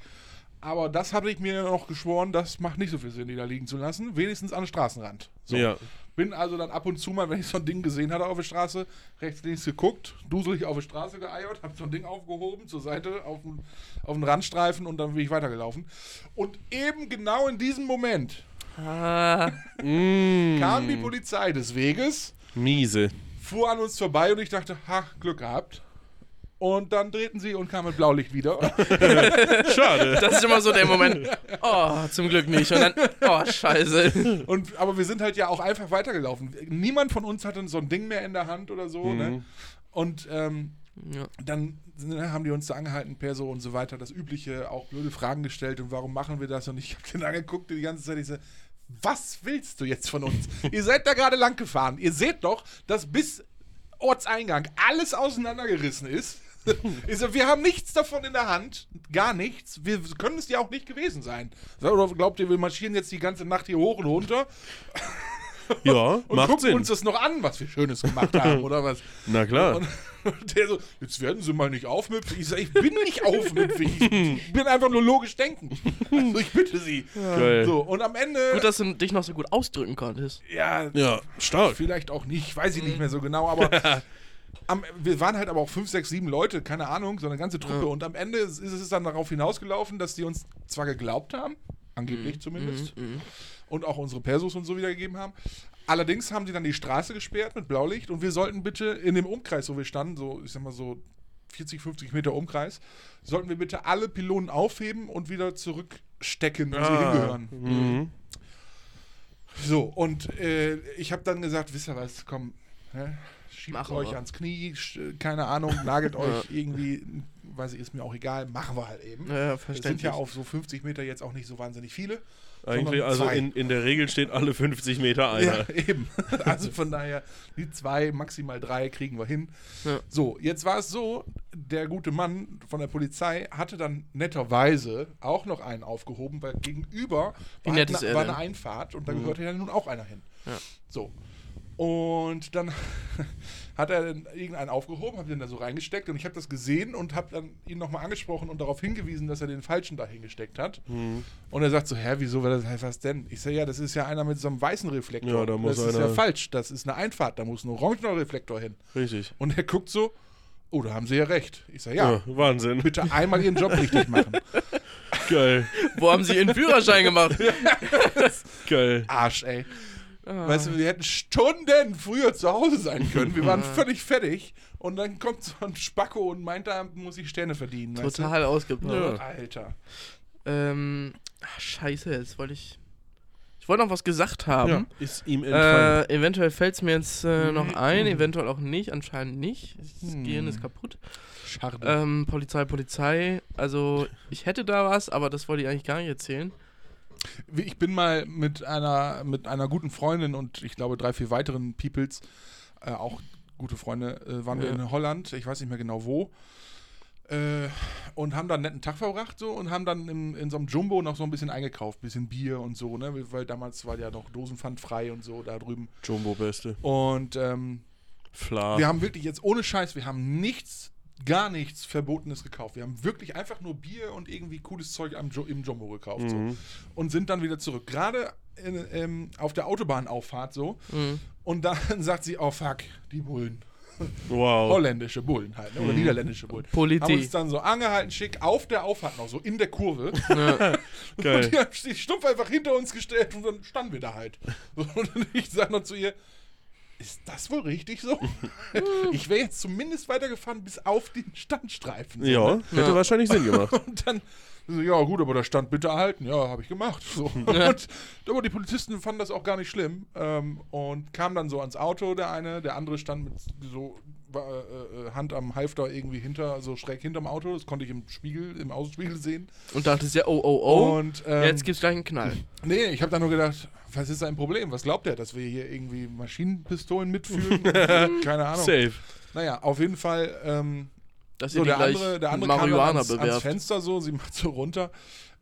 [SPEAKER 3] aber das habe ich mir noch geschworen, das macht nicht so viel Sinn, die da liegen zu lassen. Wenigstens an den Straßenrand. So.
[SPEAKER 1] Ja.
[SPEAKER 3] Bin also dann ab und zu mal, wenn ich so ein Ding gesehen hatte auf der Straße, rechts, links geguckt, duselig auf die Straße geeiert, hab so ein Ding aufgehoben, zur Seite, auf den, auf den Randstreifen und dann bin ich weitergelaufen. Und eben genau in diesem Moment
[SPEAKER 2] Ah.
[SPEAKER 1] Mm,
[SPEAKER 3] kam die Polizei des Weges,
[SPEAKER 1] miese.
[SPEAKER 3] fuhr an uns vorbei und ich dachte, ha, Glück gehabt. Und dann drehten sie und kamen mit Blaulicht wieder.
[SPEAKER 1] Schade.
[SPEAKER 2] Das ist immer so der Moment. Oh, zum Glück nicht. Und dann, oh, scheiße.
[SPEAKER 3] Und, aber wir sind halt ja auch einfach weitergelaufen. Niemand von uns hatte so ein Ding mehr in der Hand oder so. Ne? Und ähm,
[SPEAKER 2] Ja.
[SPEAKER 3] dann ne, haben die uns da angehalten, Perso und so weiter, das Übliche, auch blöde Fragen gestellt und warum machen wir das? Und ich habe den angeguckt die ganze Zeit, ich so, was willst du jetzt von uns? ihr seid da gerade lang gefahren. Ihr seht doch, dass bis Ortseingang alles auseinandergerissen ist. Ich so, wir haben nichts davon in der Hand, gar nichts. Wir können es ja auch nicht gewesen sein. So, Oder glaubt ihr, wir marschieren jetzt die ganze Nacht hier hoch und runter
[SPEAKER 1] Ja,
[SPEAKER 3] und
[SPEAKER 1] macht
[SPEAKER 3] gucken
[SPEAKER 1] Sinn.
[SPEAKER 3] uns das noch an, was wir Schönes gemacht haben, oder was?
[SPEAKER 1] Na klar.
[SPEAKER 3] Und, und der so, jetzt werden sie mal nicht aufmüpfig. Ich sage, ich bin nicht aufmüpfig. Ich bin einfach nur logisch denken. Also ich bitte sie.
[SPEAKER 1] Geil.
[SPEAKER 3] So, und am Ende.
[SPEAKER 2] Gut, dass du dich noch so gut ausdrücken konntest.
[SPEAKER 3] ja,
[SPEAKER 1] Ja, stark.
[SPEAKER 3] vielleicht auch nicht, weiß ich nicht mehr so genau, aber. Am, wir waren halt aber auch fünf, sechs, sieben Leute, keine Ahnung, so eine ganze Truppe. Und am Ende ist es dann darauf hinausgelaufen, dass die uns zwar geglaubt haben, angeblich
[SPEAKER 2] Mhm.
[SPEAKER 3] zumindest, und auch unsere Persos und so wiedergegeben haben. Allerdings haben sie dann die Straße gesperrt mit Blaulicht und wir sollten bitte in dem Umkreis, wo wir standen, so ich sag mal so 40, 50 Meter Umkreis, sollten wir bitte alle Pylonen
[SPEAKER 1] Ah.
[SPEAKER 3] aufheben und wieder zurückstecken, wo sie hingehören.
[SPEAKER 1] Mhm.
[SPEAKER 3] So, und äh, ich habe dann gesagt, wisst ihr was, komm, ne? schiebt
[SPEAKER 2] Machen
[SPEAKER 3] euch
[SPEAKER 2] wir.
[SPEAKER 3] ans Knie, sch- keine Ahnung, nagelt euch irgendwie, weiß ich, ist mir auch egal, machen wir halt eben.
[SPEAKER 2] Ja,
[SPEAKER 3] Es sind
[SPEAKER 2] verständlich.
[SPEAKER 3] ja auf so 50 Meter jetzt auch nicht so wahnsinnig viele.
[SPEAKER 1] Eigentlich,
[SPEAKER 3] Sondern
[SPEAKER 1] also
[SPEAKER 3] zwei.
[SPEAKER 1] in, in der Regel steht alle 50 Meter einer.
[SPEAKER 3] Ja, eben. Also von daher, die zwei, maximal drei kriegen wir hin.
[SPEAKER 2] Ja.
[SPEAKER 3] So, jetzt war es so, der gute Mann von der Polizei hatte dann netterweise auch noch einen aufgehoben, weil gegenüber
[SPEAKER 2] Wie
[SPEAKER 3] war,
[SPEAKER 2] nett
[SPEAKER 3] halt
[SPEAKER 2] ist
[SPEAKER 3] eine,
[SPEAKER 2] er
[SPEAKER 3] war
[SPEAKER 2] denn?
[SPEAKER 3] eine Einfahrt und da
[SPEAKER 1] Mhm.
[SPEAKER 3] gehörte ja nun auch einer hin.
[SPEAKER 2] Ja.
[SPEAKER 3] So. Und dann hat er dann irgendeinen aufgehoben, hab den da so reingesteckt und ich habe das gesehen und habe dann ihn nochmal angesprochen und darauf hingewiesen, dass er den falschen da hingesteckt hat.
[SPEAKER 1] Hm.
[SPEAKER 3] Und er sagt so, hä, wieso, was was denn? Ich sage, ja, das ist ja einer mit so einem weißen Reflektor.
[SPEAKER 1] Ja, da muss
[SPEAKER 3] das ist
[SPEAKER 1] einer-
[SPEAKER 3] ja falsch, das ist eine Einfahrt, da muss ein orangener Reflektor hin.
[SPEAKER 1] Richtig.
[SPEAKER 3] Und er guckt so, oh, da haben sie ja recht. Ich sage, ja,
[SPEAKER 1] Wahnsinn.
[SPEAKER 3] bitte einmal ihren Job richtig machen.
[SPEAKER 1] Geil.
[SPEAKER 2] Wo haben sie ihren Führerschein gemacht?
[SPEAKER 1] Geil.
[SPEAKER 3] Arsch, ey.
[SPEAKER 2] Ah.
[SPEAKER 3] Weißt du, wir hätten Stunden früher zu Hause sein können. Wir waren völlig fertig. Und dann kommt so ein Spacko und meint, da muss ich Sterne verdienen. Weißt
[SPEAKER 2] Total
[SPEAKER 3] du?
[SPEAKER 2] ausgebaut.
[SPEAKER 3] Alter.
[SPEAKER 2] Ähm, ah, scheiße, jetzt wollte ich. Ich wollte noch was gesagt haben.
[SPEAKER 1] Ist ihm entfallen.
[SPEAKER 2] Äh, eventuell fällt es mir jetzt äh, noch ein, eventuell auch nicht, anscheinend nicht. Das
[SPEAKER 3] Mhm. Hm.
[SPEAKER 2] Gehirn ist kaputt.
[SPEAKER 3] Schade.
[SPEAKER 2] Ähm, Polizei, Polizei. Also, ich hätte da was, aber das wollte ich eigentlich gar nicht erzählen.
[SPEAKER 3] Wie- Ich bin mal mit einer, mit einer guten Freundin und ich glaube drei, vier weiteren Peoples, äh, auch gute Freunde, äh, waren wir
[SPEAKER 2] Ja.
[SPEAKER 3] in Holland, ich weiß nicht mehr genau wo, äh, und haben dann einen netten Tag verbracht so und haben dann im, in so einem Jumbo noch so ein bisschen eingekauft, bisschen Bier und so, ne? Weil damals war ja noch Dosenpfand frei und so da drüben.
[SPEAKER 1] Jumbo-Beste.
[SPEAKER 3] Und ähm,
[SPEAKER 1] Fla.
[SPEAKER 3] wir haben wirklich jetzt ohne Scheiß, wir haben nichts, gar nichts Verbotenes gekauft. Wir haben wirklich einfach nur Bier und irgendwie cooles Zeug am Ju- im Jumbo gekauft. So.
[SPEAKER 1] Mhm.
[SPEAKER 3] Und sind dann wieder zurück. Gerade in, ähm, auf der Autobahnauffahrt so.
[SPEAKER 2] Mhm.
[SPEAKER 3] Und dann sagt sie, oh fuck, die Bullen.
[SPEAKER 1] Wow.
[SPEAKER 3] Holländische Bullen halt, ne? oder
[SPEAKER 1] Oh. Mhm.
[SPEAKER 3] niederländische Bullen. Haben uns
[SPEAKER 2] Politik.
[SPEAKER 3] dann so angehalten, schick, auf der Auffahrt noch, so in der Kurve.
[SPEAKER 2] Ja.
[SPEAKER 1] Geil.
[SPEAKER 3] Und die haben sich stumpf einfach hinter uns gestellt und dann standen wir da halt. So, Und ich sag noch zu ihr, ist das wohl richtig so? ich wäre jetzt zumindest weitergefahren bis auf den Standstreifen. So,
[SPEAKER 1] Ja,
[SPEAKER 3] ne?
[SPEAKER 1] hätte
[SPEAKER 2] Ja.
[SPEAKER 1] wahrscheinlich Sinn gemacht.
[SPEAKER 3] Und dann, so, ja gut, aber der Stand bitte erhalten. Ja, habe ich gemacht. So.
[SPEAKER 2] Ja.
[SPEAKER 3] Und, aber die Polizisten fanden das auch gar nicht schlimm ähm, und kamen dann so ans Auto, der eine, der andere stand mit so äh, äh, Hand am Halfter irgendwie hinter, so schräg hinterm Auto. Das konnte ich im Spiegel, im Außenspiegel sehen.
[SPEAKER 2] Und dachtest ja, oh, oh, oh.
[SPEAKER 3] Und ähm,
[SPEAKER 2] jetzt gibt's gleich einen Knall.
[SPEAKER 3] Nee, ich habe da nur gedacht, was ist sein Problem? Was glaubt er, dass wir hier irgendwie Maschinenpistolen mitführen? Keine Ahnung.
[SPEAKER 1] Safe.
[SPEAKER 3] Naja, auf jeden Fall. Ähm,
[SPEAKER 2] Dass
[SPEAKER 3] so,
[SPEAKER 2] ihr die
[SPEAKER 3] der
[SPEAKER 2] gleich
[SPEAKER 3] andere, der andere kam dann
[SPEAKER 2] Marihuana
[SPEAKER 3] ans, ans
[SPEAKER 2] bewerft.
[SPEAKER 3] Fenster so, sie macht so runter.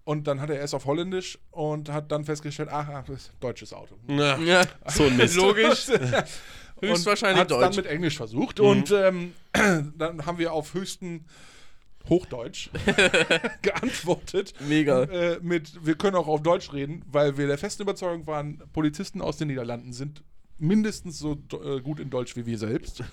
[SPEAKER 3] Und dann hat er erst auf Holländisch und hat dann festgestellt, ach, ach das ist ein deutsches Auto.
[SPEAKER 1] Na,
[SPEAKER 2] Ja,
[SPEAKER 1] so ein Mist.
[SPEAKER 2] logisch.
[SPEAKER 3] Und
[SPEAKER 2] Höchstwahrscheinlich
[SPEAKER 3] hat's
[SPEAKER 2] Deutsch. Mhm.
[SPEAKER 3] dann mit Englisch versucht. Und ähm, dann haben wir auf höchsten Hochdeutsch geantwortet.
[SPEAKER 2] Mega.
[SPEAKER 3] Äh, mit, wir können auch auf Deutsch reden, weil wir der festen Überzeugung waren, Polizisten aus den Niederlanden sind mindestens so do- äh, gut in Deutsch wie wir selbst.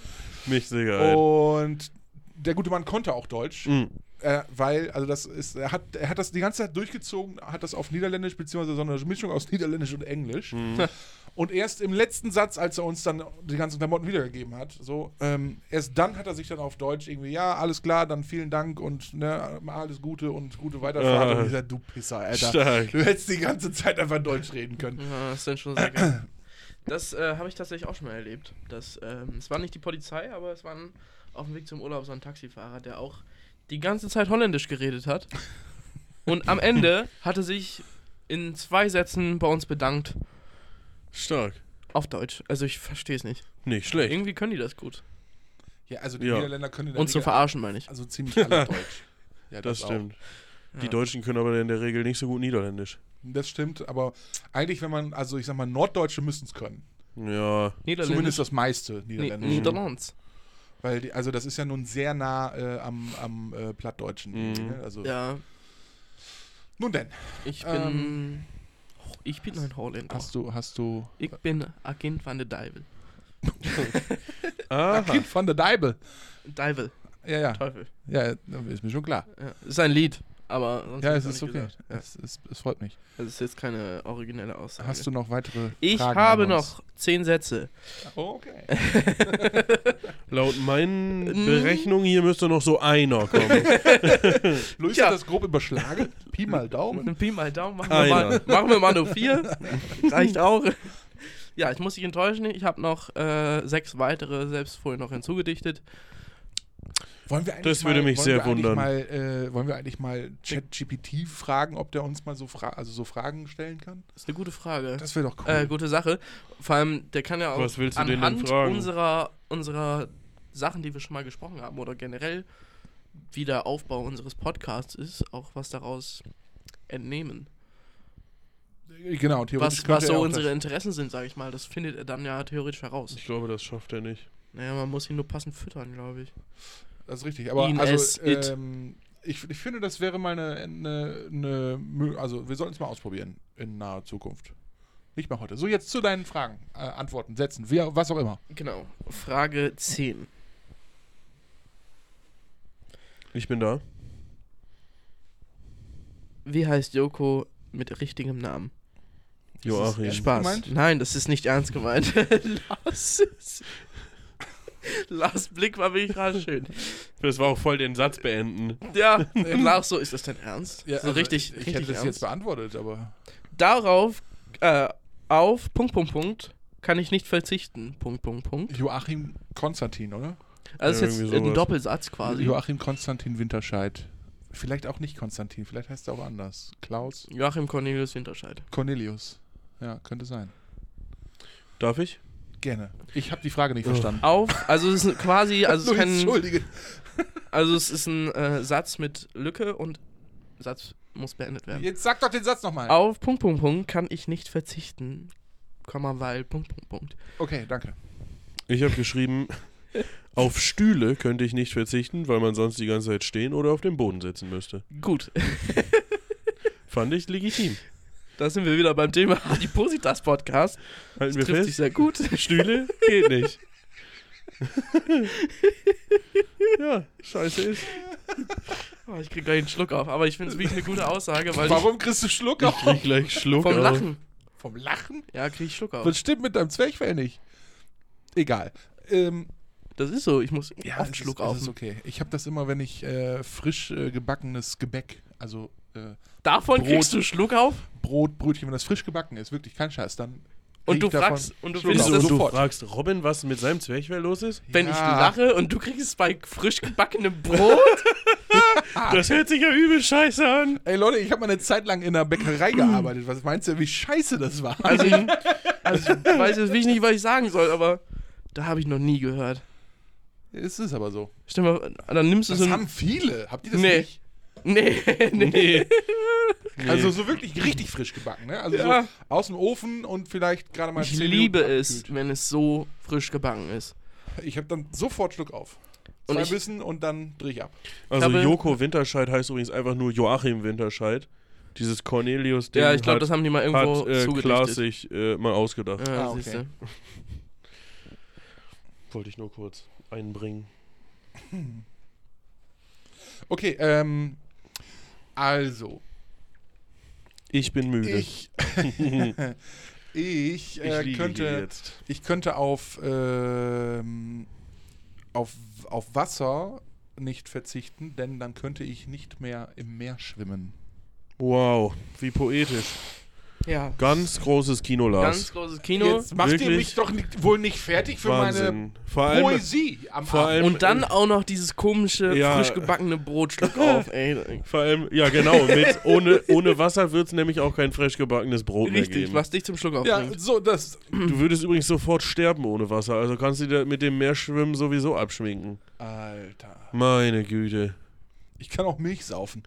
[SPEAKER 1] Mich sicher. Oh.
[SPEAKER 3] Und der gute Mann konnte auch Deutsch,
[SPEAKER 1] Mhm.
[SPEAKER 3] äh, weil, also das ist, er hat, er hat das die ganze Zeit durchgezogen, hat das auf Niederländisch, beziehungsweise so eine Mischung aus Niederländisch und Englisch. Und erst im letzten Satz, als er uns dann die ganzen Klamotten wiedergegeben hat, so, ähm, erst dann hat er sich dann auf Deutsch irgendwie, ja, alles klar, dann vielen Dank und ne, alles Gute und gute Weiterfahrt.
[SPEAKER 1] Ah.
[SPEAKER 3] Und ich sag, du Pisser, Alter.
[SPEAKER 1] Stark.
[SPEAKER 3] Du hättest die ganze Zeit einfach Deutsch reden können.
[SPEAKER 2] Ja, das ist dann schon sehr geil. Das äh, habe ich tatsächlich auch schon mal erlebt. Das, ähm, es war nicht die Polizei, aber es war ein, auf dem Weg zum Urlaub so ein Taxifahrer, der auch die ganze Zeit Holländisch geredet hat. Und am Ende hatte sich in zwei Sätzen bei uns bedankt
[SPEAKER 1] Stark.
[SPEAKER 2] auf Deutsch. Also ich verstehe es nicht.
[SPEAKER 1] Nicht schlecht.
[SPEAKER 2] Irgendwie können die das gut.
[SPEAKER 3] Ja, also die
[SPEAKER 1] Ja.
[SPEAKER 3] Niederländer können in der
[SPEAKER 2] Uns zu
[SPEAKER 3] Regel-
[SPEAKER 2] verarschen, meine ich.
[SPEAKER 3] Also ziemlich alle Deutsch. Ja,
[SPEAKER 1] Das
[SPEAKER 3] auch.
[SPEAKER 1] stimmt. Die
[SPEAKER 2] Ja.
[SPEAKER 1] Deutschen können aber in der Regel nicht so gut Niederländisch.
[SPEAKER 3] Das stimmt, aber eigentlich, wenn man, also ich sag mal, Norddeutsche müssen es können.
[SPEAKER 1] Ja.
[SPEAKER 3] Zumindest das meiste
[SPEAKER 2] Niederländisch.
[SPEAKER 3] Niederländisch.
[SPEAKER 2] Ni- Niederlands.
[SPEAKER 3] Weil die, also das ist ja nun sehr nah äh, am, am äh, Plattdeutschen.
[SPEAKER 1] Mhm.
[SPEAKER 3] ne? Also,
[SPEAKER 2] Ja,
[SPEAKER 3] Nun denn,
[SPEAKER 2] ich
[SPEAKER 3] Ähm.
[SPEAKER 2] bin. Oh, ich bin ein Holländer.
[SPEAKER 3] hast du, hast du.
[SPEAKER 2] Ich bin Agent van der Deivel.
[SPEAKER 1] Aha.
[SPEAKER 3] Kind von der Deibe.
[SPEAKER 2] Deivel,
[SPEAKER 3] Ja, ja.
[SPEAKER 2] Teufel.
[SPEAKER 3] Ja, ist mir schon klar.
[SPEAKER 2] Ja, ist ein Lied. Aber sonst
[SPEAKER 3] Ja,
[SPEAKER 2] hab
[SPEAKER 3] es
[SPEAKER 2] ich's
[SPEAKER 3] ist
[SPEAKER 2] auch nicht
[SPEAKER 3] okay.
[SPEAKER 2] gesagt. Ja.
[SPEAKER 3] Es, es, es freut mich.
[SPEAKER 2] Das Also ist jetzt keine originelle Aussage.
[SPEAKER 3] Hast du noch weitere
[SPEAKER 2] ich
[SPEAKER 3] Fragen
[SPEAKER 2] habe
[SPEAKER 3] an uns?
[SPEAKER 2] noch zehn Sätze.
[SPEAKER 3] Oh, okay.
[SPEAKER 1] Laut meinen Berechnungen hier müsste noch so einer kommen.
[SPEAKER 3] Luis
[SPEAKER 2] Tja.
[SPEAKER 3] hat das grob überschlagen. Pi mal Daumen.
[SPEAKER 2] Mit einem Oh, Pi mal Daumen machen wir,
[SPEAKER 1] Einer.
[SPEAKER 2] mal, machen wir mal nur vier. Reicht auch. Ja, ich muss dich enttäuschen. Ich habe noch äh, sechs weitere selbst vorhin noch hinzugedichtet.
[SPEAKER 3] Wollen wir eigentlich
[SPEAKER 1] Das würde
[SPEAKER 3] mal,
[SPEAKER 1] mich
[SPEAKER 3] wollen
[SPEAKER 1] sehr
[SPEAKER 3] wir eigentlich
[SPEAKER 1] wundern.
[SPEAKER 3] Mal, äh, wollen wir eigentlich mal ChatGPT fragen, ob der uns mal so, fra also so Fragen stellen kann?
[SPEAKER 2] Das ist eine gute Frage.
[SPEAKER 3] Das wäre doch cool.
[SPEAKER 2] äh, gute Sache. Vor allem, der kann ja auch
[SPEAKER 1] Was willst du den denn
[SPEAKER 2] anhand
[SPEAKER 1] fragen?
[SPEAKER 2] unserer, unserer Sachen, die wir schon mal gesprochen haben, oder generell, wie der Aufbau unseres Podcasts ist, auch was daraus entnehmen.
[SPEAKER 3] genau, theoretisch
[SPEAKER 2] Was,
[SPEAKER 3] könnte
[SPEAKER 2] was
[SPEAKER 3] er
[SPEAKER 2] so
[SPEAKER 3] auch
[SPEAKER 2] unsere Interessen sind, sag ich mal. Das findet er dann ja theoretisch heraus.
[SPEAKER 1] Ich glaube, das schafft er nicht.
[SPEAKER 2] Naja, man muss ihn nur passend füttern, glaube ich.
[SPEAKER 3] das, das ist richtig. Aber
[SPEAKER 2] Ihn as
[SPEAKER 3] also,
[SPEAKER 2] it.
[SPEAKER 3] ähm, ich, ich finde, das wäre mal eine, eine, eine Mö- also wir sollten es mal ausprobieren in naher Zukunft. Nicht mal heute. So, jetzt zu deinen Fragen, äh, Antworten, Sätzen, wie, was auch immer.
[SPEAKER 2] Genau. Frage 10.
[SPEAKER 1] Ich bin da.
[SPEAKER 2] Wie heißt Joko mit richtigem Namen?
[SPEAKER 1] Joachim.
[SPEAKER 3] Ernst
[SPEAKER 2] Spaß.
[SPEAKER 3] gemeint?
[SPEAKER 2] Nein, das ist nicht ernst gemeint. Lars. Lars Blick war wirklich gerade schön.
[SPEAKER 1] Das war auch voll den Satz beenden.
[SPEAKER 2] Ja, Lars so, ist das dein Ernst?
[SPEAKER 3] Ja,
[SPEAKER 2] so
[SPEAKER 3] also
[SPEAKER 2] richtig,
[SPEAKER 3] ich, ich
[SPEAKER 2] richtig
[SPEAKER 3] hätte das
[SPEAKER 2] ernst.
[SPEAKER 3] jetzt beantwortet, aber
[SPEAKER 2] Darauf, äh, auf, Punkt, Punkt, Punkt, kann ich nicht verzichten, Punkt, Punkt, Punkt.
[SPEAKER 3] Joachim Konstantin, oder?
[SPEAKER 2] Also
[SPEAKER 1] Ja,
[SPEAKER 2] ist jetzt
[SPEAKER 1] irgendwie
[SPEAKER 2] ein
[SPEAKER 1] sowas.
[SPEAKER 2] Doppelsatz quasi.
[SPEAKER 3] Joachim Konstantin Winterscheid. Also Vielleicht auch nicht Konstantin, vielleicht heißt er auch anders. Klaus
[SPEAKER 2] Joachim Cornelius Winterscheid.
[SPEAKER 3] Cornelius. Ja, könnte sein.
[SPEAKER 1] Darf ich?
[SPEAKER 3] Gerne. Ich habe die Frage nicht
[SPEAKER 1] Oh.
[SPEAKER 3] verstanden.
[SPEAKER 2] Auf, also es ist quasi, also es ist
[SPEAKER 3] Luis,
[SPEAKER 2] kein,
[SPEAKER 3] Entschuldige.
[SPEAKER 2] also es ist ein äh, Satz mit Lücke und Satz muss beendet werden.
[SPEAKER 3] Jetzt sag doch den Satz nochmal.
[SPEAKER 2] Auf Punkt, Punkt, Punkt kann ich nicht verzichten, Komma, weil Punkt, Punkt, Punkt.
[SPEAKER 3] Okay, danke.
[SPEAKER 1] Ich habe geschrieben, auf Stühle könnte ich nicht verzichten, weil man sonst die ganze Zeit stehen oder auf dem Boden sitzen müsste.
[SPEAKER 2] Gut,
[SPEAKER 1] Fand ich legitim.
[SPEAKER 2] da sind wir wieder beim Thema Adipositas Podcast. Das
[SPEAKER 1] Halten wir
[SPEAKER 2] trifft sich
[SPEAKER 1] fest.
[SPEAKER 2] sehr gut.
[SPEAKER 1] Stühle geht nicht. ja, scheiße ist.
[SPEAKER 2] Oh, ich krieg gleich einen Schluck auf, aber ich finde es wirklich eine gute Aussage, weil
[SPEAKER 3] Warum kriegst du Schluck
[SPEAKER 1] Ich
[SPEAKER 3] auf?
[SPEAKER 1] krieg gleich
[SPEAKER 2] ich
[SPEAKER 1] Schluck
[SPEAKER 2] vom
[SPEAKER 1] auf.
[SPEAKER 2] Lachen.
[SPEAKER 3] Vom Lachen?
[SPEAKER 2] Ja, krieg ich Schluck auf.
[SPEAKER 3] Oh. Was stimmt mit deinem Zwerchfell nicht? Egal. Ähm,
[SPEAKER 2] Das ist so, ich muss
[SPEAKER 3] es
[SPEAKER 2] oft
[SPEAKER 3] ist-
[SPEAKER 2] Schluck
[SPEAKER 3] es
[SPEAKER 2] auf.
[SPEAKER 3] ist okay. Ich habe das immer, wenn ich äh, frisch äh, gebackenes Gebäck, also äh,
[SPEAKER 2] Davon
[SPEAKER 3] Brot.
[SPEAKER 2] kriegst du Schluck auf
[SPEAKER 3] Brot, Brötchen, wenn das frisch gebacken ist, wirklich kein Scheiß, dann
[SPEAKER 2] und
[SPEAKER 3] krieg
[SPEAKER 2] du
[SPEAKER 3] ich davon
[SPEAKER 2] fragst und du
[SPEAKER 3] Schluck
[SPEAKER 2] findest
[SPEAKER 1] Wieso,
[SPEAKER 3] auf.
[SPEAKER 2] das,
[SPEAKER 1] du
[SPEAKER 3] sofort.
[SPEAKER 1] fragst Robin, was mit seinem Zwerchfell los ist?
[SPEAKER 2] wenn ich
[SPEAKER 3] Ja.
[SPEAKER 2] lache und du kriegst es bei frisch gebackenem Brot.
[SPEAKER 1] Das hört sich ja übel scheiße an.
[SPEAKER 3] Ey Leute, ich habe mal eine Zeit lang in einer Bäckerei gearbeitet. Was meinst du, wie scheiße das war?
[SPEAKER 2] Also, ich, also ich weiß jetzt wirklich nicht, was ich sagen soll, aber da habe ich noch nie gehört.
[SPEAKER 3] Es ist aber so.
[SPEAKER 2] Stell mal, dann nimmst du
[SPEAKER 3] Das
[SPEAKER 2] so
[SPEAKER 3] haben viele. Habt ihr das
[SPEAKER 2] Nee.
[SPEAKER 3] nicht?
[SPEAKER 2] Nee, nee.
[SPEAKER 1] Nee. nee.
[SPEAKER 3] Also so wirklich richtig frisch gebacken, ne? Also
[SPEAKER 2] Ja.
[SPEAKER 3] so aus dem Ofen und vielleicht gerade mal
[SPEAKER 2] Ich
[SPEAKER 3] 10
[SPEAKER 2] liebe
[SPEAKER 3] Minuten
[SPEAKER 2] es, wenn es so frisch gebacken ist.
[SPEAKER 3] abgekühlt. Ich habe dann sofort Schluck auf.
[SPEAKER 2] Und
[SPEAKER 3] Zwei
[SPEAKER 2] ich-
[SPEAKER 3] Bissen und dann dreh ich ab.
[SPEAKER 1] Also
[SPEAKER 2] habe-
[SPEAKER 1] Joko Winterscheid heißt übrigens einfach nur Joachim Winterscheid. Dieses halt Cornelius Ding
[SPEAKER 2] ja, ich glaube,
[SPEAKER 1] hat,
[SPEAKER 2] das haben die mal irgendwo
[SPEAKER 1] hat äh, Klaas
[SPEAKER 2] zugedichtet.
[SPEAKER 1] sich äh, mal ausgedacht.
[SPEAKER 2] Ja,
[SPEAKER 3] Ah, okay.
[SPEAKER 2] siehste.
[SPEAKER 1] Wollte ich nur kurz einbringen.
[SPEAKER 3] Okay, ähm, also
[SPEAKER 1] Ich bin müde.
[SPEAKER 3] ich, ich,
[SPEAKER 1] liege
[SPEAKER 3] äh,
[SPEAKER 1] hier
[SPEAKER 3] könnte,
[SPEAKER 1] jetzt.
[SPEAKER 3] ich könnte auf, ähm, auf auf Wasser nicht verzichten, denn dann könnte ich nicht mehr im Meer schwimmen.
[SPEAKER 1] Wow, wie poetisch.
[SPEAKER 2] Ja.
[SPEAKER 1] Ganz großes Kino,
[SPEAKER 2] Ganz
[SPEAKER 1] Lars.
[SPEAKER 2] großes Kino.
[SPEAKER 3] Jetzt macht ihr
[SPEAKER 1] wirklich?
[SPEAKER 3] mich doch nicht, wohl nicht fertig für
[SPEAKER 1] Wahnsinn. vor
[SPEAKER 3] meine
[SPEAKER 1] allem,
[SPEAKER 3] Poesie am
[SPEAKER 1] vor
[SPEAKER 3] Abend.
[SPEAKER 1] allem,
[SPEAKER 2] Und dann auch noch dieses komische,
[SPEAKER 1] Ja.
[SPEAKER 2] frisch gebackene Brot schluck auf, ey.
[SPEAKER 1] vor allem, ja genau, mit, ohne, ohne Wasser wird es nämlich auch kein frisch gebackenes Brot mehr
[SPEAKER 2] Richtig,
[SPEAKER 1] geben.
[SPEAKER 2] was dich zum Schluck
[SPEAKER 3] Ja,
[SPEAKER 2] aufbringt.
[SPEAKER 3] so, das.
[SPEAKER 1] Du würdest übrigens sofort sterben ohne Wasser, also kannst du dir mit dem Meerschwimmen sowieso abschminken.
[SPEAKER 3] Alter.
[SPEAKER 1] Meine Güte.
[SPEAKER 3] Ich kann auch Milch saufen.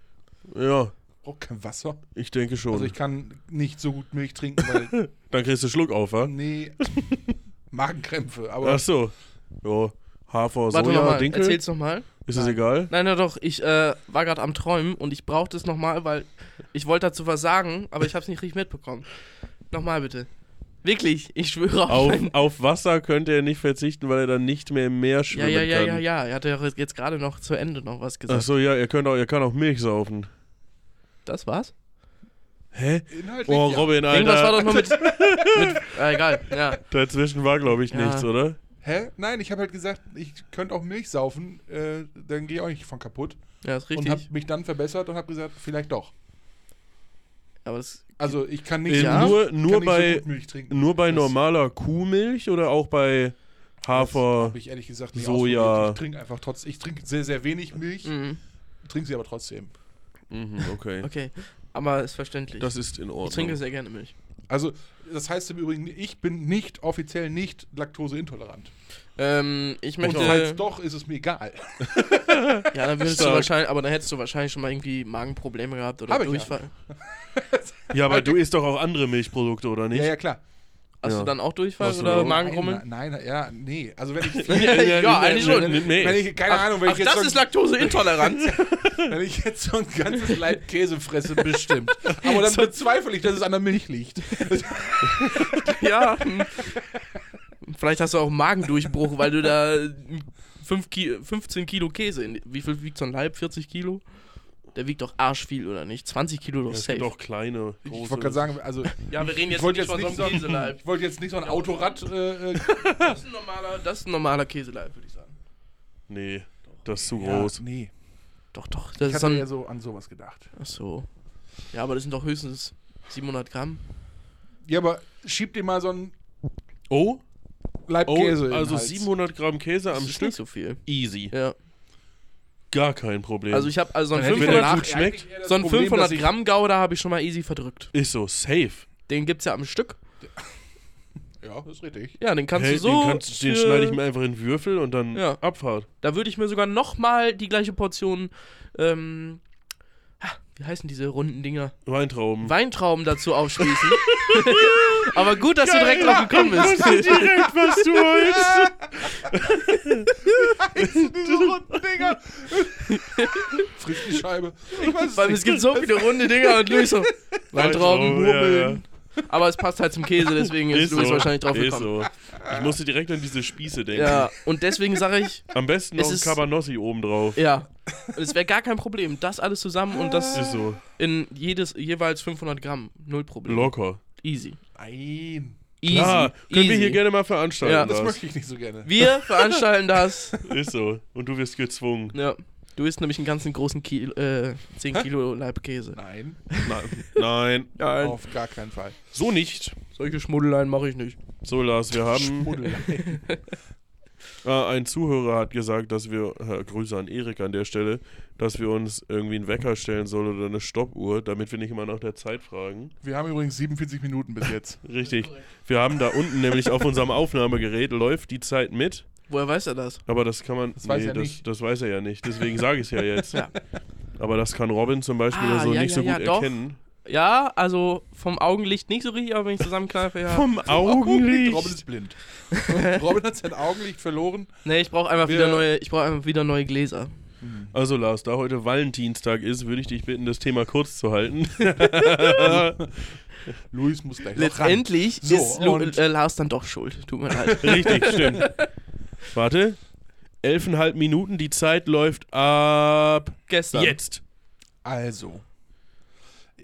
[SPEAKER 1] Ja,
[SPEAKER 3] Brauch kein Wasser.
[SPEAKER 1] ich denke schon.
[SPEAKER 3] Also ich kann nicht so gut Milch trinken, weil. oh
[SPEAKER 1] Dann kriegst du Schluck auf, wa?
[SPEAKER 3] nee. Magenkrämpfe, aber.
[SPEAKER 1] Ach so. Ja, Hafer,
[SPEAKER 2] Warte
[SPEAKER 1] Soja,
[SPEAKER 2] nochmal,
[SPEAKER 1] Dinkel.
[SPEAKER 2] erzähl's nochmal.
[SPEAKER 1] Ist es
[SPEAKER 3] Nein.
[SPEAKER 1] egal?
[SPEAKER 2] Nein, na doch, ich äh, war gerade am Träumen und ich brauchte es nochmal, weil ich wollte dazu was sagen, aber ich hab's nicht richtig mitbekommen. Nochmal bitte. Wirklich, ich schwöre auf,
[SPEAKER 1] Auf,
[SPEAKER 2] mein-
[SPEAKER 1] auf Wasser könnte er nicht verzichten, weil er dann nicht mehr im Meer
[SPEAKER 2] Ja,
[SPEAKER 1] schwimmen
[SPEAKER 2] ja,
[SPEAKER 1] kann.
[SPEAKER 2] ja, ja, ja. Er hat ja jetzt gerade noch zu Ende noch was
[SPEAKER 1] Ach
[SPEAKER 2] gesagt.
[SPEAKER 1] so, ja, er, könnt auch, er kann auch Milch saufen.
[SPEAKER 2] Das war's?
[SPEAKER 1] Hä?
[SPEAKER 3] Inhaltlich.
[SPEAKER 1] Oh,
[SPEAKER 3] ja.
[SPEAKER 1] Robin, Alter.
[SPEAKER 2] Irgendwas war doch noch mit. mit ah, egal, ja.
[SPEAKER 1] Dazwischen war, glaube ich,
[SPEAKER 2] Ja.
[SPEAKER 1] nichts, oder?
[SPEAKER 3] Hä? Nein, ich habe halt gesagt, ich könnte auch Milch saufen, äh, dann gehe ich auch nicht von kaputt.
[SPEAKER 2] Ja, ist
[SPEAKER 3] Und habe
[SPEAKER 2] richtig.
[SPEAKER 3] mich dann verbessert und habe gesagt, vielleicht doch.
[SPEAKER 2] Aber das,
[SPEAKER 3] Also ich kann nicht,
[SPEAKER 1] Äh,
[SPEAKER 2] Ja.
[SPEAKER 1] Nur,
[SPEAKER 3] kann
[SPEAKER 1] nur,
[SPEAKER 3] nicht so
[SPEAKER 1] bei,
[SPEAKER 3] gut Milch trinken.
[SPEAKER 1] nur bei
[SPEAKER 3] Das-
[SPEAKER 1] normaler Kuhmilch oder auch bei Hafer?
[SPEAKER 3] Habe ich ehrlich gesagt nicht
[SPEAKER 1] Soja.
[SPEAKER 3] ausprobiert. Ich trinke einfach trotzdem. Ich trinke sehr, sehr wenig Milch,
[SPEAKER 2] Mhm.
[SPEAKER 3] trinke sie aber trotzdem.
[SPEAKER 1] Mhm, okay.
[SPEAKER 2] okay. Aber ist verständlich.
[SPEAKER 1] Das ist in Ordnung.
[SPEAKER 2] ich trinke sehr gerne Milch.
[SPEAKER 3] Also, das heißt im Übrigen, ich bin nicht offiziell nicht laktoseintolerant.
[SPEAKER 2] Ähm, ich
[SPEAKER 3] Und
[SPEAKER 2] möchte.
[SPEAKER 3] falls doch, ist es mir egal.
[SPEAKER 2] Ja, dann würdest du
[SPEAKER 1] Stark.
[SPEAKER 2] wahrscheinlich, aber dann hättest du wahrscheinlich schon mal irgendwie Magenprobleme gehabt oder
[SPEAKER 3] Hab ich ja.
[SPEAKER 2] Durchfall.
[SPEAKER 1] ja, aber du isst doch auch andere Milchprodukte, oder nicht?
[SPEAKER 3] Ja, ja, klar.
[SPEAKER 2] Hast
[SPEAKER 1] Ja.
[SPEAKER 2] du dann auch Durchfall
[SPEAKER 1] Hast du
[SPEAKER 2] oder
[SPEAKER 1] dann auch-
[SPEAKER 2] Magengrummeln?
[SPEAKER 3] Nein, nein, ja, nee. Also, wenn ich.
[SPEAKER 2] Ja, eigentlich
[SPEAKER 1] nee,
[SPEAKER 2] schon.
[SPEAKER 1] Nee, nee.
[SPEAKER 3] Wenn ich keine Ahnung, wenn
[SPEAKER 2] Ach,
[SPEAKER 3] ich, jetzt
[SPEAKER 2] das ist
[SPEAKER 3] so, ein-
[SPEAKER 2] Laktoseintoleranz.
[SPEAKER 3] wenn ich jetzt so ein ganzes Leib Käse fresse, bestimmt. Aber dann bezweifle ich, dass es an der Milch liegt.
[SPEAKER 2] ja. hm. Vielleicht hast du auch einen Magendurchbruch, weil du da fünf Ki 15 Kilo Käse in. Wie viel wiegt so ein Leib? 40 Kilo? Der wiegt doch arsch viel, oder nicht? 20 Kilo doch
[SPEAKER 1] es
[SPEAKER 2] safe.
[SPEAKER 1] gibt auch kleine,
[SPEAKER 3] Ich
[SPEAKER 1] große.
[SPEAKER 3] wollte gerade sagen, also,
[SPEAKER 2] ja, wir reden
[SPEAKER 3] ich
[SPEAKER 2] jetzt
[SPEAKER 3] wollte
[SPEAKER 2] nicht von
[SPEAKER 3] jetzt,
[SPEAKER 2] so
[SPEAKER 3] nicht
[SPEAKER 2] einem
[SPEAKER 3] so ein-
[SPEAKER 2] Käseleib.
[SPEAKER 3] ich wollte jetzt nicht so ein Autorad. Äh, äh,
[SPEAKER 2] Das ist ein normaler, das ist ein normaler Käseleib, würde ich sagen.
[SPEAKER 1] Nee, das ist zu
[SPEAKER 3] ja,
[SPEAKER 1] groß.
[SPEAKER 3] nee.
[SPEAKER 2] Doch, doch. Das
[SPEAKER 3] Ich
[SPEAKER 2] ist
[SPEAKER 3] hatte
[SPEAKER 2] so ein,
[SPEAKER 3] ja so an sowas gedacht.
[SPEAKER 2] Ach so. Ja, aber das sind doch höchstens 700 Gramm.
[SPEAKER 3] Ja, aber schieb dir mal so ein
[SPEAKER 1] Oh,
[SPEAKER 3] Leib
[SPEAKER 1] oh
[SPEAKER 3] Käse. in den
[SPEAKER 1] also
[SPEAKER 3] Hals.
[SPEAKER 1] 700 Gramm Käse am
[SPEAKER 2] das ist
[SPEAKER 1] Stück.
[SPEAKER 2] nicht so viel.
[SPEAKER 1] Easy.
[SPEAKER 2] Ja.
[SPEAKER 1] Gar kein Problem.
[SPEAKER 2] Also ich habe also so ein
[SPEAKER 3] Dann hätten wir
[SPEAKER 2] 500,
[SPEAKER 1] danach-
[SPEAKER 3] danach
[SPEAKER 1] gut schmeckt,
[SPEAKER 3] eigentlich eher das
[SPEAKER 2] so ein
[SPEAKER 3] Problem, dass
[SPEAKER 2] 500
[SPEAKER 3] ich-
[SPEAKER 2] Gramm Gouda habe ich schon mal easy verdrückt.
[SPEAKER 1] ist so safe.
[SPEAKER 2] Den gibt's ja am Stück.
[SPEAKER 3] Ja, das ist richtig.
[SPEAKER 2] Ja, den kannst
[SPEAKER 1] Hey,
[SPEAKER 2] du so.
[SPEAKER 1] den kannst, den
[SPEAKER 2] für-
[SPEAKER 1] schneide ich mir einfach in Würfel und dann
[SPEAKER 2] Ja.
[SPEAKER 1] Abfahrt.
[SPEAKER 2] Da würde ich mir sogar noch mal die gleiche Portion ähm, ah, wie heißen diese runden Dinger?
[SPEAKER 1] Weintrauben.
[SPEAKER 2] Weintrauben dazu aufschließen. aber gut, dass du direkt drauf gekommen bist.
[SPEAKER 1] direkt, was du holst.
[SPEAKER 3] Diese runden Dinger. Friss die Scheibe. Ich weiß es
[SPEAKER 2] Weil
[SPEAKER 3] nicht.
[SPEAKER 2] es gibt so viele runde Dinger und Luis so. Weintrauben,
[SPEAKER 1] Weintrauben, ja,
[SPEAKER 2] Murmeln. Aber es passt halt zum Käse, deswegen ist, Luis wahrscheinlich drauf
[SPEAKER 1] ist
[SPEAKER 2] gekommen.
[SPEAKER 1] so. Ich musste direkt an diese Spieße denken.
[SPEAKER 2] Ja, und deswegen sage ich,
[SPEAKER 1] Am besten
[SPEAKER 2] Es
[SPEAKER 1] noch ein
[SPEAKER 2] ist-
[SPEAKER 1] Cabanossi obendrauf.
[SPEAKER 2] ja. Und Es wäre gar kein Problem. Das alles zusammen und das
[SPEAKER 1] Ist so.
[SPEAKER 2] in jedes jeweils 500 Gramm. Null Problem.
[SPEAKER 1] Locker.
[SPEAKER 2] Easy.
[SPEAKER 3] Nein.
[SPEAKER 2] Easy.
[SPEAKER 1] Klar, können wir
[SPEAKER 2] easy.
[SPEAKER 1] hier gerne mal veranstalten.
[SPEAKER 2] Ja.
[SPEAKER 1] Ja,
[SPEAKER 3] Das
[SPEAKER 1] das
[SPEAKER 3] möchte ich nicht so gerne.
[SPEAKER 2] Wir veranstalten das.
[SPEAKER 1] ist so. Und du wirst gezwungen.
[SPEAKER 2] Ja. Du isst nämlich einen ganzen großen Kilo, äh, 10 Kilo Leib Käse.
[SPEAKER 3] Nein,
[SPEAKER 1] Nein. Nein.
[SPEAKER 2] Nein,
[SPEAKER 3] auf gar keinen Fall.
[SPEAKER 1] So nicht.
[SPEAKER 2] solche Schmuddeleien mache ich nicht.
[SPEAKER 1] So, Lars, wir haben.
[SPEAKER 3] Schmuddel.
[SPEAKER 1] Äh, ein Zuhörer hat gesagt, dass wir. Äh, Grüße an Erik an der Stelle. Dass wir uns irgendwie einen Wecker stellen sollen oder eine Stoppuhr, damit wir nicht immer nach der Zeit fragen.
[SPEAKER 3] Wir haben übrigens 47 Minuten bis jetzt.
[SPEAKER 1] Richtig. Wir haben da unten nämlich auf unserem Aufnahmegerät läuft die Zeit mit.
[SPEAKER 2] Woher weiß er das?
[SPEAKER 1] Aber das kann man.
[SPEAKER 3] Das weiß er
[SPEAKER 1] das,
[SPEAKER 3] nicht.
[SPEAKER 1] das weiß er ja nicht. Deswegen sage ich es ja jetzt.
[SPEAKER 2] Ja.
[SPEAKER 1] Aber das kann Robin zum Beispiel
[SPEAKER 2] Ah,
[SPEAKER 1] so
[SPEAKER 2] ja,
[SPEAKER 1] nicht so
[SPEAKER 2] ja, ja,
[SPEAKER 1] gut
[SPEAKER 2] doch.
[SPEAKER 1] erkennen.
[SPEAKER 2] Ja, also vom Augenlicht nicht so richtig, aber wenn ich zusammenkneife, ja.
[SPEAKER 1] Vom Augenlicht.
[SPEAKER 3] Robin ist blind. Robin hat sein Augenlicht verloren.
[SPEAKER 2] Nee, ich brauche einfach
[SPEAKER 3] Wir-
[SPEAKER 2] wieder neue, ich brauche einfach wieder neue Gläser.
[SPEAKER 1] Also Lars, da heute Valentinstag ist, würde ich dich bitten, das Thema kurz zu halten.
[SPEAKER 3] Luis muss gleich noch ran.
[SPEAKER 2] Letztendlich
[SPEAKER 3] So,
[SPEAKER 2] ist Lu
[SPEAKER 3] und-
[SPEAKER 2] äh, Lars dann doch schuld. Tut mir leid.
[SPEAKER 1] Richtig, stimmt. Warte. Elfeinhalb Minuten, die Zeit läuft ab
[SPEAKER 2] Gestern.
[SPEAKER 1] jetzt.
[SPEAKER 3] Also.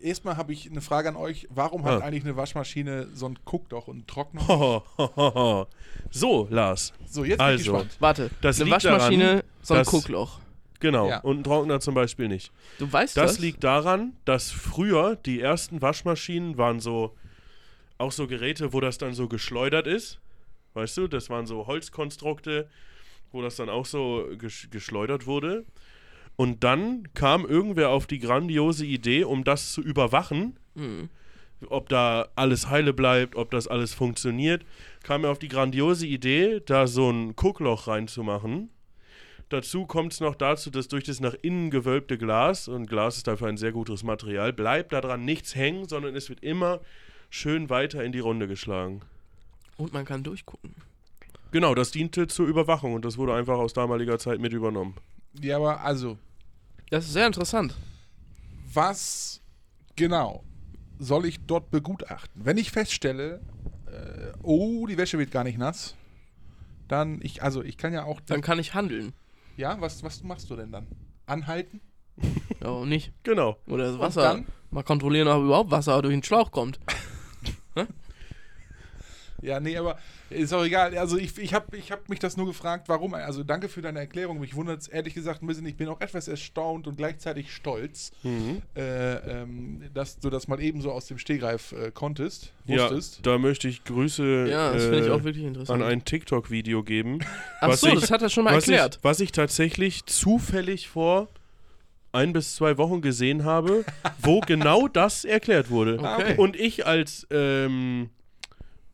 [SPEAKER 3] Erstmal habe ich eine Frage an euch. Warum hat
[SPEAKER 1] Ah.
[SPEAKER 3] eigentlich eine Waschmaschine so ein Guck doch und Trockner?
[SPEAKER 1] Ho, ho, ho, ho. So, Lars.
[SPEAKER 3] So, jetzt bin ich
[SPEAKER 1] Also.
[SPEAKER 3] gespannt.
[SPEAKER 2] Warte,
[SPEAKER 1] Das
[SPEAKER 2] eine
[SPEAKER 1] liegt
[SPEAKER 2] Waschmaschine, so ein
[SPEAKER 1] dass-
[SPEAKER 2] Guckloch.
[SPEAKER 1] Genau.
[SPEAKER 3] Ja.
[SPEAKER 1] Und ein Trockner zum Beispiel nicht.
[SPEAKER 2] Du weißt das?
[SPEAKER 1] Das, liegt daran, dass früher die ersten Waschmaschinen waren so auch so Geräte, wo das dann so geschleudert ist. Weißt du, das waren so Holzkonstrukte, wo das dann auch so gesch geschleudert wurde. Und dann kam irgendwer auf die grandiose Idee, um das zu überwachen,
[SPEAKER 2] Hm.
[SPEAKER 1] ob da alles heile bleibt, ob das alles funktioniert, kam er auf die grandiose Idee, da so ein Guckloch reinzumachen. Dazu kommt es noch dazu, dass durch das nach innen gewölbte Glas, und Glas ist dafür ein sehr gutes Material, bleibt daran nichts hängen, sondern es wird immer schön weiter in die Runde geschlagen.
[SPEAKER 2] Und man kann durchgucken.
[SPEAKER 1] Genau, das diente zur Überwachung und das wurde einfach aus damaliger Zeit mit übernommen.
[SPEAKER 3] Ja, aber also,
[SPEAKER 2] Das ist sehr interessant.
[SPEAKER 3] was genau soll ich dort begutachten? Wenn ich feststelle, äh, oh, die Wäsche wird gar nicht nass, dann ich, also ich kann ja auch,
[SPEAKER 2] Dann kann ich handeln.
[SPEAKER 3] ja, was, was machst du denn dann? Anhalten?
[SPEAKER 2] Ja, warum nicht?
[SPEAKER 1] Genau.
[SPEAKER 2] Oder das
[SPEAKER 3] Und
[SPEAKER 2] Wasser.
[SPEAKER 3] dann?
[SPEAKER 2] Mal kontrollieren, ob überhaupt Wasser durch den Schlauch kommt.
[SPEAKER 3] Ja, nee, aber ist auch egal. Also ich, ich habe ich hab mich das nur gefragt, warum. Also danke für deine Erklärung. Mich wundert es ehrlich gesagt ein bisschen. Ich bin auch etwas erstaunt und gleichzeitig stolz,
[SPEAKER 1] Mhm.
[SPEAKER 3] äh, ähm, dass du das mal eben so aus dem Stegreif äh, konntest,
[SPEAKER 1] Ja,
[SPEAKER 3] wusstest.
[SPEAKER 1] da möchte ich Grüße
[SPEAKER 2] Ja, das finde ich
[SPEAKER 1] äh,
[SPEAKER 2] auch wirklich
[SPEAKER 1] an
[SPEAKER 2] interessant.
[SPEAKER 1] ein TikTok-Video geben.
[SPEAKER 2] Ach
[SPEAKER 1] was
[SPEAKER 2] so,
[SPEAKER 1] ich-
[SPEAKER 2] das hat er schon mal
[SPEAKER 1] was
[SPEAKER 2] erklärt.
[SPEAKER 1] Ich, was ich tatsächlich zufällig vor ein bis zwei Wochen gesehen habe, wo genau das erklärt wurde.
[SPEAKER 3] Ah,
[SPEAKER 2] okay.
[SPEAKER 1] Und ich als ähm,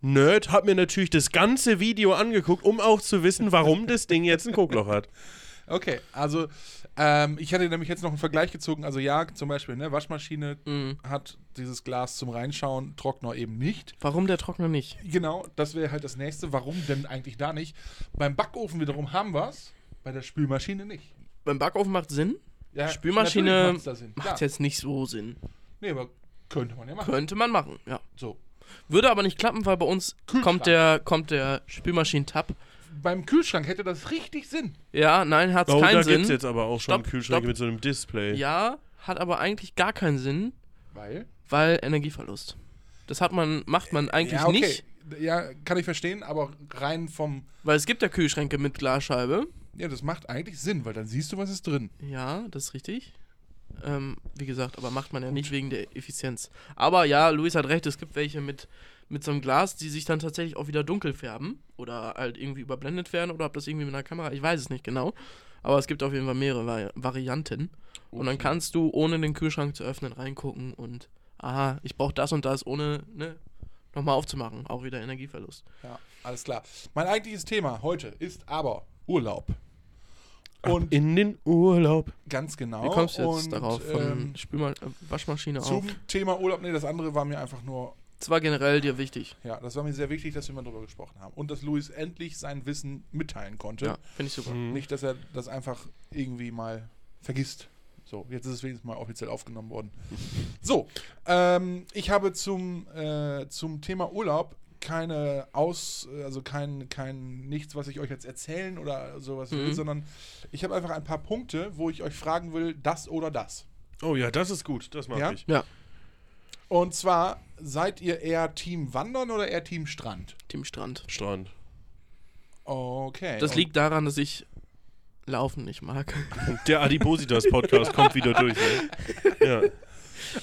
[SPEAKER 1] Nerd habe mir natürlich das ganze Video angeguckt, um auch zu wissen, warum das Ding jetzt ein Guckloch hat.
[SPEAKER 3] Okay, also ähm, ich hatte nämlich jetzt noch einen Vergleich gezogen. Also ja, zum Beispiel, ne, Waschmaschine
[SPEAKER 2] Mhm.
[SPEAKER 3] hat dieses Glas zum Reinschauen, Trockner eben nicht.
[SPEAKER 2] Warum der Trockner nicht?
[SPEAKER 3] Genau, das wäre halt das nächste. Warum denn eigentlich da nicht? Beim Backofen wiederum haben wir es, bei der Spülmaschine nicht.
[SPEAKER 2] Beim Backofen macht Sinn.
[SPEAKER 3] Ja,
[SPEAKER 2] Spülmaschine
[SPEAKER 3] natürlich macht's da Sinn.
[SPEAKER 2] Macht
[SPEAKER 3] Ja.
[SPEAKER 2] jetzt nicht so Sinn.
[SPEAKER 3] Nee, aber könnte man ja machen.
[SPEAKER 2] Könnte man machen, ja.
[SPEAKER 3] So.
[SPEAKER 2] Würde aber nicht klappen, weil bei uns
[SPEAKER 3] Kühlschrank.
[SPEAKER 2] kommt der, kommt der Spülmaschinentab.
[SPEAKER 3] Beim Kühlschrank hätte das richtig Sinn.
[SPEAKER 2] Ja, nein, hat
[SPEAKER 1] Oh, da
[SPEAKER 2] keinen
[SPEAKER 1] gibt es
[SPEAKER 2] Sinn.
[SPEAKER 1] jetzt aber auch schon
[SPEAKER 2] Stopp,
[SPEAKER 1] Kühlschränke
[SPEAKER 2] stopp.
[SPEAKER 1] mit so einem Display.
[SPEAKER 2] Ja, hat aber eigentlich gar keinen Sinn,
[SPEAKER 3] Weil?
[SPEAKER 2] weil Energieverlust. Das hat man, macht man eigentlich
[SPEAKER 3] Äh, ja, okay.
[SPEAKER 2] nicht,
[SPEAKER 3] Ja, kann ich verstehen, aber rein vom.
[SPEAKER 2] weil es gibt ja Kühlschränke mit Glasscheibe.
[SPEAKER 3] Ja, das macht eigentlich Sinn, weil dann siehst du, was ist drin.
[SPEAKER 2] Ja, das ist richtig. Ähm, wie gesagt, aber macht man ja nicht wegen der Effizienz. Aber ja, Luis hat recht, es gibt welche mit, mit so einem Glas, die sich dann tatsächlich auch wieder dunkel färben oder halt irgendwie überblendet werden oder ob das irgendwie mit einer Kamera, ich weiß es nicht genau. Aber es gibt auf jeden Fall mehrere Vari Varianten. Und dann kannst du, ohne den Kühlschrank zu öffnen, reingucken und, aha, ich brauche das und das, ohne ne, nochmal aufzumachen. Auch wieder Energieverlust.
[SPEAKER 3] Ja, alles klar. Mein eigentliches Thema heute ist aber Urlaub.
[SPEAKER 1] Und
[SPEAKER 3] Und
[SPEAKER 1] in den Urlaub.
[SPEAKER 3] ganz genau.
[SPEAKER 2] Wie kommst du jetzt
[SPEAKER 3] und,
[SPEAKER 2] darauf? Von
[SPEAKER 3] ähm,
[SPEAKER 2] Spülma äh, Waschmaschine auf.
[SPEAKER 3] zum Thema Urlaub, nee, das andere war mir einfach nur,
[SPEAKER 2] Das war generell dir wichtig.
[SPEAKER 3] ja, das war mir sehr wichtig, dass wir mal drüber gesprochen haben. Und dass Luis endlich sein Wissen mitteilen konnte.
[SPEAKER 2] Ja, finde ich super.
[SPEAKER 3] Nicht, dass er das einfach irgendwie mal vergisst. So, jetzt ist es wenigstens mal offiziell aufgenommen worden. So, ähm, ich habe zum, äh, zum Thema Urlaub keine Aus, also kein, kein nichts, was ich euch jetzt erzählen oder sowas will,
[SPEAKER 2] Mhm.
[SPEAKER 3] sondern ich habe einfach ein paar Punkte, wo ich euch fragen will, das oder das.
[SPEAKER 1] Oh ja, das ist gut, das mag
[SPEAKER 3] Ja?
[SPEAKER 1] ich.
[SPEAKER 2] Ja,
[SPEAKER 3] Und zwar, seid ihr eher Team Wandern oder eher Team Strand?
[SPEAKER 2] Team Strand.
[SPEAKER 1] Strand.
[SPEAKER 3] Okay.
[SPEAKER 2] Das
[SPEAKER 3] und-
[SPEAKER 2] liegt daran, dass ich Laufen nicht mag.
[SPEAKER 1] Der Adipositas-Podcast kommt wieder durch. Ne? Ja.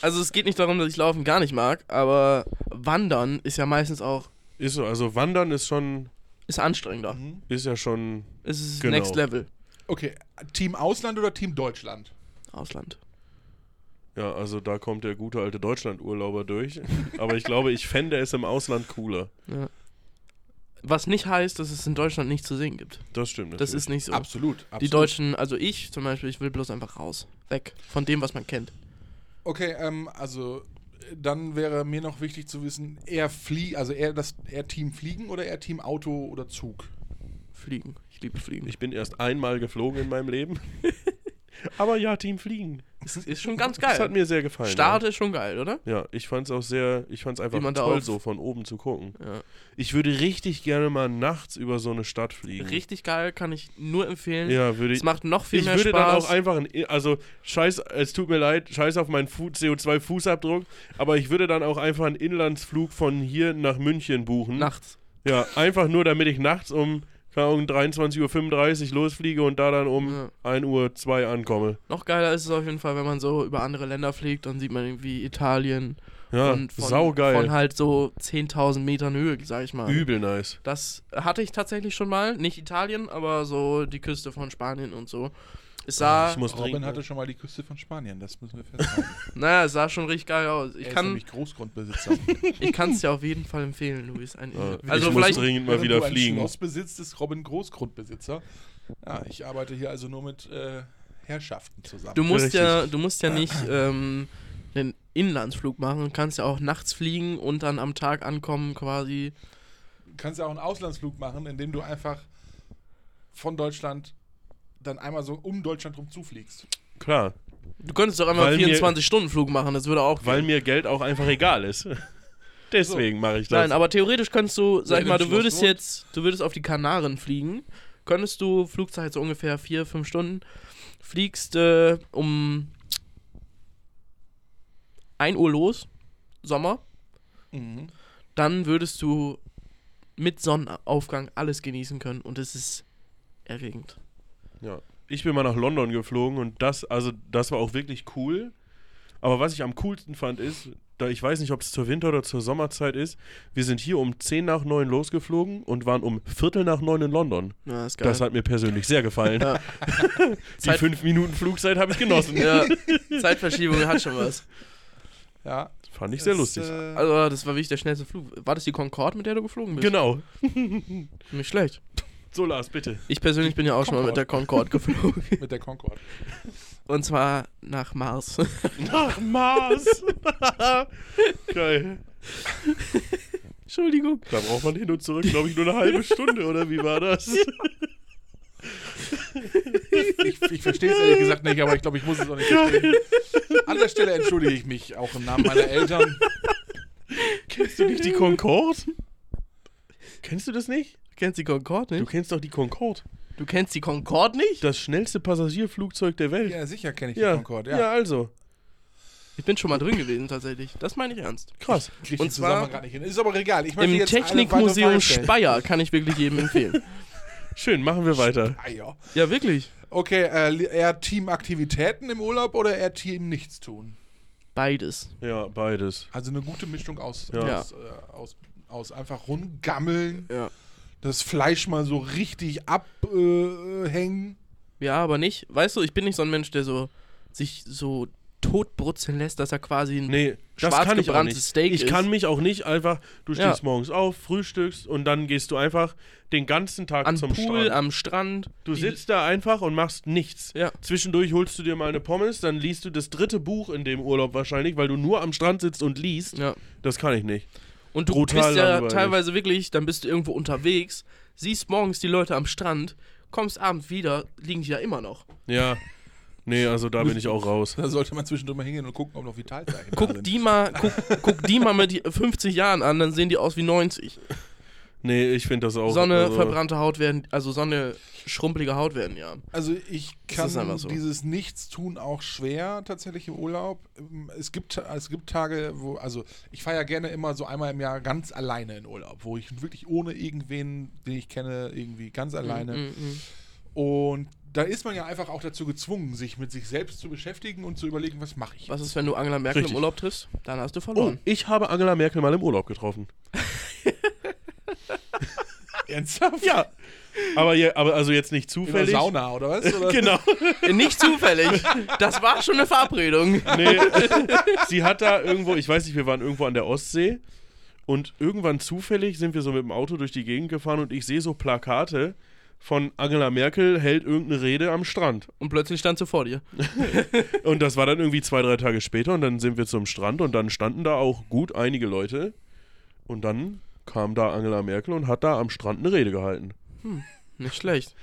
[SPEAKER 2] Also es geht nicht darum, dass ich Laufen gar nicht mag, aber Wandern ist ja meistens auch,
[SPEAKER 1] Ist so, also Wandern ist schon,
[SPEAKER 2] ist anstrengender.
[SPEAKER 3] Mhm.
[SPEAKER 1] ist ja schon
[SPEAKER 2] Es ist
[SPEAKER 1] Genau.
[SPEAKER 2] Next Level.
[SPEAKER 3] Okay, Team Ausland oder Team Deutschland?
[SPEAKER 2] Ausland.
[SPEAKER 1] Ja, also da kommt der gute alte Deutschlandurlauber durch. Aber ich glaube, ich fände es im Ausland cooler.
[SPEAKER 2] Ja. Was nicht heißt, dass es in Deutschland nicht zu sehen gibt.
[SPEAKER 1] Das stimmt.
[SPEAKER 2] Das ist nicht so.
[SPEAKER 3] Absolut, absolut.
[SPEAKER 2] Die Deutschen, also ich zum Beispiel, ich will bloß einfach raus. Weg. Von dem, was man kennt.
[SPEAKER 3] Okay, ähm, also äh, dann wäre mir noch wichtig zu wissen, eher flie also eher das eher Team Fliegen oder eher Team Auto oder Zug?
[SPEAKER 2] Fliegen. Ich liebe Fliegen.
[SPEAKER 1] Ich bin erst einmal geflogen in meinem Leben. Aber ja, Team Fliegen.
[SPEAKER 2] ist, ist schon ganz
[SPEAKER 1] Das hat
[SPEAKER 2] geil.
[SPEAKER 1] mir sehr gefallen.
[SPEAKER 2] Start ist schon geil, oder?
[SPEAKER 1] Ja, Ja, ich fand es auch sehr, ich fand es einfach
[SPEAKER 2] Wie man da
[SPEAKER 1] toll,
[SPEAKER 2] auf-
[SPEAKER 1] so von oben zu gucken.
[SPEAKER 2] Ja.
[SPEAKER 1] Ich würde richtig gerne mal nachts über so eine Stadt fliegen.
[SPEAKER 2] Richtig geil, kann ich nur empfehlen.
[SPEAKER 1] Mhm. Ja, würde ich.
[SPEAKER 2] Es macht noch viel
[SPEAKER 1] ich
[SPEAKER 2] mehr
[SPEAKER 1] würde
[SPEAKER 2] Spaß.
[SPEAKER 1] dann auch einfach, ein, also scheiß, es tut mir leid, scheiß auf meinen Fu- CO2-Fußabdruck, aber ich würde dann auch einfach einen Inlandsflug von hier nach München buchen.
[SPEAKER 2] Nachts.
[SPEAKER 1] Ja, einfach nur, damit ich nachts um, keine Ahnung, 23.35 Uhr losfliege und da dann um
[SPEAKER 2] Ja.
[SPEAKER 1] 1.02 Uhr ankomme.
[SPEAKER 2] Noch geiler ist es auf jeden Fall, wenn man so über andere Länder fliegt, dann sieht man irgendwie Italien
[SPEAKER 1] Ja,
[SPEAKER 2] und von,
[SPEAKER 1] saugeil.
[SPEAKER 2] von halt so 10.000 Metern Höhe, sag ich mal.
[SPEAKER 1] Übel nice.
[SPEAKER 2] Das hatte ich tatsächlich schon mal, nicht Italien, aber so die Küste von Spanien und so. Es sah,
[SPEAKER 1] Ah, ich muss
[SPEAKER 3] Robin
[SPEAKER 1] trinken.
[SPEAKER 3] hatte schon mal die Küste von Spanien, das müssen wir festhalten.
[SPEAKER 2] naja, es sah schon richtig geil aus. Ich
[SPEAKER 3] er ist
[SPEAKER 2] kann,
[SPEAKER 3] nämlich Großgrundbesitzer.
[SPEAKER 2] ich kann es dir auf jeden Fall empfehlen, Luis. Ein,
[SPEAKER 1] Ja,
[SPEAKER 2] also
[SPEAKER 1] ich muss
[SPEAKER 2] vielleicht,
[SPEAKER 1] dringend mal
[SPEAKER 3] Während
[SPEAKER 1] wieder
[SPEAKER 3] du ein
[SPEAKER 1] fliegen.
[SPEAKER 3] Schloss besitzt, ist Robin Großgrundbesitzer. Ja, ich arbeite hier also nur mit äh, Herrschaften zusammen.
[SPEAKER 2] du musst
[SPEAKER 1] Richtig.
[SPEAKER 2] ja, du musst ja nicht ähm, einen Inlandsflug machen, du kannst ja auch nachts fliegen und dann am Tag ankommen quasi.
[SPEAKER 3] kannst ja auch einen Auslandsflug machen, indem du einfach von Deutschland dann einmal so um Deutschland rum zufliegst.
[SPEAKER 1] Klar,
[SPEAKER 2] Du könntest doch einmal
[SPEAKER 1] Weil mir-
[SPEAKER 2] einen 24-Stunden-Flug machen, das würde auch
[SPEAKER 1] weil
[SPEAKER 2] gehen.
[SPEAKER 1] mir Geld auch einfach egal ist. Deswegen mache ich das.
[SPEAKER 2] Nein, aber theoretisch könntest du, sag
[SPEAKER 3] Wenn
[SPEAKER 2] ich mal,
[SPEAKER 3] im
[SPEAKER 2] du
[SPEAKER 3] Schloss
[SPEAKER 2] würdest
[SPEAKER 3] wohnt.
[SPEAKER 2] jetzt, du würdest auf die Kanaren fliegen, könntest du Flugzeit so ungefähr vier, fünf Stunden fliegst äh, um 1 Uhr los, Sommer.
[SPEAKER 3] Mhm.
[SPEAKER 2] Dann würdest du mit Sonnenaufgang alles genießen können und es ist erregend.
[SPEAKER 1] Ich bin mal nach London geflogen und das, also das war auch wirklich cool. Aber was ich am coolsten fand ist, da ich weiß nicht, ob es zur Winter- oder zur Sommerzeit ist, wir sind hier um 10 nach 9 losgeflogen und waren um Viertel nach 9 in London.
[SPEAKER 2] Ja, ist
[SPEAKER 1] Das hat mir persönlich sehr gefallen.
[SPEAKER 2] Ja.
[SPEAKER 1] Die
[SPEAKER 2] Zeit-
[SPEAKER 1] 5 Minuten Flugzeit habe ich genossen.
[SPEAKER 2] ja, Zeitverschiebung hat schon was.
[SPEAKER 3] Ja.
[SPEAKER 1] Fand ich sehr
[SPEAKER 3] es,
[SPEAKER 1] lustig.
[SPEAKER 3] äh,
[SPEAKER 2] Also, das war wirklich der schnellste Flug. War das die Concorde, mit der du geflogen bist?
[SPEAKER 1] Genau.
[SPEAKER 2] Nicht schlecht.
[SPEAKER 1] So, Lars, bitte.
[SPEAKER 2] Ich persönlich bin ja auch schon mal mit der Concorde geflogen.
[SPEAKER 3] mit der Concorde.
[SPEAKER 2] Und zwar nach Mars.
[SPEAKER 1] Nach Mars. Geil.
[SPEAKER 2] Entschuldigung.
[SPEAKER 1] Da braucht man hin und zurück, glaube ich, nur eine halbe Stunde, oder wie war das?
[SPEAKER 3] Ich, ich verstehe es ehrlich gesagt nicht, aber ich glaube, ich muss es auch nicht verstehen. An der Stelle entschuldige ich mich auch im Namen meiner Eltern.
[SPEAKER 1] Kennst du nicht die Concorde? Kennst du das nicht?
[SPEAKER 2] Du kennst die Concorde
[SPEAKER 1] Du
[SPEAKER 2] nicht?
[SPEAKER 1] kennst doch die Concorde.
[SPEAKER 2] Du kennst die Concorde nicht?
[SPEAKER 1] Das schnellste Passagierflugzeug der Welt.
[SPEAKER 3] Ja, sicher kenne ich
[SPEAKER 1] Ja.
[SPEAKER 3] die Concorde. Ja.
[SPEAKER 1] Ja, also.
[SPEAKER 2] Ich bin schon mal drin gewesen, tatsächlich. Das meine ich ernst.
[SPEAKER 1] Krass.
[SPEAKER 3] Krieg den
[SPEAKER 2] Und zwar
[SPEAKER 3] Zusammenhang grad nicht hin. Ist aber egal. Ich möchte
[SPEAKER 2] Im
[SPEAKER 3] jetzt alle
[SPEAKER 2] Technikmuseum
[SPEAKER 3] weitere Fragen stellen.
[SPEAKER 2] Speyer kann ich wirklich jedem empfehlen.
[SPEAKER 1] Schön, machen wir weiter.
[SPEAKER 3] Ah, ja.
[SPEAKER 2] ja, wirklich.
[SPEAKER 3] Okay, äh, li- eher Teamaktivitäten im Urlaub oder eher Team nichts tun?
[SPEAKER 2] Beides.
[SPEAKER 1] Ja, beides.
[SPEAKER 3] Also eine gute Mischung aus,
[SPEAKER 1] Ja.
[SPEAKER 3] aus, äh, aus, aus einfach rumgammeln,
[SPEAKER 2] Ja.
[SPEAKER 3] das Fleisch mal so richtig abhängen. Äh, hängen.
[SPEAKER 2] Ja, aber nicht. Weißt du, ich bin nicht so ein Mensch, der so sich so totbrutzeln lässt, dass er quasi ein
[SPEAKER 1] Nee, das
[SPEAKER 2] Schwarz
[SPEAKER 1] kann ich auch
[SPEAKER 2] gebranntes
[SPEAKER 1] nicht.
[SPEAKER 2] Steak
[SPEAKER 1] ich
[SPEAKER 2] ist.
[SPEAKER 1] kann mich auch nicht einfach, du
[SPEAKER 2] Ja.
[SPEAKER 1] stehst morgens auf, frühstückst und dann gehst du einfach den ganzen Tag
[SPEAKER 2] an
[SPEAKER 1] zum
[SPEAKER 2] Pool,
[SPEAKER 1] Strand.
[SPEAKER 2] am Strand.
[SPEAKER 1] Du
[SPEAKER 2] die-
[SPEAKER 1] sitzt da einfach und machst nichts.
[SPEAKER 2] Ja.
[SPEAKER 1] Zwischendurch holst du dir mal eine Pommes, dann liest du das dritte Buch in dem Urlaub wahrscheinlich, weil du nur am Strand sitzt und liest.
[SPEAKER 2] Ja.
[SPEAKER 1] Das kann ich nicht.
[SPEAKER 2] Und du
[SPEAKER 1] Brutal
[SPEAKER 2] bist ja
[SPEAKER 1] langweilig.
[SPEAKER 2] teilweise wirklich, dann bist du irgendwo unterwegs, siehst morgens die Leute am Strand, kommst abends wieder, liegen die ja immer noch.
[SPEAKER 1] Ja. Nee, also da bin ich auch raus.
[SPEAKER 3] Da sollte man zwischendurch mal hingehen und gucken, ob noch Vitalzeichen da
[SPEAKER 2] Guck
[SPEAKER 3] sind.
[SPEAKER 2] die mal, guck, guck die mal mit die 50 Jahren an, dann sehen die aus wie 90.
[SPEAKER 1] Nee, ich finde das auch.
[SPEAKER 2] Sonne,
[SPEAKER 1] also,
[SPEAKER 2] verbrannte Haut werden, also Sonne, schrumpelige Haut werden, ja.
[SPEAKER 3] Also ich kann
[SPEAKER 2] ist einfach so.
[SPEAKER 3] dieses Nichtstun auch schwer tatsächlich im Urlaub. Ähm, Es gibt, es gibt Tage, wo, also ich fahre ja gerne immer so einmal im Jahr ganz alleine in Urlaub, wo ich wirklich ohne irgendwen, den ich kenne, irgendwie ganz alleine.
[SPEAKER 2] Mm, mm, mm.
[SPEAKER 3] Und da ist man ja einfach auch dazu gezwungen, sich mit sich selbst zu beschäftigen und zu überlegen, was mache ich.
[SPEAKER 2] Was ist, wenn du Angela Merkel
[SPEAKER 1] Richtig.
[SPEAKER 2] im Urlaub triffst? Dann hast du
[SPEAKER 1] Oh,
[SPEAKER 2] verloren.
[SPEAKER 1] ich habe Angela Merkel mal im Urlaub getroffen.
[SPEAKER 3] Ernsthaft?
[SPEAKER 1] Ja. Aber, je, aber also jetzt nicht
[SPEAKER 3] In der
[SPEAKER 1] zufällig.
[SPEAKER 3] Sauna oder was? Oder?
[SPEAKER 1] Genau.
[SPEAKER 2] Äh, Nicht zufällig. Das war schon eine Verabredung.
[SPEAKER 1] Nee. Sie hat da irgendwo, ich weiß nicht, wir waren irgendwo an der Ostsee und irgendwann zufällig sind wir so mit dem Auto durch die Gegend gefahren und ich sehe so Plakate von Angela Merkel hält irgendeine Rede am Strand.
[SPEAKER 2] Und plötzlich stand sie vor dir.
[SPEAKER 1] Und das war dann irgendwie zwei, drei Tage später und dann sind wir zum Strand und dann standen da auch gut einige Leute und dann kam da Angela Merkel und hat da am Strand eine Rede gehalten.
[SPEAKER 2] Nicht schlecht.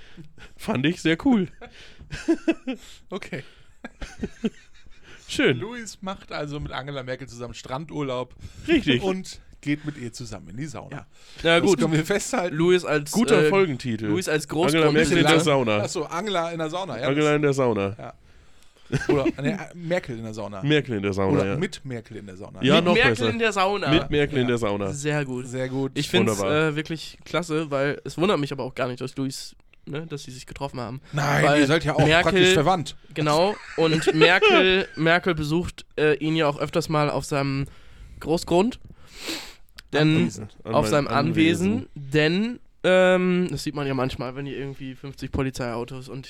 [SPEAKER 1] Fand ich sehr cool.
[SPEAKER 3] Okay.
[SPEAKER 1] Schön.
[SPEAKER 3] Luis macht also mit Angela Merkel zusammen Strandurlaub
[SPEAKER 1] Richtig.
[SPEAKER 3] und geht mit ihr zusammen in die Sauna.
[SPEAKER 2] Na
[SPEAKER 3] Das
[SPEAKER 2] gut.
[SPEAKER 3] können wir festhalten.
[SPEAKER 2] Louis als
[SPEAKER 1] Guter
[SPEAKER 2] äh,
[SPEAKER 1] Folgentitel.
[SPEAKER 2] Louis als
[SPEAKER 1] Angela Merkel in der
[SPEAKER 2] Großgrundschüler.
[SPEAKER 1] Sauna.
[SPEAKER 3] Achso, Angela in der Sauna, ja.
[SPEAKER 1] Angela in der Sauna.
[SPEAKER 3] das- Oder nee, Merkel in der Sauna.
[SPEAKER 1] Merkel in der Sauna,
[SPEAKER 3] Oder
[SPEAKER 1] ja.
[SPEAKER 3] mit Merkel in der Sauna.
[SPEAKER 1] Ja,
[SPEAKER 2] mit
[SPEAKER 1] noch
[SPEAKER 2] Merkel
[SPEAKER 1] besser.
[SPEAKER 2] in der Sauna.
[SPEAKER 1] Mit Merkel in
[SPEAKER 3] Ja.
[SPEAKER 1] der Sauna.
[SPEAKER 2] Sehr gut.
[SPEAKER 3] Sehr gut.
[SPEAKER 2] Ich finde es
[SPEAKER 1] Wunderbar.
[SPEAKER 2] äh, wirklich klasse, weil es wundert mich aber auch gar nicht, dass Louis, ne, dass sie sich getroffen haben.
[SPEAKER 3] Nein,
[SPEAKER 2] weil
[SPEAKER 3] ihr seid ja auch
[SPEAKER 2] Merkel-
[SPEAKER 3] praktisch verwandt.
[SPEAKER 2] Genau. Und Merkel, Merkel besucht äh, ihn ja auch öfters mal auf seinem Großgrund. Denn
[SPEAKER 3] Anwesend.
[SPEAKER 1] An
[SPEAKER 2] auf
[SPEAKER 1] meinem
[SPEAKER 2] seinem Anwesen. Denn ähm, das sieht man ja manchmal, wenn hier irgendwie 50 Polizeiautos und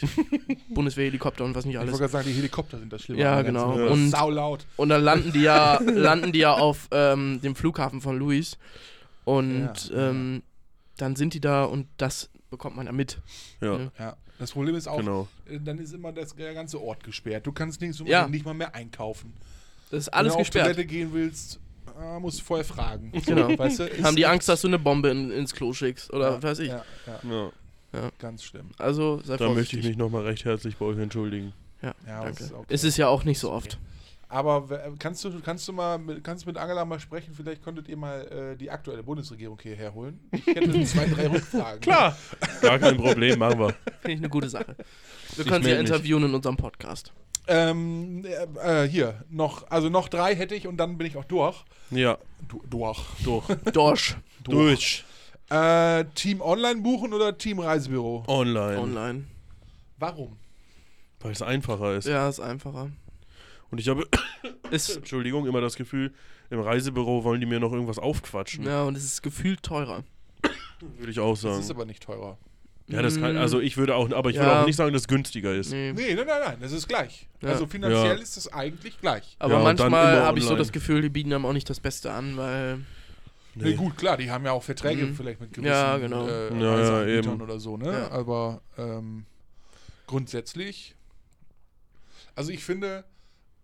[SPEAKER 2] Bundeswehrhelikopter und was nicht
[SPEAKER 3] Ich wollte
[SPEAKER 2] alles.
[SPEAKER 3] gerade sagen, die Helikopter sind das Schlimme.
[SPEAKER 2] Ja,
[SPEAKER 3] an der ganzen
[SPEAKER 2] genau.
[SPEAKER 3] Sache.
[SPEAKER 2] Und-
[SPEAKER 3] Saulaut.
[SPEAKER 2] Und dann landen die ja, landen die ja auf ähm, dem Flughafen von Louis. Und
[SPEAKER 3] Ja, ja.
[SPEAKER 2] ähm, dann sind die da und das bekommt man ja mit.
[SPEAKER 1] Ja,
[SPEAKER 2] Ne?
[SPEAKER 3] Ja. Das Problem ist auch,
[SPEAKER 1] genau.
[SPEAKER 3] äh, dann ist immer das, der ganze Ort gesperrt. Du kannst nicht, so
[SPEAKER 2] Ja.
[SPEAKER 3] nicht mal mehr einkaufen.
[SPEAKER 2] Das ist alles
[SPEAKER 3] Wenn du Genau, auf
[SPEAKER 2] gesperrt.
[SPEAKER 3] Toilette gehen willst, äh, musst du vorher fragen.
[SPEAKER 2] Genau.
[SPEAKER 3] Weißt du, ist-
[SPEAKER 2] Haben die Angst, dass du eine Bombe in, ins Klo schickst oder
[SPEAKER 3] Ja,
[SPEAKER 2] weiß ich.
[SPEAKER 3] Ja, ja,
[SPEAKER 1] Ja.
[SPEAKER 3] ganz schlimm.
[SPEAKER 2] Also sei
[SPEAKER 1] Da möchte ich
[SPEAKER 2] vorsichtig.
[SPEAKER 1] mich nochmal recht herzlich bei euch entschuldigen.
[SPEAKER 2] Ja,
[SPEAKER 3] Ja, aber
[SPEAKER 2] danke.
[SPEAKER 3] es ist okay.
[SPEAKER 2] Es ist ja auch nicht so oft.
[SPEAKER 3] Aber wer- kannst du, kannst du mal mit, kannst mit Angela mal sprechen? Vielleicht könntet ihr mal äh, die aktuelle Bundesregierung hierher holen. Ich hätte zwei, drei Rückfragen.
[SPEAKER 1] Klar. Gar kein Problem, machen wir.
[SPEAKER 2] Finde ich eine gute Sache. Wir
[SPEAKER 1] Ich
[SPEAKER 2] können sie ja
[SPEAKER 1] meld mich.
[SPEAKER 2] interviewen in unserem Podcast.
[SPEAKER 3] Ähm, äh, äh, hier, noch, also noch drei hätte ich und dann bin ich auch durch.
[SPEAKER 1] Ja,
[SPEAKER 3] Du, durch.
[SPEAKER 1] durch.
[SPEAKER 2] Dorsch.
[SPEAKER 1] Durch.
[SPEAKER 3] Äh, Team Online buchen oder Team Reisebüro?
[SPEAKER 1] Online.
[SPEAKER 2] Online.
[SPEAKER 3] Warum?
[SPEAKER 1] Weil es einfacher ist.
[SPEAKER 2] Ja, ist einfacher.
[SPEAKER 1] Und ich habe,
[SPEAKER 2] Ist,
[SPEAKER 1] Entschuldigung, immer das Gefühl, im Reisebüro wollen die mir noch irgendwas aufquatschen.
[SPEAKER 2] ja, und es ist gefühlt teurer.
[SPEAKER 1] Würde ich auch
[SPEAKER 3] Das ist
[SPEAKER 1] sagen.
[SPEAKER 3] aber nicht teurer.
[SPEAKER 1] Ja, das kann,
[SPEAKER 2] Mm,
[SPEAKER 1] also ich würde auch, aber ich würde
[SPEAKER 2] Ja.
[SPEAKER 1] auch nicht sagen, dass es günstiger ist.
[SPEAKER 2] nee.
[SPEAKER 3] Nee, nein, nein, nein, das ist gleich.
[SPEAKER 2] Ja.
[SPEAKER 3] Also finanziell
[SPEAKER 1] Hm. Ja.
[SPEAKER 3] ist es eigentlich gleich.
[SPEAKER 2] Aber
[SPEAKER 1] Ja, und dann
[SPEAKER 2] manchmal
[SPEAKER 1] immer
[SPEAKER 2] habe ich so
[SPEAKER 1] online.
[SPEAKER 2] das Gefühl, die bieten einem auch nicht das Beste an, weil
[SPEAKER 3] Nee. gut, klar, die haben ja auch Verträge
[SPEAKER 2] Mhm.
[SPEAKER 3] vielleicht mit gewissen
[SPEAKER 2] Ja, genau.
[SPEAKER 3] äh,
[SPEAKER 1] Ja, ja,
[SPEAKER 3] Reiseanbietern
[SPEAKER 1] eben.
[SPEAKER 3] oder so, ne?
[SPEAKER 2] Ja.
[SPEAKER 3] Aber ähm, grundsätzlich, also ich finde,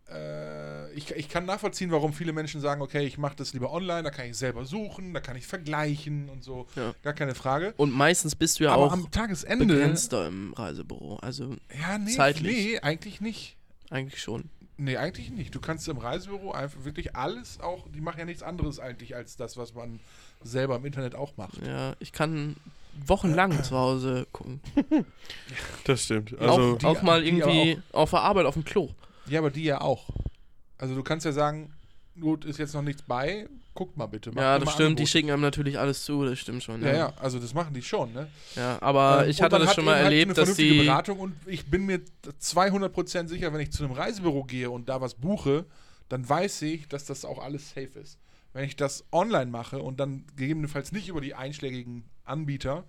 [SPEAKER 3] äh, ich, ich kann nachvollziehen, warum viele Menschen sagen, okay, ich mache das lieber online, da kann ich selber suchen, da kann ich vergleichen und so.
[SPEAKER 2] Ja.
[SPEAKER 3] Gar keine Frage.
[SPEAKER 2] und meistens bist du ja
[SPEAKER 3] Aber
[SPEAKER 2] auch
[SPEAKER 3] am Tagesende,
[SPEAKER 2] begrenzter im Reisebüro. Also
[SPEAKER 3] ja, nee,
[SPEAKER 2] zeitlich.
[SPEAKER 3] nee, eigentlich nicht.
[SPEAKER 2] eigentlich schon.
[SPEAKER 3] Nee, eigentlich nicht. Du kannst im Reisebüro einfach wirklich alles auch, die machen ja nichts anderes eigentlich als das, was man selber im Internet auch macht.
[SPEAKER 2] Ja, ich kann
[SPEAKER 3] Äh,
[SPEAKER 2] wochenlang zu Hause gucken.
[SPEAKER 1] Das stimmt. Also,
[SPEAKER 2] auch, auch mal
[SPEAKER 3] die
[SPEAKER 2] irgendwie auf der Arbeit auf dem Klo.
[SPEAKER 3] Ja, aber die ja auch. Also du kannst ja sagen, gut, ist jetzt noch nichts bei, guckt mal bitte.
[SPEAKER 2] Ja, das stimmt. Die
[SPEAKER 3] Die
[SPEAKER 2] schicken einem natürlich alles zu, das stimmt schon.
[SPEAKER 3] ja, ja, also das machen die schon, ne?
[SPEAKER 2] Ja, aber
[SPEAKER 3] Ähm,
[SPEAKER 2] Äh, ich
[SPEAKER 3] und
[SPEAKER 2] hatte
[SPEAKER 3] man
[SPEAKER 2] das
[SPEAKER 3] hat
[SPEAKER 2] schon mal
[SPEAKER 3] eben halt
[SPEAKER 2] erlebt,
[SPEAKER 3] eine
[SPEAKER 2] dass
[SPEAKER 3] vernünftige
[SPEAKER 2] die.
[SPEAKER 3] Beratung und ich bin mir 200% sicher, wenn ich zu einem Reisebüro gehe und da was buche, dann weiß ich, dass das auch alles safe ist. Wenn ich das online mache und dann gegebenenfalls nicht über die einschlägigen Anbieter,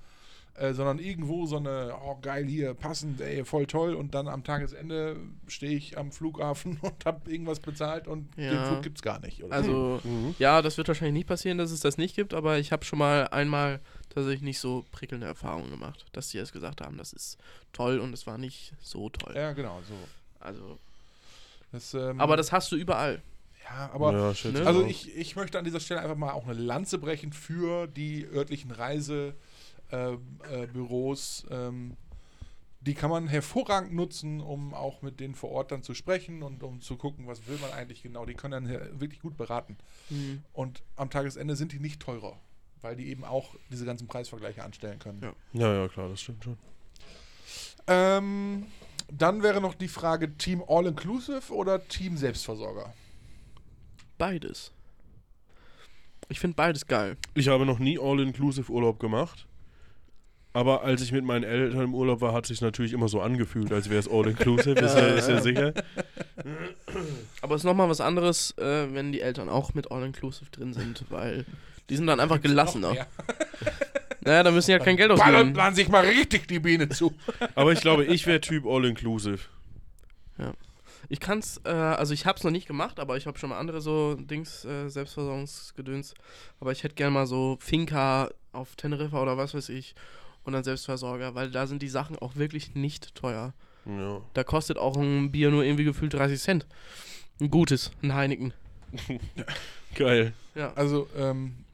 [SPEAKER 3] äh, sondern irgendwo so eine, oh geil, hier, passend, ey, voll toll und dann am Tagesende stehe ich am Flughafen und habe irgendwas bezahlt und den
[SPEAKER 2] Ja.
[SPEAKER 3] Flug gibt's gar nicht. Oder? so.
[SPEAKER 2] Also,
[SPEAKER 1] Mhm.
[SPEAKER 2] ja, das wird wahrscheinlich nicht passieren, dass es das nicht gibt, aber ich habe schon mal einmal tatsächlich nicht so prickelnde Erfahrungen gemacht, dass die es gesagt haben, das ist toll und es war nicht so toll.
[SPEAKER 3] Ja, genau, so.
[SPEAKER 2] Also,
[SPEAKER 3] Das, ähm,
[SPEAKER 2] aber das hast du überall.
[SPEAKER 3] Ja, aber
[SPEAKER 1] ja, schätze
[SPEAKER 2] ne?
[SPEAKER 1] ich
[SPEAKER 3] Also
[SPEAKER 1] auch.
[SPEAKER 3] ich, ich möchte an dieser Stelle einfach mal auch eine Lanze brechen für die örtlichen Reisebüros. Ähm, äh, Büros, ähm, die kann man hervorragend nutzen, um auch mit denen vor Ort dann zu sprechen und um zu gucken, was will man eigentlich genau. Die können dann hier wirklich gut beraten. Und am Tagesende sind die nicht teurer, weil die eben auch diese ganzen Preisvergleiche anstellen können.
[SPEAKER 2] Ja.
[SPEAKER 1] Ja, ja, klar, das stimmt schon.
[SPEAKER 3] Ähm, dann wäre noch die Frage Team All-Inclusive oder Team Selbstversorger?
[SPEAKER 2] Beides. Ich finde beides geil.
[SPEAKER 1] Ich habe noch nie All-Inclusive Urlaub gemacht. Aber als ich mit meinen Eltern im Urlaub war, hat sich natürlich immer so angefühlt, als wäre es All-Inclusive, ist, ja, ist ja sicher.
[SPEAKER 2] Aber es ist nochmal was anderes, äh, wenn die Eltern auch mit All-Inclusive drin sind, weil die sind dann einfach gelassener.
[SPEAKER 3] Ja.
[SPEAKER 2] Naja, da müssen die ja kein Geld
[SPEAKER 3] Ballert
[SPEAKER 2] ausgeben.
[SPEAKER 3] man sich mal richtig die Biene zu.
[SPEAKER 1] Aber ich glaube, ich wäre Typ All-Inclusive.
[SPEAKER 2] Ich kann's, äh, also ich hab's noch nicht gemacht, aber ich habe schon mal andere so Dings, äh, Selbstversorgungsgedöns. Aber ich hätte gerne mal so Finca auf Teneriffa oder was weiß ich und dann Selbstversorger, weil da sind die Sachen auch wirklich nicht teuer.
[SPEAKER 1] Ja.
[SPEAKER 2] Da kostet auch ein Bier nur irgendwie gefühlt 30 Cent. Ein gutes, ein Heineken.
[SPEAKER 1] Geil.
[SPEAKER 2] Ja.
[SPEAKER 3] Also, ähm,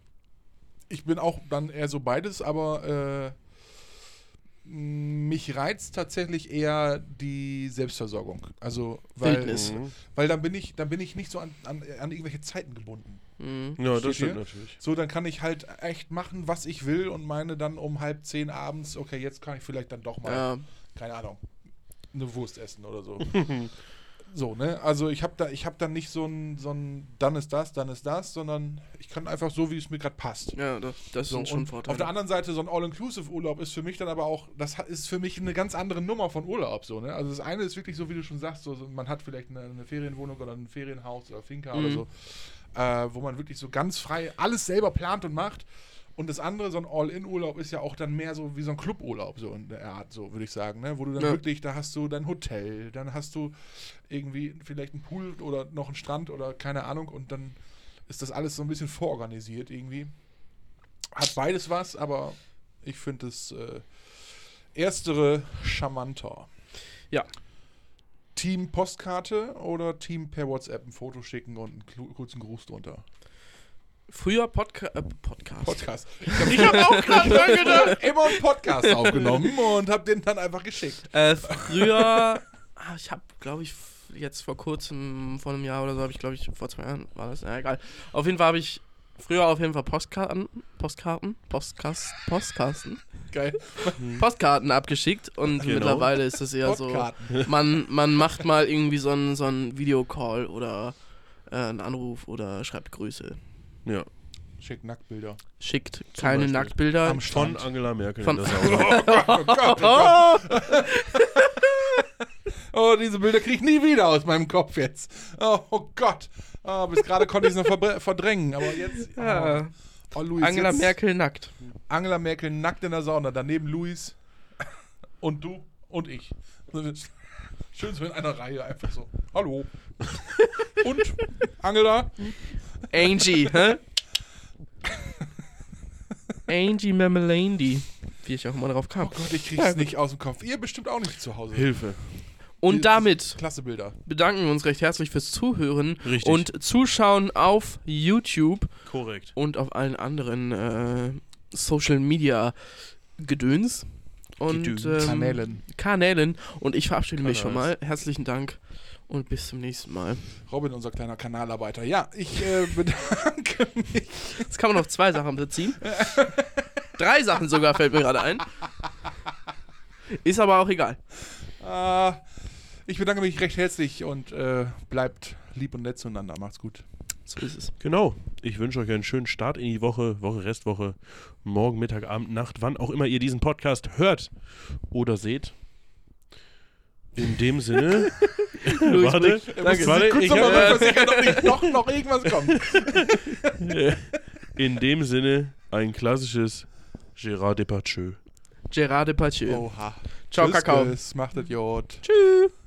[SPEAKER 3] ich bin auch dann eher so beides, aber äh, m- mich reizt tatsächlich eher die Selbstversorgung. Also, weil,
[SPEAKER 2] Wildnis. Ist-
[SPEAKER 1] Mhm.
[SPEAKER 3] weil dann bin ich, dann bin ich nicht so an, an, an irgendwelche Zeiten gebunden.
[SPEAKER 2] Mhm.
[SPEAKER 1] Ja,
[SPEAKER 3] Steht
[SPEAKER 1] das stimmt
[SPEAKER 3] hier?
[SPEAKER 1] natürlich.
[SPEAKER 3] So, dann kann ich halt echt machen, was ich will und meine dann um halb zehn abends, okay, jetzt kann ich vielleicht dann doch mal,
[SPEAKER 2] Ja,
[SPEAKER 3] keine Ahnung, eine Wurst essen oder so. So, ne? Also ich habe da, ich habe dann nicht so ein, so ein, dann ist das, dann ist das, sondern ich kann einfach so, wie es mir gerade passt.
[SPEAKER 2] ja das, das
[SPEAKER 3] So,
[SPEAKER 2] sind schon
[SPEAKER 3] und
[SPEAKER 2] Vorteile.
[SPEAKER 3] auf der anderen Seite, so ein All-Inclusive-Urlaub ist für mich dann aber auch, das ha- ist für mich eine ganz andere Nummer von Urlaub. So, ne? Also das eine ist wirklich so, wie du schon sagst, so, so, man hat vielleicht eine, eine Ferienwohnung oder ein Ferienhaus oder Finca oder
[SPEAKER 2] Mhm.
[SPEAKER 3] so, äh, wo man wirklich so ganz frei alles selber plant und macht. Und das andere, so ein All-In-Urlaub, ist ja auch dann mehr so wie so ein Cluburlaub, so in der Art, so würde ich sagen, ne? Wo du dann
[SPEAKER 2] Ja.
[SPEAKER 3] wirklich, da hast du dein Hotel, dann hast du irgendwie vielleicht einen Pool oder noch einen Strand oder keine Ahnung und dann ist das alles so ein bisschen vororganisiert irgendwie. Hat beides was, aber ich finde das äh, erstere charmanter.
[SPEAKER 2] Ja.
[SPEAKER 3] Team Postkarte oder Team per WhatsApp ein Foto schicken und einen klu- kurzen Gruß drunter?
[SPEAKER 2] Früher Podca äh, Podcast.
[SPEAKER 3] Podcast. Ich habe hab auch gerade dran gedacht. Immer einen Podcast aufgenommen und habe den dann einfach geschickt.
[SPEAKER 2] Äh, früher, ah, ich habe, glaube ich, f- jetzt vor kurzem, vor einem Jahr oder so, habe ich glaube ich, vor zwei Jahren war das, ja egal. Auf jeden Fall habe ich früher auf jeden Fall Postkarten, Postkarten, Postkast, Postkasten,
[SPEAKER 3] Geil.
[SPEAKER 2] Postkarten abgeschickt und
[SPEAKER 1] Mhm. Genau.
[SPEAKER 2] mittlerweile ist es eher so,
[SPEAKER 3] Podkarten.
[SPEAKER 2] man, man macht mal irgendwie so einen, so einen Videocall oder äh, einen Anruf oder schreibt Grüße.
[SPEAKER 1] Ja.
[SPEAKER 3] Schick Nacktbilder.
[SPEAKER 2] Schickt keine
[SPEAKER 1] Beispiel.
[SPEAKER 2] Nacktbilder.
[SPEAKER 1] Von
[SPEAKER 3] Am Strand.
[SPEAKER 1] Angela Merkel
[SPEAKER 2] Von-
[SPEAKER 1] in der Sauna.
[SPEAKER 3] Oh, Gott, oh, Gott.
[SPEAKER 2] Oh!
[SPEAKER 3] oh, diese Bilder kriege ich nie wieder aus meinem Kopf jetzt. Oh, oh Gott. Ah, bis gerade konnte ich es noch verbre- verdrängen, aber jetzt.
[SPEAKER 2] Ja.
[SPEAKER 3] Oh, oh, Luis,
[SPEAKER 2] Angela
[SPEAKER 3] jetzt,
[SPEAKER 2] Merkel nackt.
[SPEAKER 3] Angela Merkel nackt in der Sauna. Daneben Luis und du und ich. Schön so in einer Reihe, einfach so. Hallo. Und Angela?
[SPEAKER 2] Angie, hä? Angie Marmelandy, wie ich auch immer drauf
[SPEAKER 3] Oh
[SPEAKER 2] kam.
[SPEAKER 3] Gott, ich krieg's nicht aus dem Kopf. Ihr bestimmt auch nicht zu Hause.
[SPEAKER 1] Hilfe.
[SPEAKER 2] Und damit
[SPEAKER 3] Klasse Bilder.
[SPEAKER 2] bedanken wir uns recht herzlich fürs Zuhören
[SPEAKER 1] Richtig.
[SPEAKER 2] und Zuschauen auf YouTube
[SPEAKER 1] Korrekt.
[SPEAKER 2] und auf allen anderen äh, Social Media Gedöns und
[SPEAKER 1] Gedöns.
[SPEAKER 2] ähm,
[SPEAKER 3] Kanälen.
[SPEAKER 2] Kanälen. Und ich verabschiede mich schon mal.
[SPEAKER 1] Kanals.
[SPEAKER 2] Herzlichen Dank und bis zum nächsten Mal.
[SPEAKER 3] Robin, unser kleiner Kanalarbeiter. Ja, ich äh, bedanke mich.
[SPEAKER 2] Jetzt kann man noch zwei Sachen beziehen. Drei Sachen sogar fällt mir gerade ein. Ist aber auch egal.
[SPEAKER 3] Äh, ich bedanke mich recht herzlich und äh, bleibt lieb und nett zueinander. Macht's gut.
[SPEAKER 2] So ist es.
[SPEAKER 1] Genau. Ich wünsche euch einen schönen Start in die Woche, Woche, Restwoche, morgen, Mittag, Abend, Nacht, wann auch immer ihr diesen Podcast hört oder seht. In dem Sinne.
[SPEAKER 2] Luis
[SPEAKER 1] warte,
[SPEAKER 2] Blick.
[SPEAKER 1] warte, warte, ich
[SPEAKER 3] noch
[SPEAKER 1] hab, äh,
[SPEAKER 3] mal versichern, ob nicht doch noch irgendwas kommt.
[SPEAKER 1] in dem Sinne ein klassisches Gérard Depardieu.
[SPEAKER 2] Gerard Depardieu.
[SPEAKER 3] Oha.
[SPEAKER 2] Ciao,
[SPEAKER 3] Oh, Tschüss,
[SPEAKER 2] Kakao.
[SPEAKER 3] Kakao. Macht es gut.
[SPEAKER 2] Tschüss.